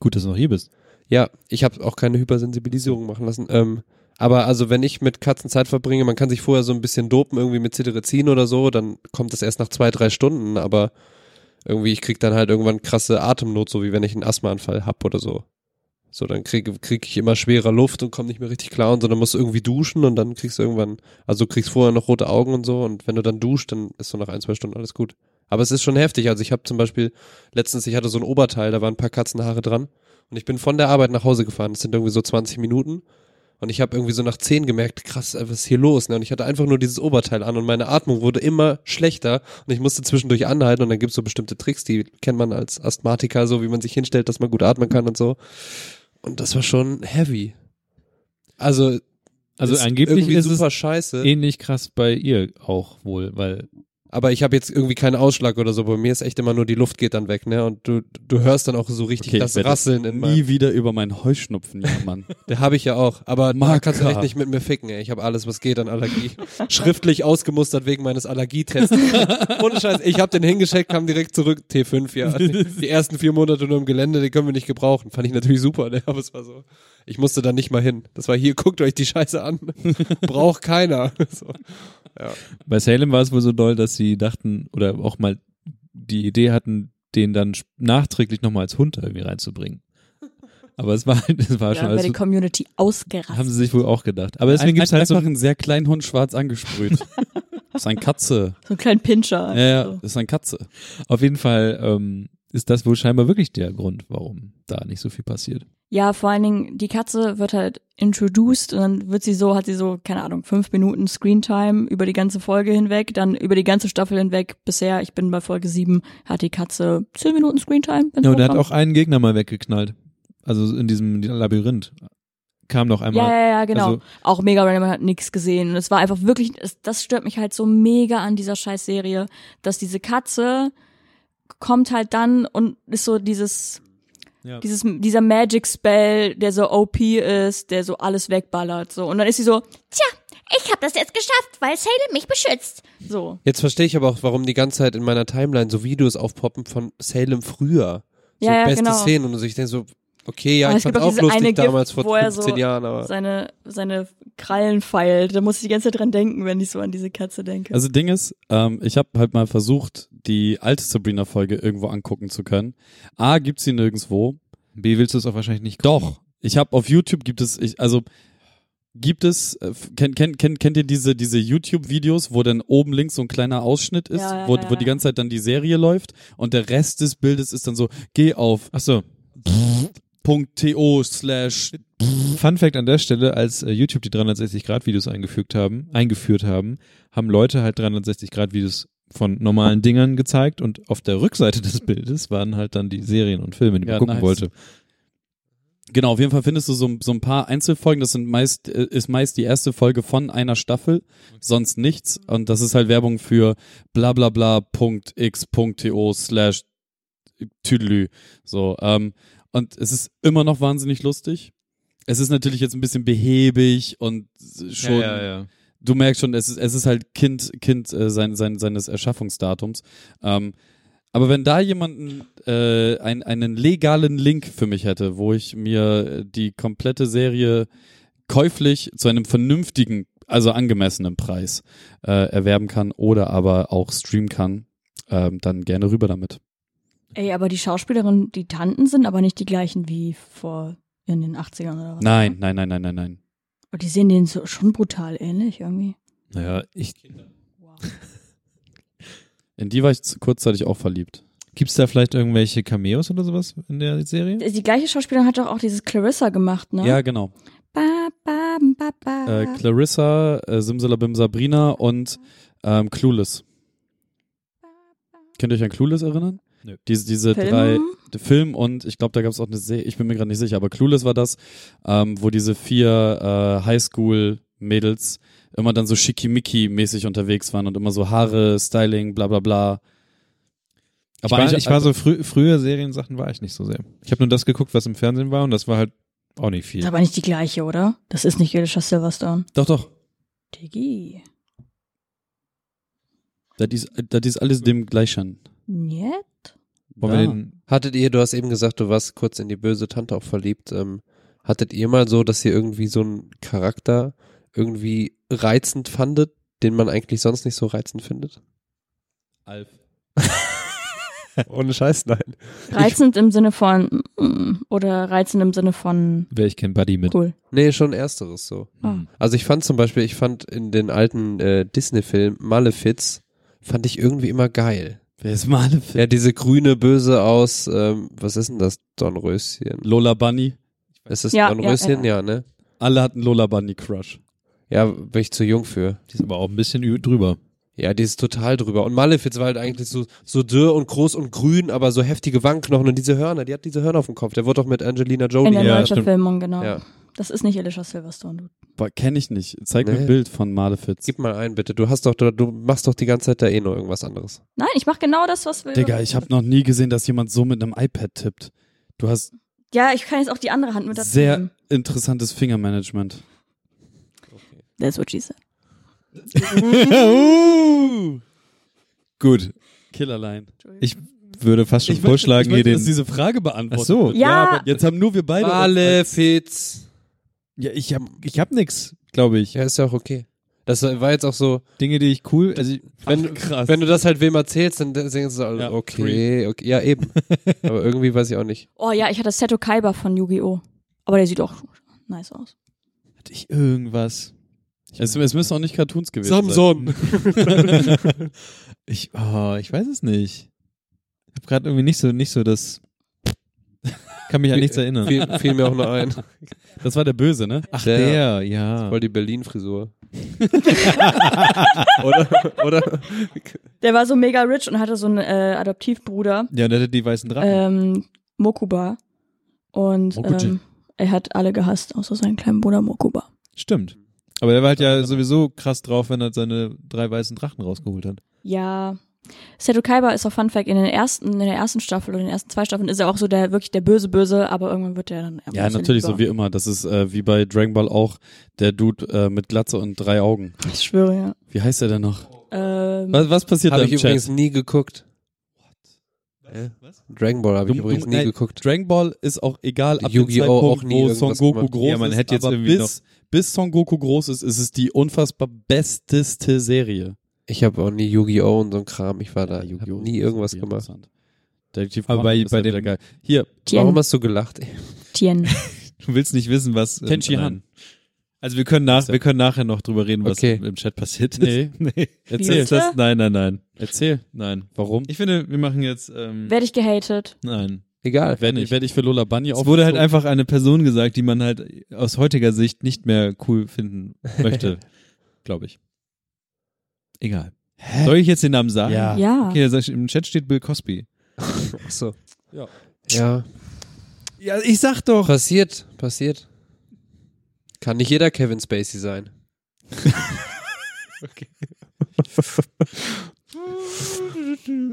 [SPEAKER 1] Gut, dass du noch hier bist.
[SPEAKER 7] ja. Ich habe auch keine Hypersensibilisierung machen lassen. Ähm, aber also wenn ich mit Katzen Zeit verbringe, man kann sich vorher so ein bisschen dopen, irgendwie mit Cetirizin oder so, dann kommt das erst nach zwei, drei Stunden. Aber irgendwie, ich krieg dann halt irgendwann krasse Atemnot, so wie wenn ich einen Asthmaanfall hab oder so. So, dann krieg, krieg ich immer schwerer Luft und komme nicht mehr richtig klar und so, dann musst du irgendwie duschen und dann kriegst du irgendwann, also du kriegst vorher noch rote Augen und so und wenn du dann duscht, dann ist so nach ein, zwei Stunden alles gut. Aber es ist schon heftig, also ich habe zum Beispiel letztens, ich hatte so ein Oberteil, da waren ein paar Katzenhaare dran und ich bin von der Arbeit nach Hause gefahren, das sind irgendwie so 20 Minuten und ich habe irgendwie so nach 10 gemerkt, krass, was ist hier los? Ne? Und ich hatte einfach nur dieses Oberteil an und meine Atmung wurde immer schlechter und ich musste zwischendurch anhalten und dann gibt's so bestimmte Tricks, die kennt man als Asthmatiker, so wie man sich hinstellt, dass man gut atmen kann und so. Und das war schon heavy. Also,
[SPEAKER 1] Also
[SPEAKER 7] ist
[SPEAKER 1] angeblich
[SPEAKER 7] irgendwie
[SPEAKER 1] ist
[SPEAKER 7] super
[SPEAKER 1] es
[SPEAKER 7] scheiße.
[SPEAKER 5] Eh-
[SPEAKER 1] ähnlich krass bei ihr auch wohl, weil
[SPEAKER 7] aber ich habe jetzt irgendwie keinen Ausschlag oder so. Bei mir ist echt immer nur die Luft geht dann weg, ne? Und du, du hörst dann auch so richtig
[SPEAKER 5] Okay,
[SPEAKER 7] das
[SPEAKER 5] ich werd
[SPEAKER 7] Rasseln in meinem.
[SPEAKER 5] Nie wieder über meinen Heuschnupfen jammern.
[SPEAKER 7] Der habe ich ja auch. Aber da
[SPEAKER 5] Marker.
[SPEAKER 7] kannst du echt nicht mit mir ficken, ey. Ich habe alles, was geht an Allergie. Schriftlich ausgemustert wegen meines Allergietests. Ohne Scheiß. Ich habe den hingeschickt, kam direkt zurück. T5, ja. Die ersten vier Monate nur im Gelände, die können wir nicht gebrauchen. Fand ich natürlich super, ne? Aber es war so. Ich musste da nicht mal hin. Das war hier, guckt euch die Scheiße an. Braucht keiner. So.
[SPEAKER 1] bei Salem war es wohl so doll, dass sie dachten oder auch mal die Idee hatten, den dann sch- nachträglich nochmal als Hund da irgendwie reinzubringen. Aber es war halt, es war
[SPEAKER 6] ja,
[SPEAKER 1] schon
[SPEAKER 6] bei
[SPEAKER 1] alles
[SPEAKER 6] der Community
[SPEAKER 1] Haben
[SPEAKER 6] ausgerastet.
[SPEAKER 1] sie sich wohl auch gedacht. Aber deswegen gibt's
[SPEAKER 5] Ein-
[SPEAKER 1] halt so.
[SPEAKER 5] einfach einen sehr kleinen Hund schwarz angesprüht. das ist ein Katze.
[SPEAKER 6] So einen kleinen Pinscher.
[SPEAKER 5] Ja, ja,
[SPEAKER 6] So.
[SPEAKER 5] das ist ein Katze.
[SPEAKER 1] Auf jeden Fall ähm, ist das wohl scheinbar wirklich der Grund, warum da nicht so viel passiert.
[SPEAKER 6] Ja, vor allen Dingen, die Katze wird halt introduced und dann wird sie so, hat sie so, keine Ahnung, fünf Minuten Screentime über die ganze Folge hinweg, dann über die ganze Staffel hinweg. Bisher, ich bin bei Folge sieben, hat die Katze zehn Minuten Screentime. wenn's
[SPEAKER 1] Ja, und er hat
[SPEAKER 6] hochkommt.
[SPEAKER 1] auch einen Gegner mal weggeknallt. Also in diesem Labyrinth kam noch einmal.
[SPEAKER 6] Ja, ja, ja, genau.
[SPEAKER 1] Also-
[SPEAKER 6] auch mega random, man hat nichts gesehen. Und es war einfach wirklich, es, das stört mich halt so mega an dieser Scheißserie, dass diese Katze kommt halt dann und ist so dieses,
[SPEAKER 1] Ja.
[SPEAKER 6] dieses, dieser Magic Spell, der so OP ist, der so alles wegballert, so. Und dann ist sie so,
[SPEAKER 4] Ich hab das jetzt geschafft, weil Salem mich beschützt.
[SPEAKER 6] so.
[SPEAKER 7] Jetzt verstehe ich aber auch, warum die ganze Zeit in meiner Timeline so Videos aufpoppen von Salem früher. So
[SPEAKER 6] Ja, ja,
[SPEAKER 7] beste
[SPEAKER 6] genau.
[SPEAKER 7] Szenen und so. Ich denke so, okay, ja,
[SPEAKER 6] Aber
[SPEAKER 7] ich
[SPEAKER 6] es gibt
[SPEAKER 7] fand's
[SPEAKER 6] auch
[SPEAKER 7] auch
[SPEAKER 6] diese eine
[SPEAKER 7] lustig
[SPEAKER 6] Gift,
[SPEAKER 7] damals vor
[SPEAKER 6] wo er
[SPEAKER 7] 15
[SPEAKER 6] so
[SPEAKER 7] Jahren, aber
[SPEAKER 6] Seine, seine Krallen feilt. Da muss ich die ganze Zeit dran denken, wenn ich so an diese Katze denke.
[SPEAKER 5] Also Ding ist, ähm, ich habe halt mal versucht, die alte Sabrina-Folge irgendwo angucken zu können. A, gibt's sie nirgendwo.
[SPEAKER 1] B willst du es auch wahrscheinlich nicht.
[SPEAKER 5] Doch. Ich habe auf YouTube gibt es, ich, also gibt es, äh, kennt, kennt, kennt, kennt ihr diese, diese YouTube-Videos, wo dann oben links so ein kleiner Ausschnitt ist,
[SPEAKER 6] Ja, ja,
[SPEAKER 5] wo,
[SPEAKER 6] ja,
[SPEAKER 5] wo
[SPEAKER 6] ja.
[SPEAKER 5] die ganze Zeit dann die Serie läuft und der Rest des Bildes ist dann so, geh auf
[SPEAKER 1] Ach so.
[SPEAKER 5] .to slash
[SPEAKER 1] Fun Fact an der Stelle, als äh, YouTube die 360-Grad-Videos eingefügt haben, eingeführt haben, haben Leute halt 360-Grad-Videos von normalen Dingern gezeigt und auf der Rückseite des Bildes waren halt dann die Serien und Filme, die man
[SPEAKER 5] Ja,
[SPEAKER 1] gucken
[SPEAKER 5] nice.
[SPEAKER 1] wollte.
[SPEAKER 5] Genau, auf jeden Fall findest du so, so ein paar Einzelfolgen. Das sind meist, äh, ist meist die erste Folge von einer Staffel, sonst nichts. Und das ist halt Werbung für bla bla bla Punkt X Punkt to slash tüdelü. So, ähm, und es ist immer noch wahnsinnig lustig. Es ist natürlich jetzt ein bisschen behäbig und schon,
[SPEAKER 1] ja.
[SPEAKER 5] du merkst schon, es ist, es ist halt Kind, Kind äh, sein, sein, seines Erschaffungsdatums. Ähm, aber wenn da jemanden äh, ein, einen legalen Link für mich hätte, wo ich mir äh, die komplette Serie käuflich zu einem vernünftigen, also angemessenen Preis äh, erwerben kann oder aber auch streamen kann, ähm, dann gerne rüber damit.
[SPEAKER 6] Ey, aber die Schauspielerinnen, die Tanten sind aber nicht die gleichen wie vor in den 80ern oder was?
[SPEAKER 5] Nein, nein, nein, nein, nein, nein.
[SPEAKER 6] Und die sehen denen so, schon brutal ähnlich irgendwie.
[SPEAKER 1] Naja, ich,
[SPEAKER 5] In die war ich zu- kurzzeitig auch verliebt.
[SPEAKER 1] gibt's da vielleicht irgendwelche Cameos oder sowas in der Serie?
[SPEAKER 6] Die gleiche Schauspielerin hat doch auch dieses Clarissa gemacht, ne?
[SPEAKER 5] Ja, genau.
[SPEAKER 6] Ba, ba, ba, ba.
[SPEAKER 5] Äh, Clarissa, äh, Simsalabim Sabrina und ähm, Clueless. Könnt ihr euch an Clueless erinnern?
[SPEAKER 1] Nö.
[SPEAKER 5] Diese, diese
[SPEAKER 6] Film?
[SPEAKER 5] drei der Film und ich glaube, da gab es auch eine Serie, ich bin mir gerade nicht sicher, aber Clueless war das, ähm, wo diese vier äh, Highschool-Mädels immer dann so schickimicki-mäßig unterwegs waren und immer so Haare, Styling, bla bla bla.
[SPEAKER 1] Aber ich war,
[SPEAKER 5] eigentlich- also
[SPEAKER 1] ich war so frü früher Seriensachen war ich nicht so sehr. Ich habe nur das geguckt, was im Fernsehen war und das war halt auch nicht
[SPEAKER 6] Ist
[SPEAKER 1] viel.
[SPEAKER 6] aber nicht die gleiche, oder? Das ist nicht Jüdischer Silverstone.
[SPEAKER 5] Doch, doch.
[SPEAKER 6] Diggi.
[SPEAKER 5] Das ist, das ist alles dem Gleichen.
[SPEAKER 6] Njet?
[SPEAKER 1] Wollen wir
[SPEAKER 5] Ah.
[SPEAKER 1] den,
[SPEAKER 7] hattet ihr, du hast eben gesagt, du warst kurz in die böse Tante auch verliebt, ähm, hattet ihr mal so, dass ihr irgendwie so einen Charakter irgendwie reizend fandet, den man eigentlich sonst nicht so reizend findet?
[SPEAKER 5] Alf.
[SPEAKER 7] Ohne Scheiß, nein.
[SPEAKER 6] Reizend im Sinne von mm, oder reizend im Sinne von
[SPEAKER 1] wer ich kenn, Buddy mit.
[SPEAKER 6] cool. Ah.
[SPEAKER 7] Nee, schon ersteres so.
[SPEAKER 1] Hm.
[SPEAKER 7] Also ich fand zum Beispiel, ich fand in den alten äh, Disney-Film Malefiz, fand ich irgendwie immer geil.
[SPEAKER 5] Wer ist Malefic?
[SPEAKER 7] Ja, diese grüne Böse aus, ähm, was ist denn das? Dornröschen.
[SPEAKER 5] Lola Bunny.
[SPEAKER 7] Ist es
[SPEAKER 6] Ja,
[SPEAKER 7] Dornröschen?
[SPEAKER 6] ja,
[SPEAKER 7] Ja, ne?
[SPEAKER 5] Alle hatten Lola Bunny Crush.
[SPEAKER 7] Ja, bin ich zu jung für.
[SPEAKER 1] Die ist aber auch ein bisschen ü- drüber.
[SPEAKER 7] Ja, die ist total drüber. Und Malefiz war halt eigentlich so, so dürr und groß und grün, aber so heftige Wangenknochen und diese Hörner, die hat diese Hörner auf dem Kopf. Der wurde doch mit Angelina
[SPEAKER 6] In
[SPEAKER 5] Oh,
[SPEAKER 7] Jolie.
[SPEAKER 6] der
[SPEAKER 1] Ja,
[SPEAKER 6] neuen
[SPEAKER 1] stimmt.
[SPEAKER 6] Verfilmung, genau.
[SPEAKER 7] Ja.
[SPEAKER 6] Das ist nicht Elisha Silverstone, du.
[SPEAKER 5] Boah, kenn ich nicht. Zeig mir
[SPEAKER 7] Nee.
[SPEAKER 5] ein Bild von Malefiz.
[SPEAKER 7] Gib mal ein, bitte. Du hast doch, du, du machst doch die ganze Zeit da eh nur irgendwas anderes.
[SPEAKER 6] Nein, ich mache genau das, was wir.
[SPEAKER 5] Digga, ich habe noch nie gesehen, dass jemand so mit einem iPad tippt. Du hast
[SPEAKER 6] Ja, ich kann jetzt auch die andere Hand mit dazu
[SPEAKER 5] sehr
[SPEAKER 6] nehmen.
[SPEAKER 5] interessantes Fingermanagement.
[SPEAKER 6] That's what she said.
[SPEAKER 1] Gut,
[SPEAKER 5] Killerline.
[SPEAKER 1] ich würde fast schon vorschlagen, hier den.
[SPEAKER 5] diese Frage beantwortet.
[SPEAKER 1] Ach so.
[SPEAKER 6] Ja. aber
[SPEAKER 5] Jetzt haben nur wir beide.
[SPEAKER 7] Malefiz.
[SPEAKER 1] Ja, ich hab, ich hab nix, glaube ich.
[SPEAKER 7] Ja, ist ja auch okay. Das war jetzt auch so,
[SPEAKER 1] Dinge, die ich cool, also ich-
[SPEAKER 7] wenn,
[SPEAKER 5] krass.
[SPEAKER 7] wenn du das halt wem erzählst, dann denkst du alle,
[SPEAKER 5] Ja,
[SPEAKER 7] okay, okay, ja eben. Aber irgendwie weiß ich auch nicht.
[SPEAKER 6] Oh ja, ich hatte Seto Kaiba von Yu-Gi-Oh! Aber der sieht auch nice aus.
[SPEAKER 1] hatte ich irgendwas.
[SPEAKER 5] es, es müssen auch nicht Cartoons gewesen
[SPEAKER 1] ich, oh, ich weiß es nicht. Ich habe gerade irgendwie nicht so, nicht so das. Kann mich an nichts erinnern.
[SPEAKER 7] Fiel, fiel mir auch nur ein.
[SPEAKER 5] Das war der Böse, ne?
[SPEAKER 1] Ach, der, ja.
[SPEAKER 7] Voll die Berlin-Frisur. oder, oder?
[SPEAKER 6] Der war so mega rich und hatte so einen äh, Adoptivbruder,
[SPEAKER 1] Ja, der hatte die weißen Drachen.
[SPEAKER 6] ähm, Mokuba. Und
[SPEAKER 5] Mokuje.
[SPEAKER 6] ähm, er hat alle gehasst, außer seinen kleinen Bruder Mokuba.
[SPEAKER 1] Stimmt. Aber der war halt ja sowieso krass drauf, wenn er seine drei weißen Drachen rausgeholt hat.
[SPEAKER 6] Ja. Seto Kaiba ist auch Fun Fact, in, den ersten, in der ersten Staffel oder in den ersten zwei Staffeln ist er auch so der wirklich der böse Böse, aber irgendwann wird er dann
[SPEAKER 5] Ja, natürlich, so wie
[SPEAKER 6] wir.
[SPEAKER 5] immer. Das ist äh, wie bei Dragon Ball auch der Dude äh, mit Glatze und drei Augen.
[SPEAKER 6] Ich schwöre, ja.
[SPEAKER 5] Wie heißt er denn noch?
[SPEAKER 6] Ähm,
[SPEAKER 5] Was, was passiert da
[SPEAKER 7] Habe
[SPEAKER 5] im
[SPEAKER 7] Oh. ich
[SPEAKER 5] Chat?
[SPEAKER 7] übrigens nie geguckt. Äh? Dragon Ball habe ich
[SPEAKER 5] Du-
[SPEAKER 7] übrigens
[SPEAKER 5] du-
[SPEAKER 7] nie
[SPEAKER 5] nein,
[SPEAKER 7] geguckt.
[SPEAKER 5] Dragon Ball ist auch egal, ab dem
[SPEAKER 7] Yu-Gi-Oh!
[SPEAKER 5] Zeitpunkt,
[SPEAKER 7] auch nie
[SPEAKER 5] wo Son
[SPEAKER 7] irgendwas
[SPEAKER 5] Goku
[SPEAKER 7] gemacht.
[SPEAKER 5] groß
[SPEAKER 1] Ja, man
[SPEAKER 5] ist,
[SPEAKER 1] hätte jetzt
[SPEAKER 5] aber
[SPEAKER 1] irgendwie
[SPEAKER 5] bis, bis Son Goku groß ist, ist es die unfassbar besteste Serie.
[SPEAKER 7] Ich habe auch nie Yu-Gi-Oh! und so ein Kram. Ich war da, ich habe
[SPEAKER 5] Yu-Gi-Oh!
[SPEAKER 7] nie
[SPEAKER 5] ist
[SPEAKER 7] irgendwas
[SPEAKER 5] irgendwie
[SPEAKER 7] gemacht.
[SPEAKER 5] interessant. Detektiv
[SPEAKER 1] Aber
[SPEAKER 5] Conan
[SPEAKER 1] bei-
[SPEAKER 5] ist
[SPEAKER 1] bei
[SPEAKER 5] ja
[SPEAKER 1] dem-
[SPEAKER 5] wieder geil. Hier,
[SPEAKER 6] Tien,
[SPEAKER 7] Warum hast du gelacht?
[SPEAKER 6] Tien.
[SPEAKER 1] Du willst nicht wissen, was. ähm,
[SPEAKER 5] Tenchi
[SPEAKER 1] nein.
[SPEAKER 5] Han.
[SPEAKER 1] Also wir können nach, wir können nachher noch drüber reden, was
[SPEAKER 7] Okay.
[SPEAKER 1] im Chat passiert ist.
[SPEAKER 5] Nee.
[SPEAKER 1] nee.
[SPEAKER 5] Erzähl.
[SPEAKER 1] Das, das, nein, nein, nein,
[SPEAKER 5] Erzähl.
[SPEAKER 1] nein.
[SPEAKER 5] Warum?
[SPEAKER 1] Ich finde, wir machen jetzt, ähm,
[SPEAKER 6] Werde ich gehatet.
[SPEAKER 1] nein.
[SPEAKER 7] Egal.
[SPEAKER 5] Werde ich, werd ich für Lola Bunny
[SPEAKER 1] Es wurde halt
[SPEAKER 5] aufgezogen?
[SPEAKER 1] einfach eine Person gesagt, die man halt aus heutiger Sicht nicht mehr cool finden möchte, glaube ich. Egal. Soll ich jetzt den Namen sagen?
[SPEAKER 5] Ja.
[SPEAKER 6] Ja.
[SPEAKER 1] Ah, Okay, sag ich- im Chat steht Bill Cosby.
[SPEAKER 7] Ach so.
[SPEAKER 5] Ja.
[SPEAKER 7] Ja.
[SPEAKER 1] Ja, ich sag doch.
[SPEAKER 7] Passiert, passiert. Kann nicht jeder Kevin Spacey sein.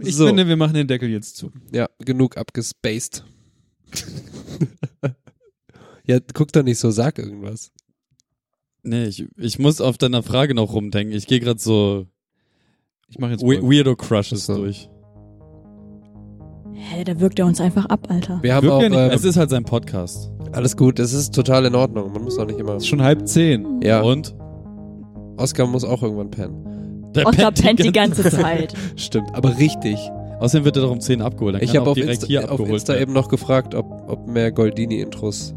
[SPEAKER 1] Ich
[SPEAKER 7] So.
[SPEAKER 1] finde, wir machen den Deckel jetzt zu.
[SPEAKER 7] Ja, genug abgespaced. ja, guck doch nicht so, sag irgendwas.
[SPEAKER 5] Nee, ich, ich muss auf deiner Frage noch rumdenken. Ich gehe gerade so
[SPEAKER 1] Ich mache jetzt.
[SPEAKER 5] We
[SPEAKER 1] Folgendes.
[SPEAKER 5] Weirdo Crushes
[SPEAKER 7] Ach so.
[SPEAKER 5] durch.
[SPEAKER 6] Hä, da wirkt er uns einfach ab, Alter.
[SPEAKER 7] Wir haben
[SPEAKER 1] Wirkt
[SPEAKER 7] auch,
[SPEAKER 1] ja nicht- Also
[SPEAKER 7] ähm,
[SPEAKER 5] Es ist halt sein Podcast.
[SPEAKER 7] alles gut, es ist total in Ordnung. Man muss doch nicht immer.
[SPEAKER 1] Ist schon halb zehn.
[SPEAKER 7] Ja,
[SPEAKER 5] Und
[SPEAKER 7] Oscar muss auch irgendwann pennen.
[SPEAKER 5] der
[SPEAKER 6] Otter
[SPEAKER 5] pennt die
[SPEAKER 6] pennt die
[SPEAKER 5] ganze-
[SPEAKER 6] ganze Zeit.
[SPEAKER 7] Stimmt, aber richtig.
[SPEAKER 5] Außerdem wird er doch um 10 abgeholt. Dann
[SPEAKER 7] Ich
[SPEAKER 5] kann
[SPEAKER 7] habe
[SPEAKER 5] er auch
[SPEAKER 7] auf,
[SPEAKER 5] direkt
[SPEAKER 7] Insta,
[SPEAKER 5] hier
[SPEAKER 7] auf
[SPEAKER 5] abgeholt
[SPEAKER 7] Insta
[SPEAKER 5] werden.
[SPEAKER 7] eben noch gefragt, ob, ob mehr Goldini-Intros.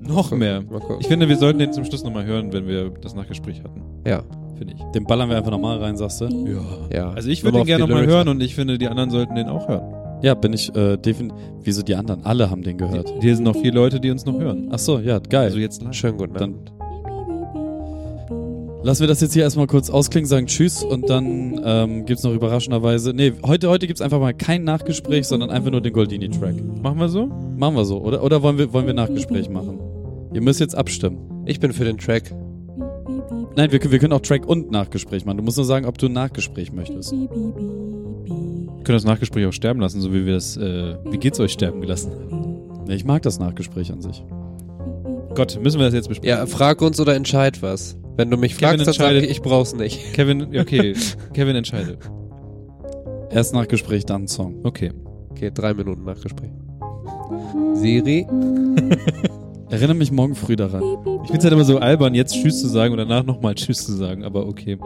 [SPEAKER 1] Noch mehr.
[SPEAKER 7] Mal gucken.
[SPEAKER 1] Ich finde, wir sollten den zum Schluss nochmal hören, wenn wir das Nachgespräch hatten.
[SPEAKER 7] Ja,
[SPEAKER 1] Finde ich.
[SPEAKER 5] Den ballern wir einfach nochmal rein, sagst du?
[SPEAKER 1] Ja.
[SPEAKER 7] ja.
[SPEAKER 1] Also ich
[SPEAKER 7] Nur
[SPEAKER 1] würde den
[SPEAKER 7] auf
[SPEAKER 1] gerne
[SPEAKER 7] die
[SPEAKER 1] nochmal
[SPEAKER 7] Lyrics
[SPEAKER 1] hören und ich finde, die anderen sollten den auch hören.
[SPEAKER 5] Ja, bin ich äh, definitiv. Wieso die anderen? Alle haben den gehört.
[SPEAKER 1] Hier sind noch vier Leute, die uns noch hören.
[SPEAKER 5] Ach so, ja, geil.
[SPEAKER 1] Also jetzt live.
[SPEAKER 7] Schönen guten
[SPEAKER 5] Dann-
[SPEAKER 7] Abend.
[SPEAKER 5] Lassen wir das jetzt hier erstmal kurz ausklingen, sagen Tschüss und dann ähm, gibt's noch überraschenderweise. Nee, heute, heute gibt's einfach mal kein Nachgespräch, sondern einfach nur den Goldini-Track.
[SPEAKER 1] Machen wir so?
[SPEAKER 5] Machen wir so, oder? Oder wollen wir, wollen wir Nachgespräch machen? Ihr müsst jetzt abstimmen.
[SPEAKER 7] Ich bin für den Track.
[SPEAKER 5] Nein, wir, können- wir können auch Track und Nachgespräch machen. Du musst nur sagen, ob du ein Nachgespräch möchtest.
[SPEAKER 1] Wir können das Nachgespräch auch sterben lassen, so wie wir das, äh, wie geht's euch sterben gelassen haben.
[SPEAKER 5] Nee, ich mag das Nachgespräch an sich.
[SPEAKER 1] Gott, müssen wir das jetzt
[SPEAKER 7] Ja,
[SPEAKER 1] besprechen?
[SPEAKER 7] frag uns oder entscheid was. Wenn du mich
[SPEAKER 1] Kevin
[SPEAKER 7] fragst, dann sag ich,
[SPEAKER 1] entscheidet.
[SPEAKER 7] ich brauch's nicht.
[SPEAKER 1] Kevin, ja, okay. Kevin entscheidet.
[SPEAKER 5] Erst Nachgespräch, dann Song.
[SPEAKER 1] Okay.
[SPEAKER 7] Okay, drei Minuten Nachgespräch. Siri?
[SPEAKER 5] Erinnere mich morgen früh daran.
[SPEAKER 1] Ich find's halt immer so albern, jetzt Tschüss zu sagen und danach nochmal Tschüss zu sagen, aber okay.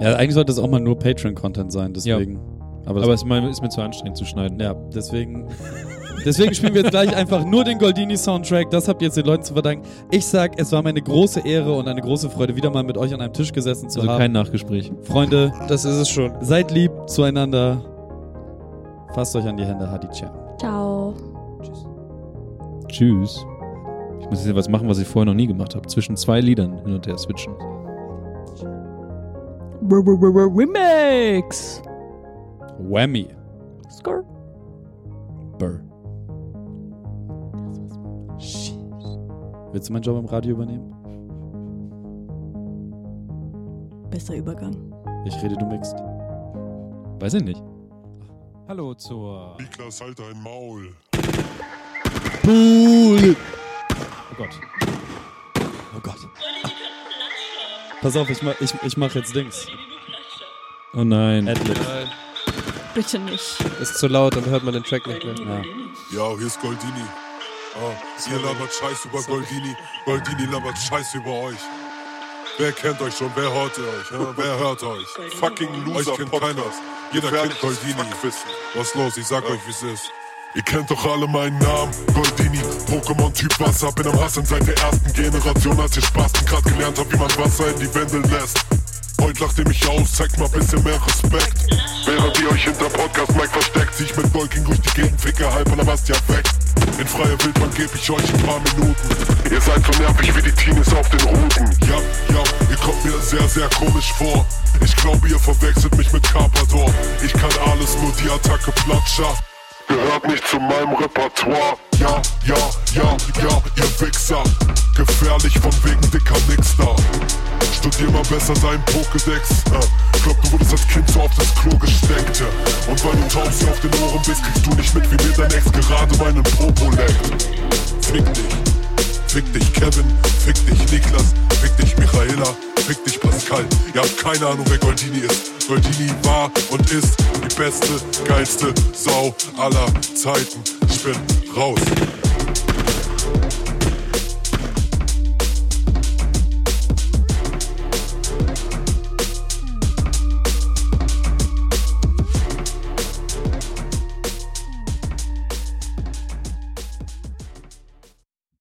[SPEAKER 5] Ja, eigentlich sollte es auch mal nur Patreon-Content sein, deswegen. Aber, das
[SPEAKER 1] Aber es ist mir- ist mir zu anstrengend zu schneiden.
[SPEAKER 5] Ja, deswegen. Deswegen spielen wir jetzt gleich einfach nur den Goldini-Soundtrack. Das habt ihr jetzt den Leuten zu verdanken. Ich sag, es war mir eine große Ehre und eine große Freude, wieder mal mit euch an einem Tisch gesessen zu
[SPEAKER 1] Also kein
[SPEAKER 5] haben.
[SPEAKER 1] Nachgespräch.
[SPEAKER 5] Freunde,
[SPEAKER 7] Das ist es schon.
[SPEAKER 5] seid lieb zueinander. Fasst euch an die Hände, Hadice.
[SPEAKER 6] Ciao.
[SPEAKER 1] Tschüss. Ich muss jetzt was machen, was ich vorher noch nie gemacht habe. Zwischen zwei Liedern hin und her switchen.
[SPEAKER 6] Remix.
[SPEAKER 5] Whammy.
[SPEAKER 6] Skrr.
[SPEAKER 5] Burr. Shit. Willst du meinen Job im Radio übernehmen?
[SPEAKER 6] Besser Übergang.
[SPEAKER 5] Ich rede, du mixt.
[SPEAKER 1] Weiß ich nicht. Hallo zur.
[SPEAKER 2] Niklas, halt dein Maul.
[SPEAKER 1] Oh Gott.
[SPEAKER 5] Oh Gott. Pass auf, ich mach, ich, ich mach jetzt Dings.
[SPEAKER 1] Oh nein.
[SPEAKER 5] Adlib.
[SPEAKER 6] Bitte nicht.
[SPEAKER 7] Ist zu laut, dann hört man den Track nicht mehr.
[SPEAKER 5] Ja.
[SPEAKER 2] Ja, hier ist Goldini. Ah, ihr labert Scheiß über Goldini. Goldini labert Scheiß über euch. Wer kennt euch schon? Wer hört ihr euch? hä? Wer hört euch? Fucking Loser euch kennt keiner. Jeder kennt Goldini. Was los? Ich sag euch, wie's ist. Ihr kennt doch alle meinen Namen, Goldini, Pokémon-Typ Wasser, bin am Hasseln seit der ersten Generation, als ihr Spasten grad gelernt habt, wie man Wasser in die Wände lässt. Heute lacht ihr mich aus, zeigt mal bisschen mehr Respekt. Während ihr euch hinter Podcast Mike versteckt, zieh ich mit Dolking durch die Gegend, ficke halb oder was ja weg. In freier Wildbahn geb ich euch ein paar Minuten. Ihr seid so nervig wie die Teenies auf den Routen. Ja, ja, ihr kommt mir sehr, sehr komisch vor. Ich glaube, ihr verwechselt mich mit Carpador. Ich kann alles, nur die Attacke Platscher gehört nicht zu meinem Repertoire. Ja, ja, ja, ja, ihr Wichser. Gefährlich von wegen dicker Nixter. Studier mal besser deinen Pokédex. Äh, glaub, du wurdest als Kind so oft ins Klo gesteckt. äh. Und weil du taubst auf den Ohren bist, kriegst du nicht mit, wie mir dein Ex gerade meinen Popo leckt. Fick dich. Fick dich Kevin, fick dich Niklas, fick dich Michaela, fick dich Pascal. Ihr habt keine Ahnung, wer Goldini ist. Goldini war und ist die beste, geilste Sau aller Zeiten. Ich bin raus.